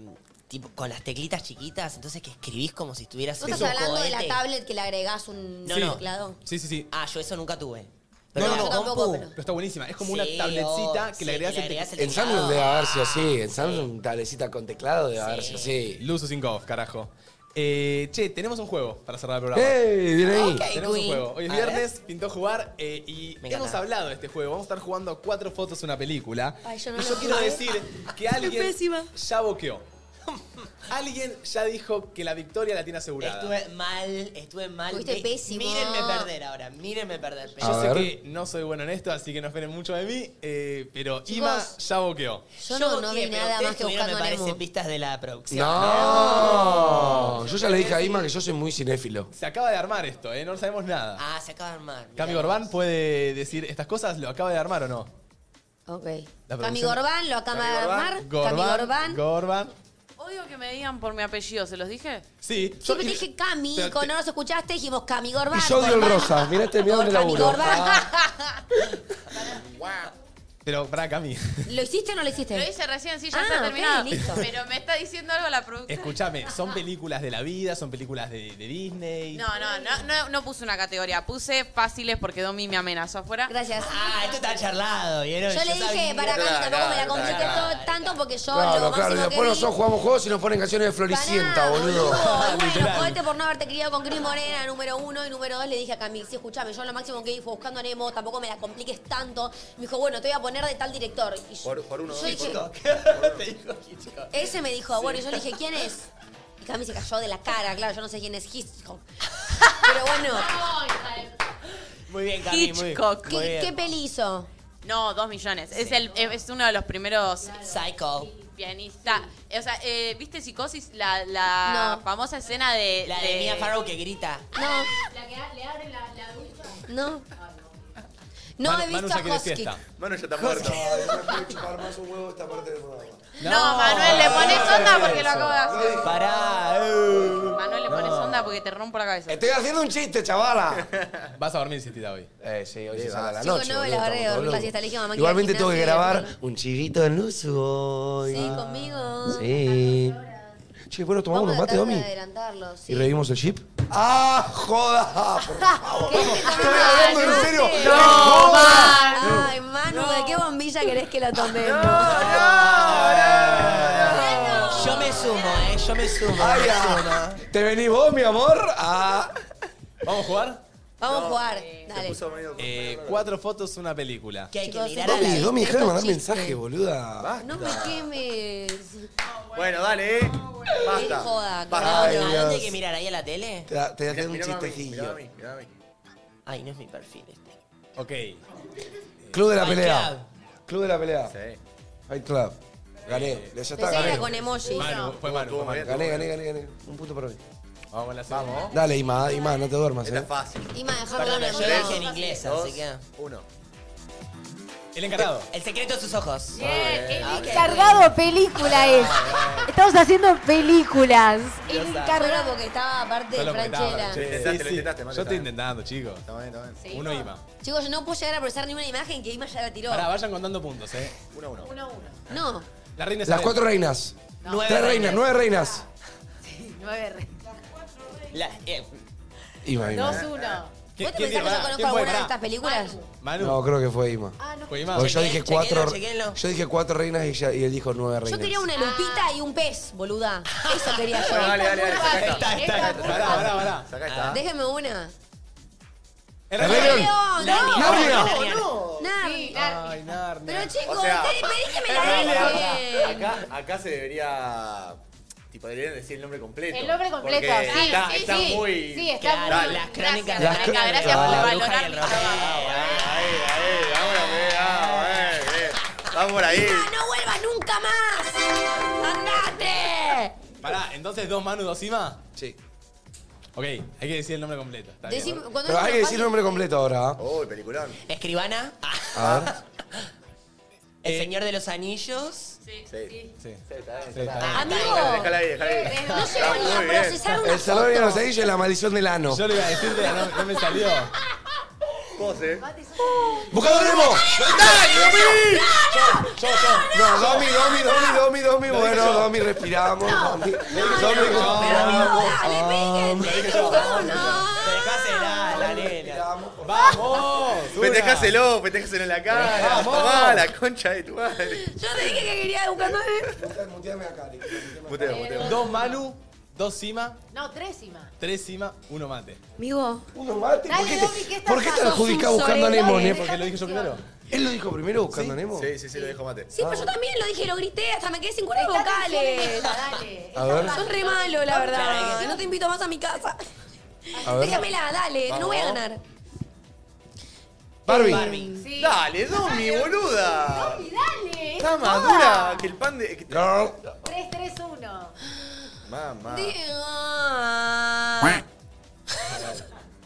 S4: tipo, con las teclitas chiquitas, entonces que escribís como si estuvieras
S3: ¿Vos
S4: en
S3: estás
S4: un
S3: hablando de la
S4: cohete.
S3: tablet que le agregás un
S4: No, no.
S3: teclado?
S1: Sí, sí, sí.
S4: Ah, yo eso nunca tuve.
S3: No, no,
S4: la
S3: no.
S4: compu-
S1: Pero está buenísima. Es como
S4: Sí,
S1: una tabletcita
S4: oh,
S1: que le
S4: sí,
S1: agregas
S4: que le agregás el
S2: En Samsung debe haber sido así. En Samsung, tablecita con teclado debe haber sido así.
S1: Luz 5 off, carajo. Eh, che, tenemos un juego para cerrar el programa.
S2: ¡Ey! Viene ahí. Ok,
S1: tenemos
S2: Queen.
S1: un juego. Hoy es
S2: A
S1: viernes, pintó jugar eh, y
S2: Me
S1: hemos
S2: encanta.
S1: hablado de este juego. Vamos a estar jugando cuatro fotos, una película.
S3: Ay, yo no
S1: y
S3: lo ¿eh?
S1: yo quiero
S3: jugué.
S1: decir que
S3: Qué
S1: alguien
S3: pésima.
S1: ya boqueó. Alguien ya dijo que la victoria la tiene asegurada.
S4: Estuve mal, estuve mal.
S3: Fuiste
S4: Mi-
S3: pésimo.
S4: Mírenme perder ahora, mírenme perder. pero-
S1: Yo sé que no soy bueno en esto, así que no esperen mucho de mí, eh, pero
S4: Chicos,
S1: Ima ya boqueó.
S3: Yo no, no vi
S4: pero
S3: nada
S4: ustedes
S3: más que
S4: tuvieron,
S3: buscando
S4: me
S3: a Nemo.
S4: parecen pistas de la producción.
S2: No. Yo ya le dije a Ima que yo soy muy cinéfilo.
S1: Se acaba de armar esto, eh, no sabemos nada.
S4: Ah, se acaba de armar. mirá.
S1: Cami Gorbán puede decir estas cosas, lo acaba de armar o no.
S3: Ok.
S1: La
S3: Cami
S1: producción-
S3: Gorbán lo acaba de armar. Cami
S1: Gorbán.
S3: Gorbán.
S1: Gorbán.
S5: odio que me digan por mi apellido, ¿se los dije?
S1: Sí.
S3: Yo te dije Cami,
S1: Pero te-
S3: cuando nos escuchaste dijimos Cami Gorbán.
S2: Y yo odio el
S3: Gorbán,
S2: rosa. Mirá este miedo de
S3: Cami
S2: laburo.
S3: Gorbán.
S1: Pero pará, Cami.
S3: ¿Lo hiciste o no lo hiciste?
S5: Lo hice recién, sí, ya
S3: Ah,
S5: está
S3: ok,
S5: terminado.
S3: listo.
S5: Pero me está diciendo algo la productora.
S1: Escúchame, son películas de la vida, son películas de, de Disney.
S5: No, no, no, no, no puse una categoría. Puse fáciles porque Domi me amenazó afuera.
S3: Gracias.
S4: Ah, esto está charlado, ¿vieron?
S3: Yo le dije, para Cami,
S2: Claro,
S3: tampoco me la
S2: claro,
S3: compliques
S2: claro.
S3: todo tanto porque yo
S2: Claro,
S3: lo
S2: claro. Y
S3: máximo
S2: después
S3: que vi...
S2: nosotros jugamos juegos y nos ponen canciones de Floricienta, boludo.
S3: Bueno, jodete por no haberte criado con Cris Morena, número uno. Y número dos le dije a Cami, sí, escúchame, yo lo máximo que vi fue buscando a Nemo, tampoco me la compliques tanto. Me dijo, bueno, te voy a poner de tal director. Y yo-
S13: Por, por uno.
S3: yo dije,
S4: Te dijo Hitchcock.
S3: ese me dijo, bueno, y yo le dije, ¿quién es? Y Cami se cayó de la cara, claro, yo no sé quién es Hitchcock. Pero bueno,
S4: Muy bien, Cami, muy,
S5: Hitchcock.
S4: muy
S3: ¿qué,
S4: bien.
S3: qué peli hizo?
S5: No, dos millones. Es, el, es es uno de los primeros.
S4: Psycho.
S5: Pianista. O sea, eh, ¿viste Psicosis? La, la
S4: No.
S5: famosa escena de. Ah,
S4: La de Mia Farrow que grita.
S3: No.
S6: La que le abren la, la ducha.
S3: No. No he visto a Hosky.
S13: Mano ya está muerto.
S5: No, Manuel, le pones onda porque lo
S13: Eso.
S5: acabo de hacer.
S4: Pará.
S5: Manuel, le pones onda porque te rompo la cabeza.
S2: Estoy haciendo un chiste, chavala.
S1: Vas a dormir siestita hoy.
S2: Eh, sí, hoy se sale a la
S3: Chicos,
S2: noche.
S3: no,
S2: boludo,
S3: la verdad,
S2: estamos
S3: dormir la
S2: todos
S3: siesta, le dije a mamá que
S2: Igualmente
S3: iba al
S2: tengo que
S3: gimnasio y
S2: grabar un chivito en luz hoy.
S3: Sí, conmigo.
S2: Ah, Sí. Che, bueno, tomamos unos
S3: Vamos a
S2: mates,
S3: tratar de
S2: Domi.
S3: adelantarlo, sí.
S2: ¿Y revivimos el chip? ¡Ah, joda! Por favor. Estoy hablando en serio. ¡Qué
S3: No,
S2: joda!
S3: Ay, Manu, ¿de qué bombilla querés que la tomemos?
S4: Yo me sumo, eh, yo me sumo.
S2: Ay,
S4: me
S2: ah.
S4: sumo.
S2: ¿Te venís vos, mi amor? Ah.
S1: ¿Vamos a jugar?
S3: Vamos a jugar. Dale.
S1: Eh, cuatro fotos, una película.
S4: Que hay que
S3: Chicos,
S4: mirar a
S2: Domi,
S4: la...
S2: Domi, dejá de mandar
S3: chiste.
S2: mensaje, boluda.
S3: No me quemes.
S13: Bueno, dale, eh.
S3: Qué
S13: Basta.
S3: joda,
S4: Ah,
S2: Ay,
S4: ¿A dónde hay que
S2: Dios.
S4: mirar? ¿Ahí a la tele?
S2: Te te voy a hacer un
S13: Mirame a mí,
S2: chistejillo.
S13: mirame a mí, mirame a mí.
S4: Ay, no es mi perfil este.
S1: Ok.
S2: Club de la
S4: Fight
S2: pelea. Club de la pelea. Sí. Fight Club. Gané. Ya
S3: Pensé
S2: está,
S3: que
S2: gané.
S3: era con emojis.
S1: Manu, fue Manu. fue Manu.
S2: Gané, gané, gané, gané. Un punto para mí.
S1: Vamos a la segunda.
S2: Dale, Ima, Ima, no te duermas, eh.
S13: Fácil.
S3: Ima, dejame
S4: Perdón,
S3: ganar.
S4: yo lo dije en inglés,
S13: Dos,
S4: así que...
S13: Uno.
S1: El encargado.
S4: El secreto de sus ojos.
S13: Ah,
S4: Ah,
S6: El encargado Ah, película es. Estamos haciendo películas. El
S3: Solo
S6: encargado.
S3: porque estaba aparte de
S1: Solo porque estaba-
S3: Franchella.
S1: Sí,
S13: Intentaste,
S1: sí,
S13: lo
S1: sí.
S13: intentaste, Manu,
S1: Yo
S13: está
S1: estoy
S13: bien.
S1: intentando, chicos. Uno Ima.
S3: Chicos, yo no puedo llegar a procesar ni una imagen que Ima ya la tiró.
S1: Pará, vayan contando puntos, eh. Uno a uno.
S3: No.
S1: La reina
S2: Las
S1: Isabel.
S2: cuatro reinas.
S4: Nueve
S2: Tres reinas,
S4: reinas.
S2: nueve reinas.
S6: Nueve re-
S4: La- eh,
S2: Ima, Ima.
S6: Dos, uno.
S3: ¿Vos
S1: ¿Quién-
S3: te
S13: Ah,
S1: quién
S3: pensás que yo
S1: dijo?
S3: conozco
S1: ¿Quién fue?
S3: alguna de
S1: Pará.
S3: estas películas?
S1: Manu.
S2: No, creo que fue Ima.
S1: Fue Ima.
S2: Porque yo
S4: Chequeen,
S2: dije cuatro.
S4: chequeenlo, chequeenlo.
S2: Yo dije cuatro reinas y, ella- y él dijo nueve reinas.
S3: Yo quería una lupita y un pez, boluda. Eso quería
S13: Bueno, dale,
S3: yo.
S13: dale, dale. Saca esta.
S4: Está, está, está.
S1: Pará, pará, pará.
S13: Saca esta.
S3: Déjeme una.
S1: El
S2: Rey
S1: Rey
S2: León.
S3: No,
S1: León.
S3: no.
S4: Narnia,
S2: Narnia.
S4: Narnia.
S3: Narnia.
S1: Ay, Narnia.
S3: Pero chicos,
S13: O sea,
S3: ustedes me dije que me
S13: Acá-
S3: la dejen.
S13: Acá, acá se debería. Tipo, deberían decir el nombre completo.
S6: El nombre completo,
S13: Porque
S6: sí,
S13: Está,
S6: sí,
S13: está
S6: sí.
S13: muy.
S6: Sí, está
S4: Claro,
S6: muy...
S4: las crónicas
S5: Gracias,
S4: de
S2: Las
S4: Narnia.
S5: Rebeca,
S2: cr-
S5: gracias por
S2: Ah,
S4: bruja y
S5: valorar
S4: el
S5: mi
S4: rojo.
S5: trabajo.
S13: Ahí, ahí, vamos,
S1: Ah,
S13: vamos, eh, eh. Vamos por ahí.
S3: Ah, no vuelvas nunca más. Andate.
S1: Pará, entonces dos Manu, dos Ima.
S2: Sí.
S1: Ok, hay que decir el nombre completo. Está bien.
S3: Decime, cuando
S2: Pero hay que decir
S3: fácil-
S2: nombre completo ahora. ¿ah?
S13: Uy, peliculón.
S4: Escribana. Ah,
S2: A ver. Eh,
S4: El Señor de los Anillos. Ah,
S1: Sí.
S13: Sí. Sí, está bien,
S1: Sí,
S13: está
S1: está
S13: bien.
S1: bien.
S3: Amigo.
S13: Déjala ahí, déjala ahí.
S3: No llego ni
S13: Muy
S3: a
S13: bien.
S3: procesar una
S2: El salón de los
S3: foto.
S2: anillos y la maldición del ano.
S1: Yo le iba a decir, pero no, no me salió.
S13: Vos, eh.
S2: ¡Buscando Nemo! ¡Dale,
S1: Yo, yo.
S2: No, Domi, Domi, Domi, Domi, Domi. Bueno, Domi, respiramos. Domi, Domi, vamos.
S3: Dale, piquen,
S4: Te dejás helar, la nena.
S1: ¡Vamos! una.
S13: Festejáselo, festejáselo en la cara.
S1: Vamos.
S13: Tomá la concha de tu madre.
S3: Yo te dije que quería buscando.
S13: Muteo, muteo.
S1: Dos Manu, dos Ima,
S6: No, tres y más.
S1: tres Ima, uno mate.
S3: Amigo,
S2: Uno mate. ¿Por
S6: Dale,
S2: qué
S6: Domi, ¿qué
S2: te,
S6: estás
S2: ¿por qué te
S6: haciendo?
S2: adjudicás
S3: Sos un
S2: buscando a Nemo,
S3: sorete.
S2: Nemo?
S1: Porque lo dije yo primero.
S2: ¿Él lo dijo primero buscando a Nemo?
S13: Sí, sí, sí, lo dejo mate.
S3: sí,
S2: Ah.
S3: pero yo también lo dije, lo grité, hasta me quedé sin cuerdas
S6: Presta atención en
S3: vocales.
S6: esta, dale.
S2: A ver,
S3: Sos re malo, la verdad. No te invito más a mi casa.
S2: a ver.
S3: Déjamela, dale, no voy a ganar.
S2: Barbie.
S6: Sí.
S13: Dale, Domi, boluda.
S6: Domi, dale.
S13: Está más
S6: toda.
S13: dura Ah, que el pan de. que-
S2: Girl.
S6: 3, 3, 1.
S13: Mamá.
S3: Diego.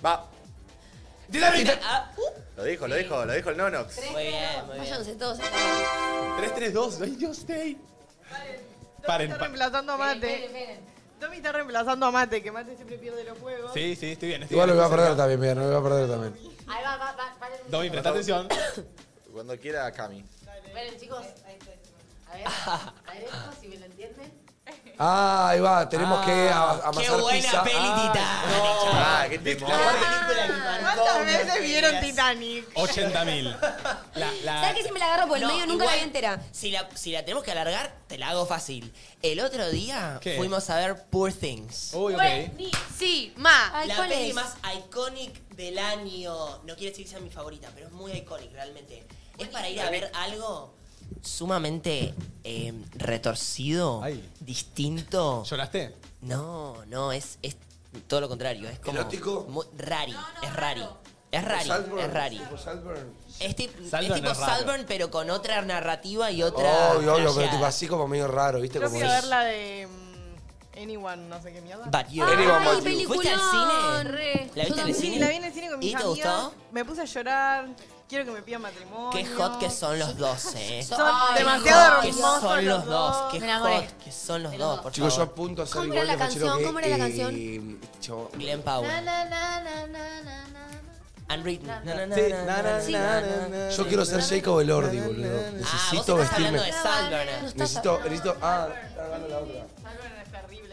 S13: Va.
S2: Dinamita.
S13: Lo dijo, lo dijo, lo dijo el Nonox.
S4: Muy bien, muy bien.
S3: Váyanse todos.
S1: 3, 3, 2, ay Dios, day. Paren,
S8: está
S1: pa-
S8: reemplazando a Mate. Tommy está reemplazando a Mate, que Mate siempre pierde los juegos.
S1: Sí, sí, estoy bien. Estoy
S2: Igual lo
S1: bien,
S2: voy a
S1: estoy
S2: perder
S1: cerca.
S2: también, mira, no lo voy a perder también.
S6: Ahí va, va, va. paren.
S1: Domi, presta atención.
S13: Cuando quiera, Cami.
S6: Esperen, chicos. A ver, a ver esto, si me lo entienden.
S2: Ah, ahí va, tenemos
S13: Ah,
S2: que a- amasar
S13: qué buena
S2: pizza.
S13: peli,
S2: Ay,
S13: Titanic.
S2: no.
S13: Ah, qué temón.
S8: ¿Cuántas veces vieron Titanic?
S1: 80.000. La, la-
S3: ¿Sabes que si me la agarro por el medio nunca la voy a enterar?
S4: Si la, si la tenemos que alargar, te la hago fácil. El otro día
S1: ¿Qué?
S4: fuimos a ver Poor Things.
S1: Uy,
S5: Sí, ma.
S4: la peli más iconic del año. No quiere decir que sea mi favorita, pero es muy iconic realmente. Es para ir a ver algo sumamente eh, retorcido, distinto.
S1: ¿Lloraste?
S4: No, no, es, es todo lo contrario. Es como. Muy, rari, es rari. Es rari,
S2: Saltburn,
S4: es rari.
S2: tipo Saltburn.
S4: Es, tip- es
S2: Saltburn
S4: tipo
S2: es raro.
S4: Salburn, pero con otra narrativa y otra.
S2: Obvio, obvio, pero
S4: flasheada.
S2: tipo así como medio raro, ¿viste?
S8: Yo
S2: Como
S8: fui a ver
S2: es.
S8: la de mm, Anyone, no sé qué mierda. Ah,
S4: But you.
S2: Anyone
S4: Ay,
S2: but you.
S4: ¿Fuiste al cine?
S8: Re.
S4: ¿La viste en el cine?
S8: Sí, la vi en el cine con
S4: ¿Y
S8: mis
S4: te
S8: amigas.
S4: gustó?
S8: Me puse a llorar. Quiero que me pidan matrimonio.
S4: Qué hot que son los dos, eh.
S8: Son
S4: Qué
S8: demasiado
S4: hot que
S8: hermosos
S4: son los
S8: los dos.
S4: dos. Qué
S8: Me enamoré.
S4: hot que son los dos, por
S2: Chicos, yo
S4: favor.
S2: apunto a ser
S3: ¿Cómo
S2: igual
S3: era
S2: de
S3: la
S2: fachero
S3: canción?
S2: que,
S3: ¿Cómo era la
S2: eh,
S3: canción?
S2: este chabón.
S4: Glenn Powell.
S3: Na, na, na, na, na, na, na.
S4: Unwritten. Na, na, na,
S2: Sí,
S4: na,
S2: na,
S4: na,
S2: na,
S4: na,
S2: na,
S4: na.
S2: Yo quiero ser Jacob Elordi, boludo. Necesito
S4: estás
S2: vestirme.
S4: hablando de Saltburn. No estás
S2: Necesito, necesito. Ah, está hablando la otra.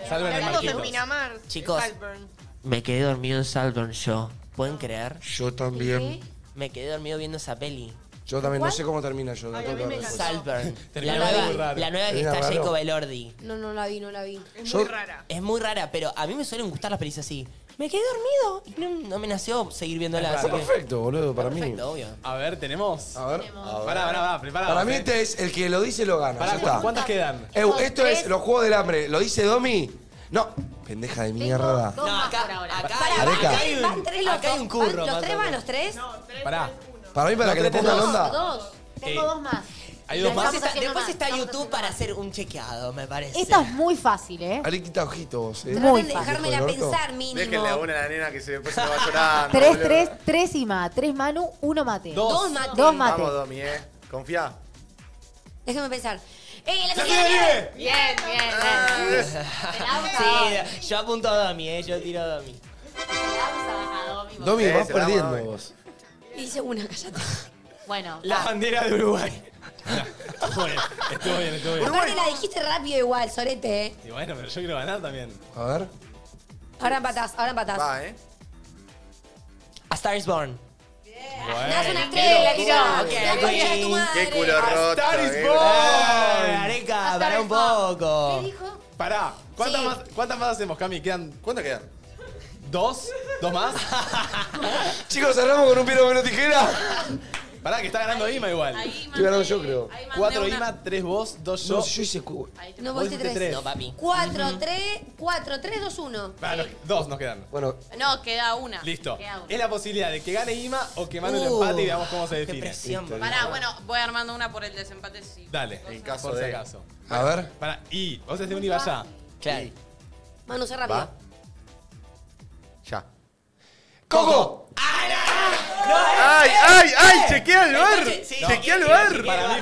S4: Salven al
S8: Hablamos de
S4: Marquitos.
S8: Pinamar.
S4: Chicos.
S8: Saltburn.
S4: Me quedé dormido en Saltburn yo. ¿Pueden creer?
S2: Yo también.
S4: Me quedé dormido viendo esa peli.
S2: Yo también, no sé cómo termina yo. la tengo que ver después.
S4: Saltburn. La
S2: Termina muy
S4: nueva,
S2: raro.
S4: la nueva que
S2: Termina
S4: está
S2: raro.
S4: Jacob Elordi.
S3: No, no la vi, no la vi.
S4: Es muy rara. Es muy rara, pero a mí me suelen gustar las pelis así. Me quedé dormido y no, no me nació seguir viéndola.
S2: Está
S4: así que-
S2: perfecto, boludo, para mí.
S4: Perfecto, obvio.
S1: A ver, tenemos.
S2: A ver.
S1: Pará, pará, pará, preparados,
S2: Para mí
S1: eh.
S2: este es el que lo dice lo gana.
S1: Pará,
S2: ya está.
S1: ¿cuántas quedan?
S2: Ew, esto es los juegos del hambre. ¿Lo dice Domi? No. Pendeja de mierda.
S3: Dos más por ahora. Pará,
S2: Areca.
S3: van tres, van tres los
S4: acá
S3: dos.
S4: hay un curro,
S3: Van- ¿Los
S4: más
S3: tres
S4: o
S3: van
S4: menos.
S3: los tres?
S1: Pará.
S2: Para mí, para
S1: No,
S2: que le
S1: tres,
S2: pongan
S1: tres,
S2: onda.
S6: Dos. Tengo
S1: Eh,
S6: dos más.
S1: ¿Hay dos más?
S4: Después está, después está YouTube para hacer un chequeado, me parece.
S6: Esta es muy fácil, ¿eh?
S2: Arequita ojitos, eh.
S6: Muy
S2: Hijo
S6: fácil.
S2: del orto.
S13: Déjenle a una a la nena que se después se va llorando.
S6: Tres,
S13: boludo.
S6: tres, tres y más. Tres Manu, uno mate.
S13: Dos.
S3: Dos mate.
S6: Dos mate.
S13: Vamos, Domi, eh. Confía.
S3: Déjame pensar. ¡Eh, la
S13: ¡La
S3: sociedad
S13: tiene!
S3: libre!
S6: Bien, bien,
S4: Sí, yo apunto a Domi, eh, yo tiro a Domi.
S2: Domi,
S4: Sí,
S2: vas
S4: se la vamos,
S2: perdiendo
S4: Domi.
S2: vos.
S3: Hice una, callate.
S6: Bueno.
S4: La bandera de Uruguay.
S1: Estuvo bien, estuvo bien, estuvo bien.
S3: Aparte la dijiste rápido igual, sorete, eh.
S1: Y bueno, pero yo quiero ganar también.
S2: A ver.
S3: Ahora empatás, ahora empatás.
S1: Va, eh.
S4: A Star is Born.
S3: Das una
S4: Pero,
S3: estrella, ya.
S4: ok,
S3: La
S4: ok.
S3: concha de tu madre.
S13: Qué culo roto. eh.
S1: Born.
S4: Eh, Areca, pará un poco.
S1: ¿Qué dijo? Pará. ¿Cuántas, más, ¿Cuántas más hacemos, Cami? ¿Quedan? ¿Cuántas quedan? ¿Dos? ¿Dos más?
S2: Chicos, cerramos con un piedra, papel o tijera.
S1: Pará, que está ganando Ima igual.
S2: Estoy ganando yo, creo.
S1: Cuatro Ima, tres vos, dos yo.
S2: No, yo hice cu-
S3: No,
S1: Vos
S3: vos
S1: hiciste
S3: tres.
S1: tres.
S3: No,
S4: papi.
S3: 4, 3, 4, 3, 2, 1.
S1: Pará, nos- dos nos quedan.
S2: Bueno,
S5: No, queda una.
S1: listo.
S5: Queda una.
S1: Es la posibilidad de que gane Ima o que mande el
S4: Uh,
S1: empate y veamos cómo se define.
S4: presión,
S1: Listo,
S5: Pará,
S1: listo.
S5: bueno, voy armando una por el desempate si.
S1: Dale.
S5: En
S13: caso
S1: por si
S13: de-
S1: acaso.
S2: A ver.
S1: Pará, y vos haces de un y vas allá.
S4: Claro.
S3: Manu, sé
S13: Va.
S3: rápido.
S13: Ya.
S2: ¡Coco!
S13: ¡Ay, ay, ay! ¡Chequea el bar! ¡Chequea el bar!
S1: Para mí,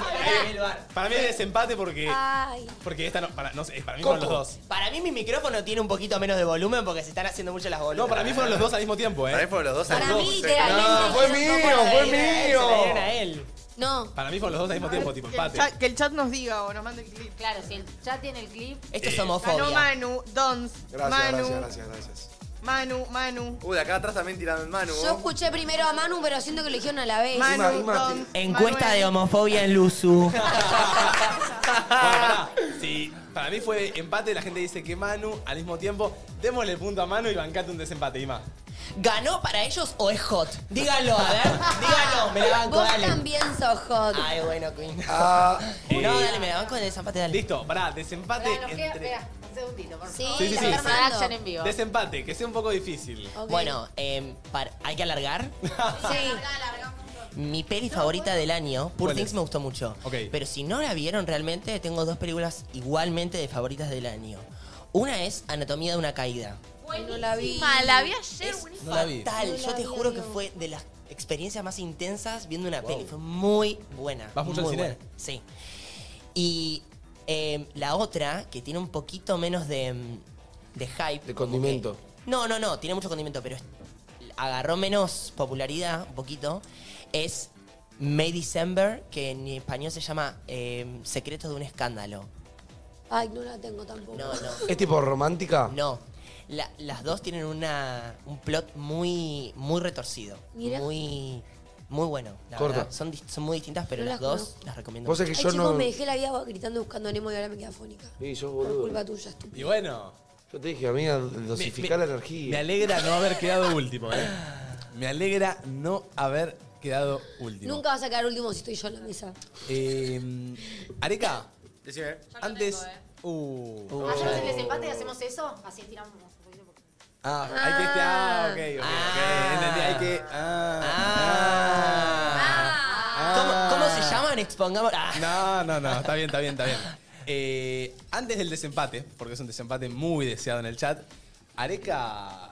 S1: para mí es desempate porque.
S3: Ay.
S1: Porque esta no. Para, no sé, para mí fueron los
S4: Coco.
S1: dos.
S4: Para mí mi micrófono tiene un poquito menos de volumen porque se están haciendo mucho las boludas.
S1: No, para mí fueron los dos al mismo tiempo, eh. Para mí
S13: fueron los dos
S1: al mismo tiempo.
S4: literalmente,
S2: fue
S4: Se
S2: mío,
S4: la
S2: fue
S4: dieron a él, se la dieron a
S2: mío.
S4: él.
S3: No.
S1: Para mí fueron los dos al mismo tiempo, tipo
S8: Que el,
S1: empate.
S8: chat, que el chat nos diga o nos mande el clip.
S6: Claro, si el chat tiene el clip.
S4: Esto
S1: Eh,
S4: es
S8: Ganó
S4: homofobia.
S8: Manu, Dons,
S13: Gracias,
S8: Manu,
S13: gracias, gracias, gracias.
S8: Manu, Manu.
S13: Uy, de acá atrás también tirando el Manu.
S3: Yo escuché primero a Manu, pero siento que lo dijeron a la vez.
S8: Manu, Ima, Ima, Dons,
S4: Encuesta de homofobia en Luzu.
S1: Sí, para mí fue empate. La gente dice que Manu al mismo tiempo. Démosle punto a Manu y bancate un desempate, Ima.
S4: ¿Ganó para ellos o es hot? Díganlo, a ver. Díganlo, me la banco,
S3: Vos
S4: dale.
S3: también sos hot.
S4: Ay, bueno, Queen.
S1: Ah,
S4: No, dale, me la banco en el desempate, dale.
S1: Listo, pará, desempate
S6: Pará, nos queda-
S1: entre.
S6: espera, un segundito, por favor.
S1: Sí, sí, sí.
S6: Action en vivo.
S1: Desempate, que sea un poco difícil.
S4: Bueno, em, par- hay que alargar. Mi peli favorita del año, Poor
S1: ¿Cuál
S4: Things,
S1: es?
S4: me gustó mucho. Pero si no la vieron realmente, tengo dos películas igualmente de favoritas del año. Una es Anatomía de una caída.
S3: No la vi.
S5: Ma, la vi ayer,
S1: No la vi.
S4: Tal,
S3: No
S4: yo
S3: la
S4: te
S3: vi,
S4: juro que
S3: no.
S4: fue de las experiencias más intensas viendo una peli. Fue muy buena.
S1: ¿Vas mucho al
S4: muy
S1: cine?
S4: buena. Sí. Y Eh, la otra, que tiene un poquito menos de, mm, de hype.
S2: De condimento.
S4: No, no, no, tiene mucho condimento, pero es- agarró menos popularidad, un poquito. Es May December, que en español se llama eh, Secretos de un escándalo.
S3: Ay, no la tengo tampoco.
S4: No, no.
S2: ¿Es tipo romántica?
S4: No. La- las dos tienen una, un plot muy, muy retorcido.
S3: Mira.
S4: Muy, muy bueno. la
S2: Corta.
S4: verdad. Son, dis- son muy distintas, pero
S3: No
S4: las
S3: las
S4: dos
S3: conozco.
S4: las recomiendo.
S2: Vos sabés
S4: mucho.
S2: que yo
S3: Ay, chicos,
S2: no.
S3: me dejé la vida gritando buscando a Nemo y ahora me quedé afónica.
S2: Sí, yo,
S3: Por
S2: boludo.
S3: culpa tuya, estúpido.
S1: Y bueno.
S2: Yo te dije, amiga, dosificar
S1: Me-
S2: la energía.
S1: Me alegra no haber quedado último, ¿eh? Me alegra no haber quedado último.
S3: Nunca vas a quedar último si estoy yo en la mesa.
S1: Eh, Areca,
S13: Decime.
S1: antes. Uh,
S6: Ah, yo no sé, les empate y hacemos eso, así estiramos.
S1: Ah, hay que este. Ah, ok, ok, ok. Entendí, hay que. Ah.
S4: ¿Cómo, cómo se llaman? Expongamos. Ah.
S1: Ah. No, no, no, está bien, está bien, está bien. Eh, antes del desempate, porque es un desempate muy deseado en el chat, Areca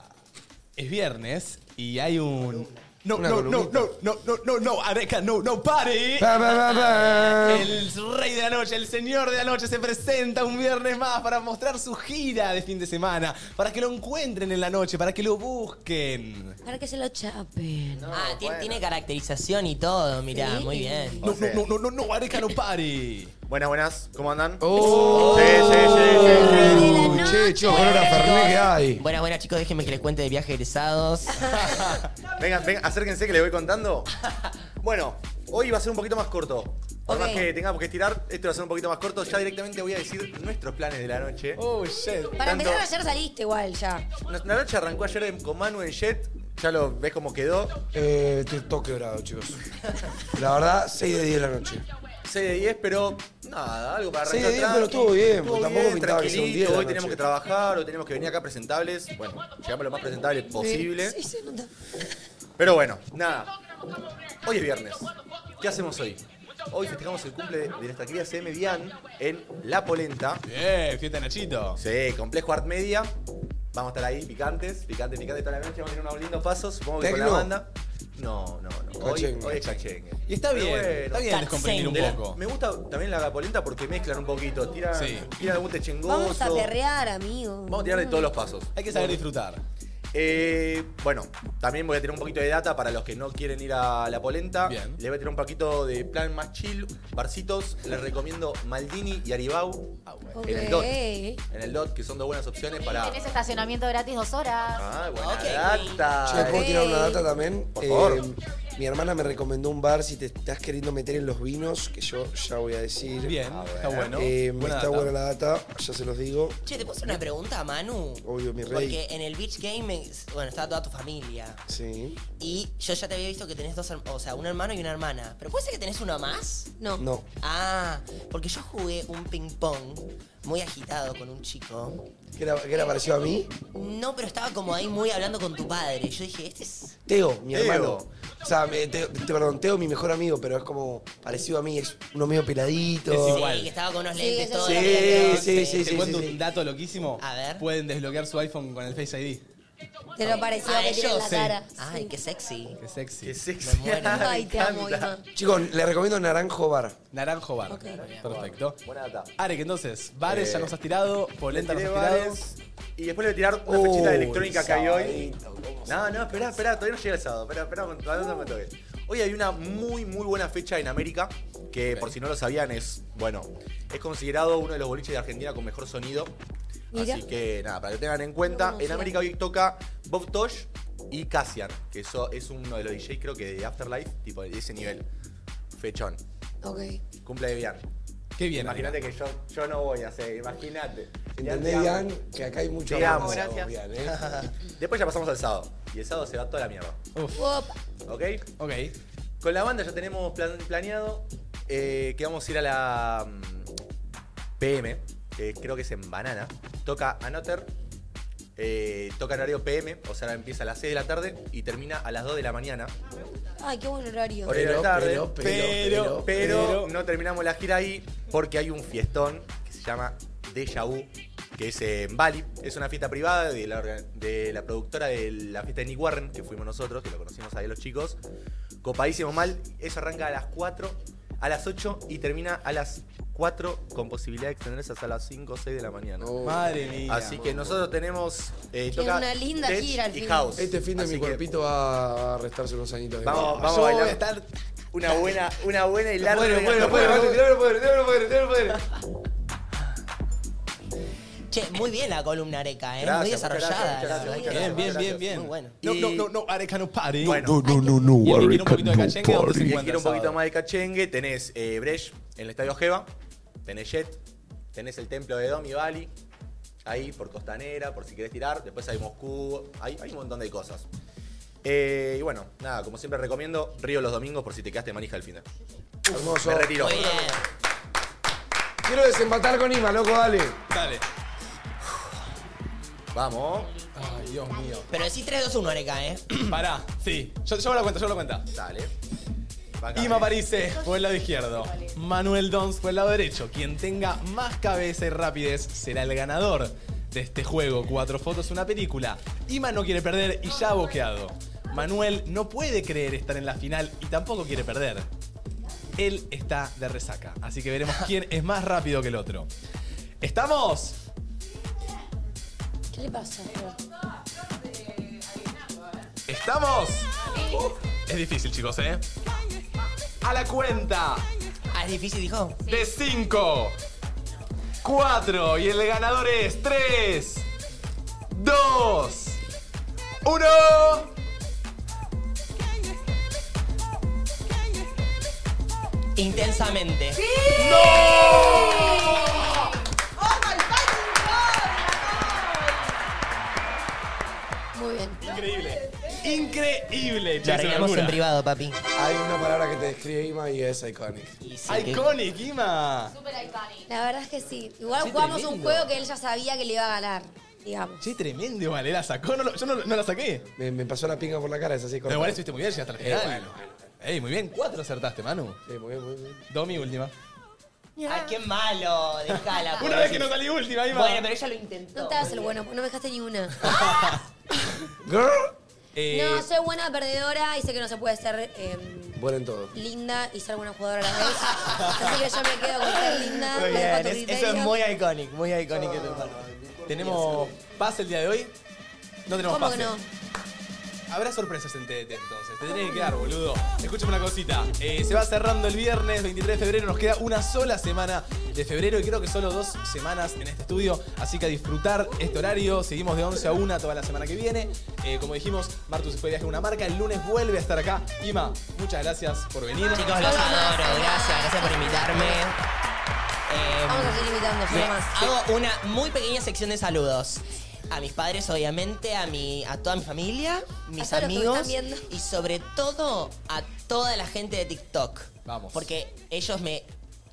S1: es viernes y hay un. No,
S2: Una
S1: no, no,
S2: columnita.
S1: no, no, no, no, no, Areca, no, no, pare.
S2: Pa, pa, pa, pa.
S1: El rey de la noche, el señor de la noche se presenta un viernes más para mostrar su gira de fin de semana, para que lo encuentren en la noche, para que lo busquen.
S3: Para que se lo chapen.
S4: ah, tiene, tiene caracterización y todo, mirá,
S3: Sí.
S4: muy bien.
S1: No, no, no, no, no, Areca, no, pare.
S13: Buenas, buenas, ¿cómo andan?
S2: Oh.
S13: Sí, sí, sí, sí.
S2: Uy, che, chicos, con hora Fernet que hay.
S4: Buena, buena, chicos, déjenme que les cuente de viaje egresados.
S13: Vengan, vengan, acérquense que les voy contando. Bueno, hoy va a ser un poquito más corto. Por
S3: Ok.
S13: más que tengamos que estirar, esto va a ser un poquito más corto. Ya directamente voy a decir nuestros planes de la noche.
S1: Oh, shit.
S3: Para empezar, ayer saliste igual ya.
S13: La noche arrancó ayer con Manu en Jet. Ya lo ves cómo quedó.
S2: Eh, estoy todo quebrado, chicos. La verdad, 6 de 10 de la noche.
S13: 6 de 10, pero nada, algo para
S2: Seis
S13: arrancar.
S2: de diez,
S13: tranqui.
S2: pero estuvo bien,
S13: Estuvo
S2: porque tampoco pintaba que sea un
S13: tranquilito,
S2: diez de la
S13: Hoy tenemos
S2: noche.
S13: que trabajar, hoy tenemos que venir acá presentables. Bueno, llegamos lo más presentables posible.
S3: Sí, se nota.
S13: Pero bueno, nada. Hoy es viernes. ¿Qué hacemos hoy? Hoy festejamos el cumple de nuestra querida CM Bian en La Polenta.
S1: Bien, fiesta Nachito.
S13: Sí, complejo Art Media. Vamos a estar ahí picantes, picantes, picantes toda la noche. Vamos a tener unos lindos pasos, supongo que con la
S2: ¿Tecno?
S13: banda. No, no, no. Hoy,
S2: Cachengue.
S13: hoy es cachengue.
S1: Y está
S13: Pero
S1: bien, está bien descomprimir un
S13: De la-
S1: poco.
S13: Me gusta también la polenta porque mezclan un poquito. Tiran,
S1: Sí.
S13: tiran algún techengoso.
S3: Vamos a perrear, amigo.
S13: Vamos a tirar de todos los pasos.
S1: Hay que saber disfrutar.
S13: Eh, bueno, también voy a tener un poquito de data para los que no quieren ir a la polenta.
S1: Bien.
S13: Les voy a tener un poquito de plan más chill, barcitos. Les recomiendo Maldini y Aribau
S1: Ah,
S3: Ok.
S13: en el DOT. En el DOT, que son dos buenas opciones para.
S6: Tenés estacionamiento gratis dos horas.
S13: Ah, buena data.
S2: Che, ¿puedo
S13: eh.
S2: tirar una data también? Eh,
S13: Por favor.
S2: mi hermana me recomendó un bar si te estás queriendo meter en los vinos, que yo ya voy a decir.
S1: Bien,
S13: A ver.
S1: está bueno.
S2: Eh,
S1: Buena
S2: está
S1: data.
S2: buena la data, ya se los digo.
S4: Che, ¿te puedo hacer una pregunta, Manu?
S2: Obvio, mi rey.
S4: Porque en el Beach Game, me- bueno, estaba toda tu familia.
S2: Sí.
S4: Y yo ya te había visto que tenés dos, herm- o sea, un hermano y una hermana. ¿Pero puede ser que tenés uno más?
S3: No.
S2: No.
S4: Ah, porque yo jugué un ping-pong muy agitado con un chico.
S2: ¿Qué era, qué era parecido a mí?
S4: No, pero estaba como ahí muy hablando con tu padre. Yo dije, este es.
S2: Teo, mi
S13: Teo.
S2: hermano. O sea, me- Teo- te- perdón, Teo, mi mejor amigo, pero es como parecido a mí, es uno medio peladito.
S1: Es igual.
S4: Sí, que estaba con unos
S3: Sí,
S4: lentes
S3: eso
S4: todo.
S2: Sí,
S4: blanqueado,
S2: sí, sí,
S1: Te
S2: sí.
S1: cuento un dato loquísimo.
S4: A ver.
S1: Pueden desbloquear su iPhone con el Face ID.
S3: Te lo pareció
S4: Ah,
S3: que tiene en la
S4: ellos, sí.
S3: cara.
S4: Ay,
S3: Sí.
S4: qué sexy.
S1: Qué sexy.
S13: Qué sexy.
S4: Me muero.
S3: Ay, te amo,
S13: encanta.
S3: Ima.
S2: Chicos, le recomiendo Naranjo Bar.
S1: Naranjo Bar.
S3: Ok.
S1: Perfecto.
S13: Buena data.
S1: Arek, entonces, bares
S13: Eh,
S1: ya nos has tirado, polenta
S13: Le
S1: nos
S13: tiré
S1: has tirado.
S13: bares, y después le voy a tirar una
S2: Uy,
S13: fechita de electrónica que hay hoy.
S2: sabadito, ¿cómo
S13: No, no, esperá, esperá, todavía no llega el sábado. Esperá, esperá, cuando- cuando me toque. Hoy hay una muy, muy buena fecha en América, que por si no lo sabían es, bueno, es considerado uno de los boliches de Argentina con mejor sonido.
S3: Mira.
S13: Así que nada, para que tengan en
S3: No
S13: cuenta,
S3: conocía.
S13: en América hoy toca Bob Tosh y Cassian, que eso es uno de los DJs creo que de Afterlife, tipo de ese nivel. Fechón.
S3: Ok.
S13: Cumple de bien.
S1: Qué bien. Arek.
S13: Imagínate que yo, yo no voy a hacer, imagínate.
S2: ¿Entendés, Ian? Que acá hay mucho
S13: Te amo,
S2: amor,
S8: gracias.
S2: Ian, ¿eh?
S13: Después ya pasamos al sábado. Y el sábado se va toda la mierda.
S1: Uf,
S3: Opa.
S13: ¿Ok?
S1: ok.
S13: Con la banda ya tenemos plan- planeado eh, que vamos a ir a la mm, PM, que creo que es en Banana. Toca Anotter, eh, toca en horario PM, o sea, empieza a las 6 de la tarde y termina a las 2 de la mañana.
S3: Ay, qué buen horario.
S13: Horario de
S2: Pero,
S13: tarde.
S2: pero, pero,
S13: pero,
S1: pero-
S13: no terminamos la gira ahí porque hay un fiestón que se llama Deja Vu, que es en Bali. Es una fiesta privada de la, orga- de la productora de la fiesta de Nick Warren, que fuimos nosotros, que lo conocimos ahí los chicos. Copadísimo mal. Eso arranca a las 4, a las 8 y termina a las 4 con posibilidad de extenderse hasta las 5 o 6 de la mañana.
S2: Oh. Madre mía.
S13: Así que nosotros tenemos. eh,
S3: Tiene
S13: toca
S3: una linda
S13: Tech
S3: gira al
S13: y
S3: fin.
S13: House.
S2: Este fin de
S13: Así
S2: mi
S13: que
S2: cuerpito va a restarse unos añitos. de
S13: Vamos,
S2: vida.
S13: vamos
S2: Yo
S13: a
S2: voy
S13: bailar.
S2: estar-
S13: Una buena, una buena y
S2: No
S13: larga.
S2: puede, no puede, no puede, Mati, tirame los poderes, tirame los poderes, tirame los poderes.
S4: Che, muy bien la columna areca, ¿eh?
S1: Gracias,
S4: muy
S1: muchas
S4: desarrollada.
S1: gracias,
S4: la
S1: muchas gracias,
S4: verdad.
S1: muchas Bien, bien, gracias. bien, bien.
S4: Muy bueno.
S1: No, no, no, no, Arecano Party.
S13: Bueno.
S2: No,
S13: Y el
S2: no, no,
S13: que quiere
S2: Warwick,
S13: un poquito de
S2: no
S13: cachengue, ¿dónde
S2: party.
S13: se encuentra? quiere un poquito más de cachengue, tenés eh, Bresh en el Estadio Jeva, tenés Jet, tenés el templo de Domi Valley, ahí por Costanera, por si querés tirar, después hay Moscú, hay, hay un montón de cosas. Eh, y bueno, nada, como siempre recomiendo, Río los domingos por si te quedaste manija el fin de.
S2: Hermoso.
S13: Me retiro.
S2: Muy bien. Quiero desempatar con Ima, loco, dale.
S13: Dale. Vamos. Ay, Dios mío.
S4: Pero decís 3, 2, 1, areca, ¿eh?
S1: Pará, sí. Yo, yo me lo cuento, yo me lo cuento.
S13: Dale.
S1: Ima Aparice por el lado izquierdo. Manuel Dons por el lado derecho. Quien tenga más cabeza y rapidez será el ganador de este juego. Cuatro fotos, una película. Ima no quiere perder y ya ha boqueado. Manuel no puede creer estar en la final y tampoco quiere perder. Él está de resaca, así que veremos quién es más rápido que el otro. ¿Estamos?
S3: ¿Qué le pasa?
S1: ¿Estamos? Es difícil, chicos, ¿eh? A la cuenta.
S4: Ah, es difícil, dijo.
S1: De 5, 4 y el ganador es 3, 2, 1.
S4: Intensamente. ¡Sí!
S1: ¡No!
S3: Muy bien.
S1: Increíble. Increíble,
S4: Lo arreglamos en privado, papi.
S2: Hay una palabra que te describe Ima y es iconic.
S1: Iconic, Ima.
S3: La verdad es que sí. Igual
S1: Sí,
S3: jugamos un
S1: tremendo.
S3: juego que él ya sabía que le iba a ganar, digamos.
S1: Che, tremendo, vale, la sacó. No, lo- yo no, no la saqué.
S2: Me, me pasó la pinga por la cara, es así.
S1: Pero igual estuviste muy bien, llegaste a la
S2: Eh,
S1: final.
S2: bueno,
S1: Ey, muy bien, cuatro acertaste, Manu.
S2: Sí, muy bien, muy bien.
S1: Domi, última.
S4: Ay, qué malo. Dejala.
S1: Una vez que
S3: pues.
S1: no salí última, Ima.
S4: Bueno, pero ella lo intentó.
S3: No te hagas el bueno, no me dejaste ni una.
S2: Girl. Eh,
S3: No, soy buena perdedora y sé que no se puede ser eh,
S2: Bueno en todo.
S3: linda y ser buena jugadora a la vez. Así que yo me quedo con ser linda.
S4: Muy
S3: me dejo a
S4: bien,
S3: tu
S4: es- eso
S3: criterio.
S4: es muy icónico, muy icónico de tu parte.
S2: Ah,
S1: ¿Tenemos pase el día de hoy? No tenemos eh.
S3: ¿Cómo
S1: pase.
S3: que no?
S1: Habrá sorpresas en TDT entonces. Te tenés que quedar, boludo. Escúchame una cosita. Eh, se va cerrando el viernes 23 de febrero. Nos queda una sola semana de febrero y creo que solo dos semanas en este estudio. Así que a disfrutar este horario. Seguimos de 11 a 1 toda la semana que viene. Eh, como dijimos, Martu se fue de viaje a una marca. El lunes vuelve a estar acá. Ima, muchas gracias por venir.
S4: Chicos, los adoro. Gracias, gracias por invitarme. Eh,
S3: Vamos a seguir invitando,
S4: Me-
S3: yo más.
S4: Hago una muy pequeña sección de saludos. A mis padres, obviamente, a mi, a toda mi familia, mis
S3: todos los que me
S4: amigos
S3: están viendo.
S4: y sobre todo a toda la gente de TikTok. Vamos. Porque ellos me,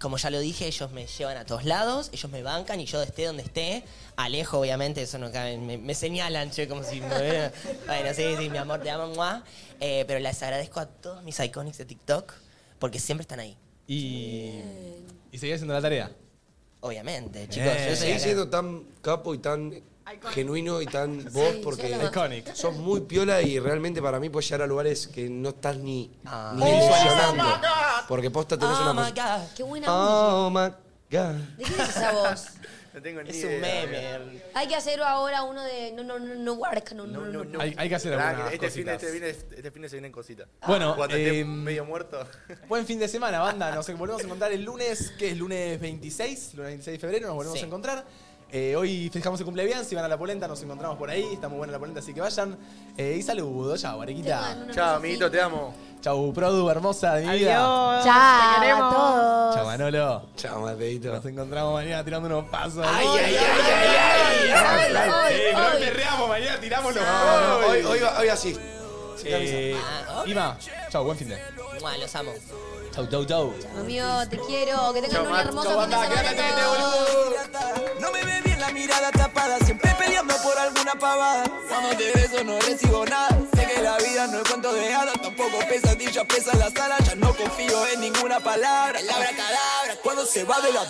S4: como ya lo dije, ellos me llevan a todos lados, ellos me bancan y yo esté donde esté. Alejo, obviamente, eso no cabe. Me, me señalan, che, como si me hubiera- Bueno, sí, sí, mi amor, te amo, mua. Eh, pero les agradezco a todos mis iconics de TikTok porque siempre están ahí.
S1: Y. ¿Y seguí haciendo la tarea? Eh,
S4: Obviamente,
S2: Chicos,
S4: Eh, chicos. yo soy
S2: seguís
S4: acá.
S2: siendo tan capo y tan genuino y tan vos
S4: Sí,
S2: porque
S4: sos lo más. Iconic.
S2: sos muy piola y realmente para mí puedes llegar a lugares que no estás ni, ni
S4: Oh,
S2: visionando.
S4: my God.
S2: Porque posta tenés
S4: Oh
S2: una
S4: my
S2: pos-
S4: god.
S3: Qué buena
S2: Oh my god.
S3: ¿De quién es esa voz?
S4: Es un meme.
S3: Hay que hacer ahora uno de. No, no, no, no, Warca, no, no, no. no.
S1: Hay, hay que hacer
S13: Pará,
S1: algunas
S13: que este fin,
S1: cositas.
S13: este, fin, este fin se vienen cositas.
S1: Bueno,
S13: cuando esté
S1: eh,
S13: medio muerto.
S1: Buen fin de semana, banda. Nos volvemos a encontrar el lunes, que es lunes 26, lunes 26 de febrero, nos volvemos
S4: Sí.
S1: a encontrar. Eh, hoy festejamos el cumpleaños, si van a la polenta, nos encontramos por ahí, está muy buena la polenta, así que vayan. Eh, y saludos, chao, Arequita.
S13: Chao, amiguito, te amo.
S1: Chau, Produ, hermosa de mi vida.
S13: Adiós.
S6: Chao,
S13: Te queremos.
S6: a todos.
S1: Chao, Manolo.
S2: Chao, Mateito.
S1: Nos encontramos mañana tirando unos pasos.
S2: Ay, ay, ay,
S1: ay,
S2: ay, ay, ay.
S1: Eh,
S2: Hoy,
S1: no
S2: hoy.
S1: perreamos, mañana tiramos los
S2: No, no, hoy,
S1: pasos.
S2: hoy, hoy así. Sin
S1: Eh,
S4: Ah, ok.
S1: Ima, chau, buen fin de.
S4: Mua, los amo.
S1: Chau, chau, chau.
S3: Amigo, te quiero. Que tengan
S1: Chau,
S3: un
S1: Mar-
S3: hermoso
S1: chau,
S3: fin de
S1: Ata,
S3: semana. a
S1: quédate,
S3: todos.
S18: No me ve bien la mirada tapada, siempre peleando por alguna pavada. Vamos de beso, no recibo nada. Sé que la vida no es cuento de hadas, tampoco pesadillas, pesa la sala. Ya no confío en ninguna palabra. Palabra, cadabra, cuando se va de la.